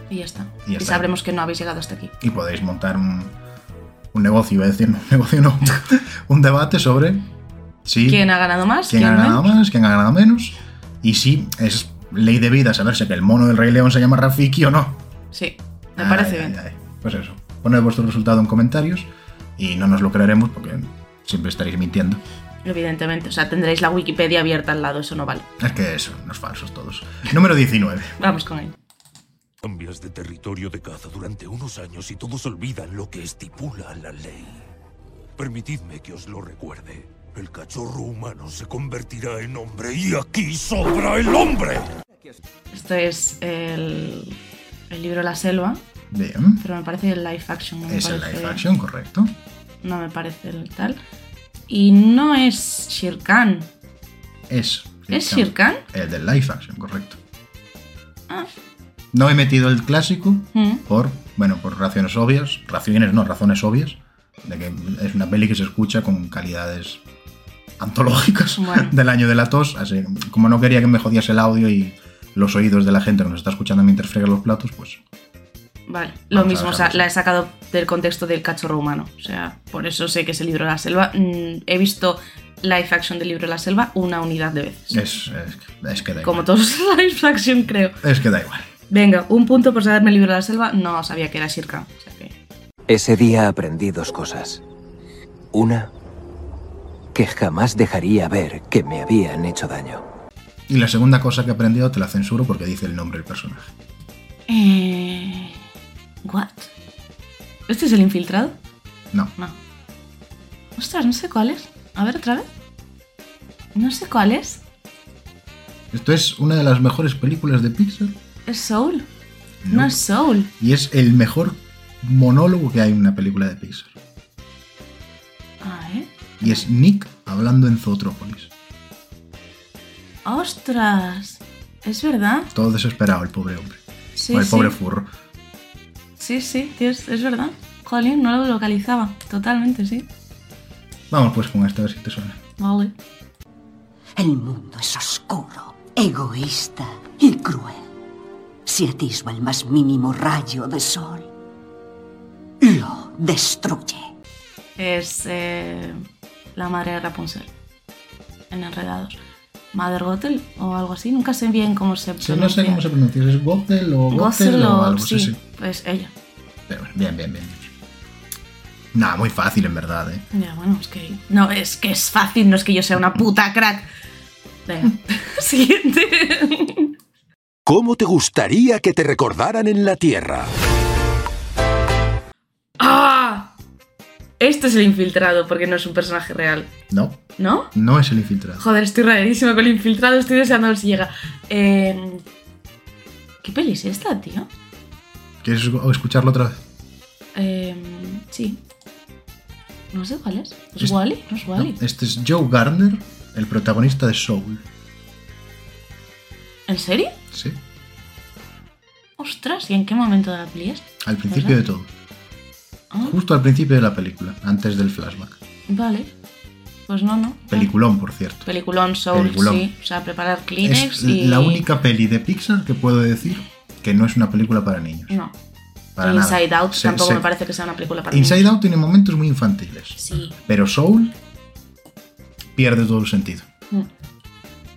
Speaker 2: Y ya está.
Speaker 1: Y
Speaker 2: Y,
Speaker 1: ya está.
Speaker 2: sabremos que no habéis llegado hasta aquí.
Speaker 1: y podéis montar un, un negocio, iba a decir, no, un negocio no, un debate sobre si
Speaker 2: ¿Quién ha ganado más?
Speaker 1: quién ha
Speaker 2: ¿Quién
Speaker 1: ganado más, quién ha ganado menos, y si es ley de vida saberse que el mono del Rey León se llama Rafiki o no.
Speaker 2: Sí, me
Speaker 1: Ay,
Speaker 2: parece
Speaker 1: ay,
Speaker 2: bien.
Speaker 1: ay. Pues eso, poned vuestro resultado en comentarios y no nos lo creeremos porque siempre estaréis mintiendo.
Speaker 2: Evidentemente, o sea, tendréis la Wikipedia abierta al lado, eso no vale.
Speaker 1: Es que eso, unos falsos todos. Número 19.
Speaker 2: Vamos con ello.
Speaker 18: Cambias de territorio de caza durante unos años y todos olvidan lo que estipula la ley. Permitidme que os lo recuerde. El cachorro humano se convertirá en hombre y aquí sobra el hombre.
Speaker 2: Esto es el, el libro La Selva,
Speaker 1: Bien,
Speaker 2: pero me parece el live action. no me
Speaker 1: es el
Speaker 2: parece-
Speaker 1: live action, correcto.
Speaker 2: No me parece el tal. Y no es Shere Khan.
Speaker 1: Es.
Speaker 2: ¿Es Shere Khan?
Speaker 1: El del live action, correcto.
Speaker 2: Ah.
Speaker 1: No he metido el clásico
Speaker 2: Mm.
Speaker 1: por, bueno, por razones obvias, razones no, razones obvias, de que es una peli que se escucha con calidades antológicas del año de la tos, así como no quería que me jodiese el audio y los oídos de la gente que nos está escuchando mientras frega los platos, pues
Speaker 2: Vale, lo
Speaker 1: Vamos a
Speaker 2: mismo, o sea, la he sacado del contexto del cachorro humano. O sea, por eso sé que es el libro La Selva. Mm, he visto live action del libro La Selva una unidad de veces.
Speaker 1: es, es, es que da
Speaker 2: Como
Speaker 1: igual.
Speaker 2: todos los live action, creo.
Speaker 1: Es que da igual.
Speaker 2: Venga, un punto por saberme el libro de la selva. No sabía que era Shere Khan. O sea que-
Speaker 19: Ese día aprendí dos cosas. Una, que jamás dejaría ver que me habían hecho daño.
Speaker 1: Y la segunda cosa que he aprendido te la censuro porque dice el nombre del personaje.
Speaker 2: Eh, What? eh, ¿Este es el infiltrado?
Speaker 1: No.
Speaker 2: No. Ostras, no sé cuál es. A ver, otra vez. No sé cuál es.
Speaker 1: Esto es una de las mejores películas de Pixar
Speaker 2: Es Soul. No, es Soul.
Speaker 1: y es el mejor monólogo que hay en una película de Pixar.
Speaker 2: A ver.
Speaker 1: Y es Nick hablando en Zootrópolis.
Speaker 2: Ostras. Es verdad.
Speaker 1: Todo desesperado el pobre hombre.
Speaker 2: Sí,
Speaker 1: o el
Speaker 2: sí.
Speaker 1: pobre furro.
Speaker 2: Sí, sí, tío, es, es verdad. Jolín, no lo localizaba. Totalmente, sí.
Speaker 1: Vamos pues con esta a ver si te suena.
Speaker 2: Vale.
Speaker 20: El mundo es oscuro, egoísta y cruel. Si atisba el más mínimo rayo de sol, lo destruye.
Speaker 2: Es eh, la madre de Rapunzel. En Enredados. Mother Gothel o algo así. Nunca sé bien cómo se
Speaker 1: Sí, no sé
Speaker 2: pronuncia.
Speaker 1: cómo se pronuncia, ¿es Gothel o Gothel
Speaker 2: Gothel
Speaker 1: o
Speaker 2: o-
Speaker 1: algo así?
Speaker 2: sí,
Speaker 1: sí.
Speaker 2: Pues ella.
Speaker 1: Pero bueno, bien, bien, bien. Nada, muy fácil en verdad, ¿eh?
Speaker 2: Ya, bueno, es que. No, es que es fácil, no es que yo sea una puta crack. Venga. Siguiente.
Speaker 21: ¿Cómo te gustaría que te recordaran en la Tierra?
Speaker 2: ¡Ah! Este es el infiltrado, porque no es un personaje real.
Speaker 1: No,
Speaker 2: ¿No?
Speaker 1: no es el infiltrado.
Speaker 2: Joder, estoy rarísima con el infiltrado, estoy deseando a ver si llega. Eh, ¿Qué peli es esta, tío?
Speaker 1: ¿Quieres escucharlo otra vez?
Speaker 2: Eh, sí. No sé cuál es. ¿Es
Speaker 1: Es-
Speaker 2: Wally? No es
Speaker 1: No,
Speaker 2: Wally.
Speaker 1: Este es Joe Garner, el protagonista de Soul. eh.
Speaker 2: ¿En serio?
Speaker 1: Sí,
Speaker 2: Ostras, ¿y en qué momento de la peli es?
Speaker 1: al principio de
Speaker 2: ¿Verdad?
Speaker 1: todo.
Speaker 2: Ah,
Speaker 1: Justo al principio de la película, antes del flashback.
Speaker 2: vale. Pues no, no.
Speaker 1: Peliculón, por cierto.
Speaker 2: Peliculón Soul,
Speaker 1: Peliculón.
Speaker 2: sí. O sea, preparar Kleenex
Speaker 1: Es
Speaker 2: y.
Speaker 1: la única peli de Pixar que puedo decir que no es una película para niños.
Speaker 2: No.
Speaker 1: Para
Speaker 2: Inside
Speaker 1: nada.
Speaker 2: Out
Speaker 1: Se-
Speaker 2: tampoco
Speaker 1: se-
Speaker 2: me parece que sea una película para
Speaker 1: Inside
Speaker 2: niños.
Speaker 1: Out tiene momentos muy infantiles.
Speaker 2: Sí.
Speaker 1: Pero Soul pierde todo el sentido.
Speaker 2: Mm.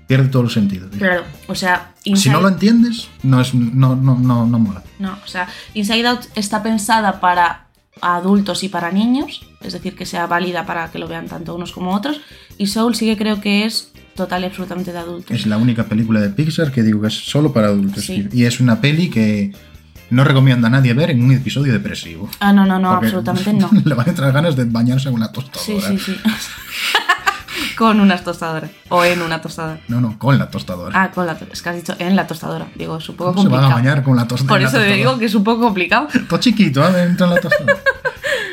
Speaker 1: Pierde todo el sentido.
Speaker 2: Claro, o sea,
Speaker 1: Si
Speaker 2: Inside
Speaker 1: no lo entiendes, no es no, no, no, no mola.
Speaker 2: No, o sea, Inside Out está pensada para adultos y para niños, es decir, que sea válida para que lo vean tanto unos como otros, y Soul sí que creo que es total y absolutamente de adultos.
Speaker 1: Es la única película de Pixar que digo que es solo para adultos.
Speaker 2: Sí.
Speaker 1: Y es una peli que no recomiendo a nadie ver en un episodio depresivo.
Speaker 2: Ah, no, no, no,
Speaker 1: Porque
Speaker 2: absolutamente no.
Speaker 1: Le van a entrar ganas de bañarse en una
Speaker 2: Sí,
Speaker 1: tostadora.
Speaker 2: sí, sí. con unas tostadoras, o en una tostadora.
Speaker 1: No, no, con la tostadora.
Speaker 2: Ah, con la to- es que has dicho en la tostadora, digo, es un poco
Speaker 1: ¿Cómo se van
Speaker 2: complicado.
Speaker 1: a bañar con la tosta-
Speaker 2: Por
Speaker 1: en la
Speaker 2: eso
Speaker 1: tostadora?
Speaker 2: digo que es un poco complicado.
Speaker 1: Todo chiquito, ¿eh? Entra en la tostadora.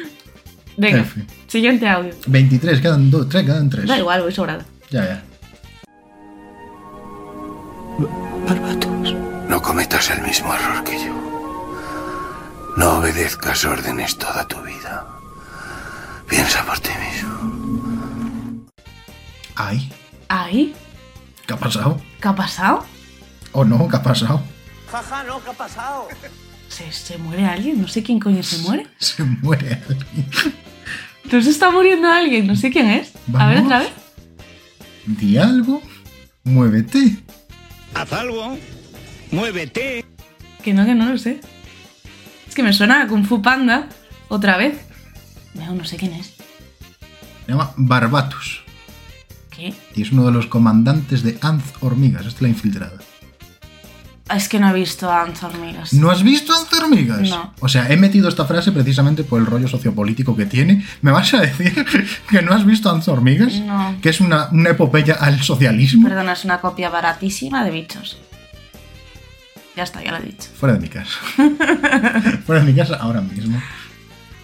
Speaker 2: Venga,
Speaker 1: En fin.
Speaker 2: siguiente audio.
Speaker 1: 23, quedan 2, 3, quedan 3.
Speaker 2: Da igual, voy sobrada.
Speaker 1: Ya, ya.
Speaker 22: No cometas el mismo error que yo. No obedezcas órdenes toda tu vida. Piensa por ti mismo.
Speaker 1: Ay,
Speaker 2: Ahí,
Speaker 1: ¿qué ha pasado?
Speaker 2: ¿qué ha pasado?
Speaker 1: ¿O no? ¿Qué ha pasado?
Speaker 9: Jaja, no, ¿qué ha pasado?
Speaker 2: ¿Se, se muere alguien? No sé quién coño se muere.
Speaker 1: Se muere alguien.
Speaker 2: Entonces está muriendo alguien, no sé quién es. A ver
Speaker 1: Vamos.
Speaker 2: otra vez.
Speaker 1: Di algo, muévete.
Speaker 23: Haz algo. Muévete.
Speaker 2: Que no, que no lo sé. Es que me suena a Kung Fu Panda otra vez. Veo, no sé quién es.
Speaker 1: Se llama Barbatus.
Speaker 2: ¿Qué?
Speaker 1: Y es uno de los comandantes de Anz Hormigas. Esta es la infiltrada.
Speaker 2: Ah, Es que no he visto a Anza Hormigas.
Speaker 1: ¿No has visto Anz Hormigas?
Speaker 2: No.
Speaker 1: O sea, he metido esta frase precisamente por el rollo sociopolítico que tiene. ¿Me vas a decir que no has visto Anz Hormigas?
Speaker 2: No.
Speaker 1: Que es una, una epopeya al socialismo.
Speaker 2: Perdona, es una copia baratísima de bichos. Ya está, ya lo he dicho.
Speaker 1: Fuera de mi casa. Fuera de mi casa ahora mismo.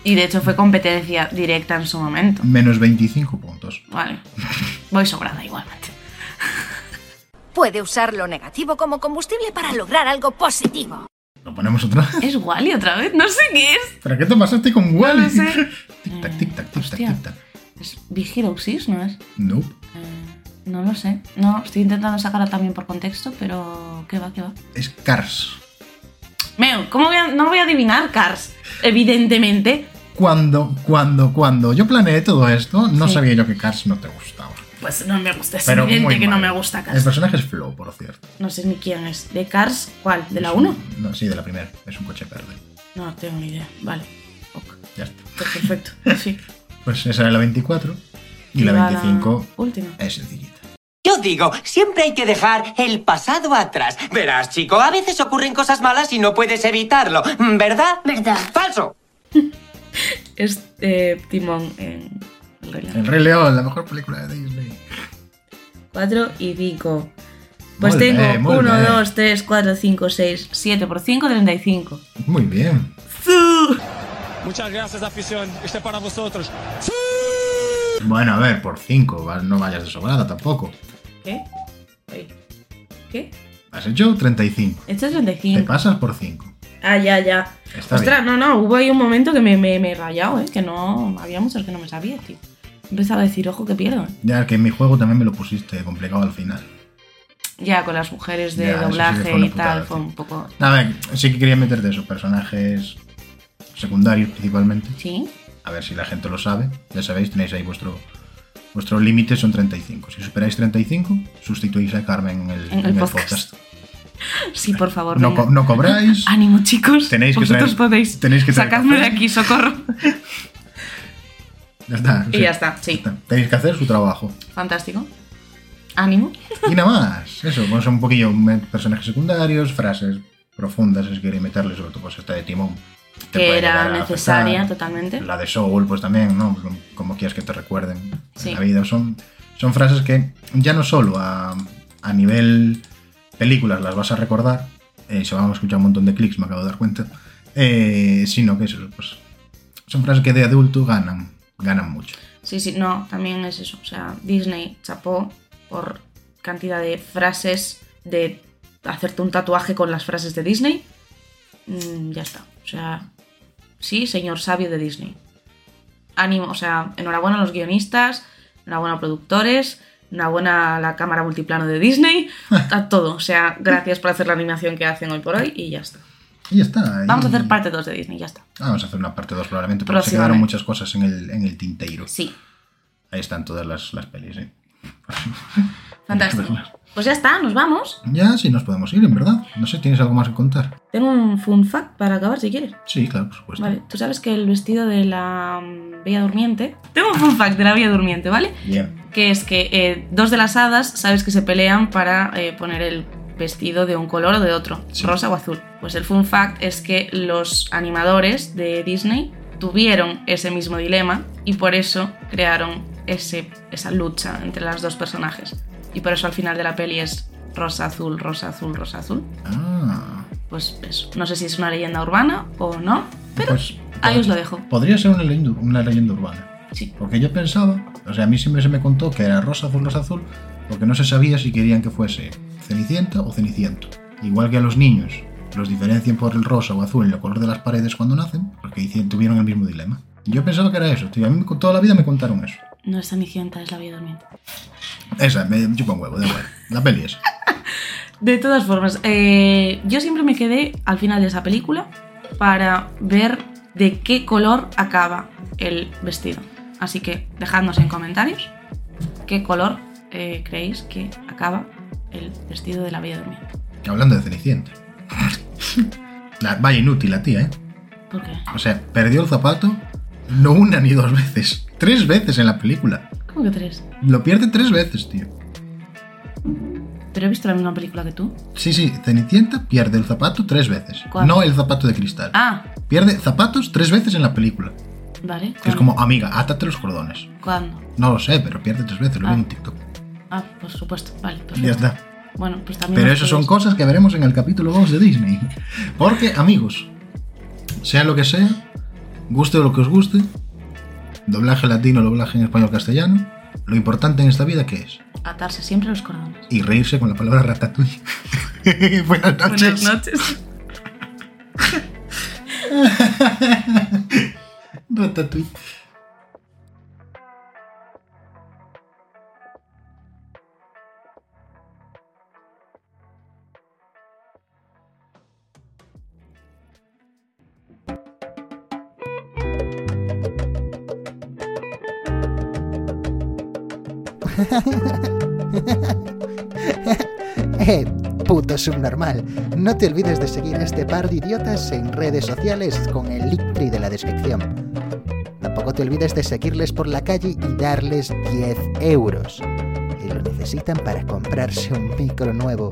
Speaker 2: Y de hecho fue competencia directa en su momento.
Speaker 1: Menos 25 puntos.
Speaker 2: Vale. Voy sobrada igualmente.
Speaker 24: Puede usar lo negativo como combustible para lograr algo positivo.
Speaker 1: Lo ponemos otra vez.
Speaker 2: Es Wally otra vez, no sé qué es.
Speaker 1: ¿Pero qué te pasaste con Wally?
Speaker 2: lo sé.
Speaker 1: tic tac, tic tac, tic tac,
Speaker 2: Hostia.
Speaker 1: tic tac.
Speaker 2: Es Big Hero 6, ¿no es?
Speaker 1: No.
Speaker 2: No lo sé. No, estoy intentando sacarla también por contexto, pero ¿qué va, qué va?
Speaker 1: Es Cars.
Speaker 2: Meo, ¿cómo voy a- no voy a adivinar Cars? Evidentemente.
Speaker 1: Cuando, cuando, cuando yo planeé todo esto, no
Speaker 2: Sí.
Speaker 1: sabía yo que Cars no te gustaba.
Speaker 2: Pues no me gusta, es
Speaker 1: Pero muy
Speaker 2: evidente que no
Speaker 1: mal.
Speaker 2: me gusta
Speaker 1: El
Speaker 2: Cars.
Speaker 1: personaje es Flo, por cierto.
Speaker 2: No sé ni quién es. ¿De Cars cuál? ¿De la
Speaker 1: Es un-
Speaker 2: 1?
Speaker 1: No, sí, de la primera. Es un coche verde.
Speaker 2: No tengo ni idea. Vale,
Speaker 1: Ya está.
Speaker 2: pues perfecto. Sí.
Speaker 1: Pues esa era la 24. Y, la
Speaker 2: va la
Speaker 1: 25
Speaker 2: última.
Speaker 1: es sencillita.
Speaker 25: Yo digo, siempre hay que dejar el pasado atrás. Verás, chico, a veces ocurren cosas malas y no puedes evitarlo. ¿Verdad? ¿Verdad? ¡Falso!
Speaker 2: es eh, Timón en El Rey León.
Speaker 1: El Rey León, la mejor película de Disney.
Speaker 2: Cuatro y pico. Pues
Speaker 1: Muy
Speaker 2: tengo
Speaker 1: bien, muy
Speaker 2: 1,
Speaker 1: bien.
Speaker 2: 2, 3, 4, 5, 6, 7 por 5, 35.
Speaker 1: Muy bien.
Speaker 3: Muchas gracias, afición. Este es para vosotros.
Speaker 1: Bueno, a ver, por 5, no vayas de sobrada tampoco.
Speaker 2: ¿Qué? Ay. ¿Qué?
Speaker 1: Has hecho 35.
Speaker 2: Este es
Speaker 1: Te
Speaker 2: 35.
Speaker 1: pasas por 5.
Speaker 2: Ah, ya, ya.
Speaker 1: Está
Speaker 2: Ostras, no, no, hubo ahí un momento que me, me, me he rayado, ¿eh? Que no, había muchos que no me sabía, tío. Empezaba a decir, ojo, que pierdo. ¿eh?
Speaker 1: Ya que en mi juego también me lo pusiste complicado al final.
Speaker 2: Ya, con las mujeres de
Speaker 1: Ya, eso sí que
Speaker 2: doblaje
Speaker 1: fue una
Speaker 2: y
Speaker 1: putada,
Speaker 2: tal, fue
Speaker 1: tío.
Speaker 2: un poco...
Speaker 1: A ver, sí que quería meterte esos personajes secundarios principalmente.
Speaker 2: Sí.
Speaker 1: A ver si la gente lo sabe. Ya sabéis, tenéis ahí vuestro vuestro límite son 35. Si superáis 35, sustituís a Carmen en el,
Speaker 2: En el
Speaker 1: en el
Speaker 2: podcast.
Speaker 1: podcast.
Speaker 2: Sí, por Ah, favor.
Speaker 1: No,
Speaker 2: venga.
Speaker 1: co- no cobráis.
Speaker 2: Ánimo, chicos.
Speaker 1: Tenéis que
Speaker 2: Vosotros
Speaker 1: traer-
Speaker 2: podéis.
Speaker 1: tenéis que traer
Speaker 2: Sacadme de
Speaker 1: café.
Speaker 2: aquí, socorro.
Speaker 1: Ya está.
Speaker 2: Y
Speaker 1: sí.
Speaker 2: ya está, sí.
Speaker 1: Tenéis que hacer su trabajo.
Speaker 2: Fantástico. Ánimo.
Speaker 1: Y nada más. Eso, bueno, son un poquillo me- personajes secundarios, frases profundas, si queréis meterle, sobre todo pues esta de Timón. Te
Speaker 2: Que
Speaker 1: puede llegar
Speaker 2: era
Speaker 1: a
Speaker 2: necesaria
Speaker 1: afectar.
Speaker 2: totalmente.
Speaker 1: La de Soul, pues también, ¿no? Como quieras que te recuerden
Speaker 2: Sí.
Speaker 1: en la vida. Son, son frases que ya no solo a, a nivel películas las vas a recordar, eh, se van a escuchar un montón de clics, me acabo de dar cuenta, eh, sino que eso, pues, son frases que de adulto ganan, ganan mucho.
Speaker 2: Sí, sí, no, también es eso. O sea, Disney chapó por cantidad de frases, de hacerte un tatuaje con las frases de Disney. Mm, ya está. O sea, sí, señor sabio de Disney. Ánimo, o sea, enhorabuena a los guionistas, enhorabuena a productores, enhorabuena a la cámara multiplano de Disney, a todo. O sea, gracias por hacer la animación que hacen hoy por hoy y ya está.
Speaker 1: Y ya está. y-
Speaker 2: Vamos a hacer parte 2 de Disney, ya está.
Speaker 1: Vamos a hacer una parte 2 probablemente, porque se
Speaker 2: Próximamente.
Speaker 1: quedaron muchas cosas en el, en el tinteiro.
Speaker 2: Sí.
Speaker 1: Ahí están todas las, las pelis, ¿eh?
Speaker 2: Fantástico. Pues ya está, nos vamos.
Speaker 1: Ya, sí, nos podemos ir, en verdad. No sé, ¿tienes algo más que contar?
Speaker 2: Tengo un fun fact para acabar si quieres.
Speaker 1: Sí, claro, por supuesto.
Speaker 2: Vale, tú sabes que el vestido de la mm, Bella Durmiente. Tengo un fun fact de la Bella Durmiente, ¿vale?
Speaker 1: Bien.
Speaker 2: Que es que eh, dos de las hadas, sabes que se pelean para eh, poner el vestido de un color o de otro, rosa o azul. Pues el fun fact es que los animadores de Disney tuvieron ese mismo dilema y por eso crearon ese, esa lucha entre las dos personajes. Y por eso al final de la peli es rosa, azul, rosa, azul, rosa, azul.
Speaker 1: Ah,
Speaker 2: Pues eso. No sé si es una leyenda urbana o no, pero
Speaker 1: pues
Speaker 2: ahí os lo dejo.
Speaker 1: podría ser una leyenda, una leyenda urbana.
Speaker 2: Sí.
Speaker 1: Porque yo pensaba, o sea, a mí siempre se me contó que era rosa, azul, rosa, azul, porque no se sabía si querían que fuese cenicienta o ceniciento. Igual que a los niños, los diferencian por el rosa o azul en el color de las paredes cuando nacen, porque dicen- tuvieron el mismo dilema. Yo pensaba que era eso, tío. A mí me- toda la vida me contaron eso.
Speaker 2: No es Cenicienta, es la Bella Durmiente.
Speaker 1: Esa, me chupa un huevo, da igual. La peli es.
Speaker 2: De todas formas, eh, yo siempre me quedé al final de esa película para ver de qué color acaba el vestido. Así que dejadnos en comentarios qué color eh, creéis que acaba el vestido de la Bella Durmiente.
Speaker 1: Hablando de Cenicienta. La, vaya inútil la tía, ¿eh?
Speaker 2: ¿Por qué?
Speaker 1: O sea, perdió el zapato no una ni dos veces. Tres veces en la película.
Speaker 2: ¿Cómo que tres?
Speaker 1: Lo pierde tres veces, tío.
Speaker 2: Pero he visto la misma película que tú.
Speaker 1: Sí, sí, Cenicienta pierde el zapato tres veces.
Speaker 2: ¿Cuál?
Speaker 1: No el zapato de cristal.
Speaker 2: Ah,
Speaker 1: Pierde zapatos tres veces en la película.
Speaker 2: vale.
Speaker 1: Que es
Speaker 2: ¿cuándo?
Speaker 1: como, amiga, átate los cordones.
Speaker 2: ¿Cuándo?
Speaker 1: No lo sé, pero pierde tres veces, lo vi
Speaker 2: Ah.
Speaker 1: en TikTok.
Speaker 2: Ah, por supuesto, vale. perfecto.
Speaker 1: Ya está.
Speaker 2: Bueno, pues también.
Speaker 1: Pero
Speaker 2: nos
Speaker 1: eso son
Speaker 2: podéis-
Speaker 1: cosas que veremos en el capítulo 2 de Disney. Porque, amigos, sea lo que sea, guste lo que os guste, doblaje latino, doblaje en español castellano, lo importante en esta vida que es.
Speaker 2: Atarse siempre los cordones.
Speaker 1: Y reírse con la palabra ratatouille. Buenas noches.
Speaker 2: Buenas noches.
Speaker 1: Ratatouille.
Speaker 4: Eh, puto subnormal, no te olvides de seguir a este par de idiotas en redes sociales con el linktree de la descripción. Tampoco te olvides de seguirles por la calle y darles 10 euros. Y lo necesitan para comprarse un micro nuevo.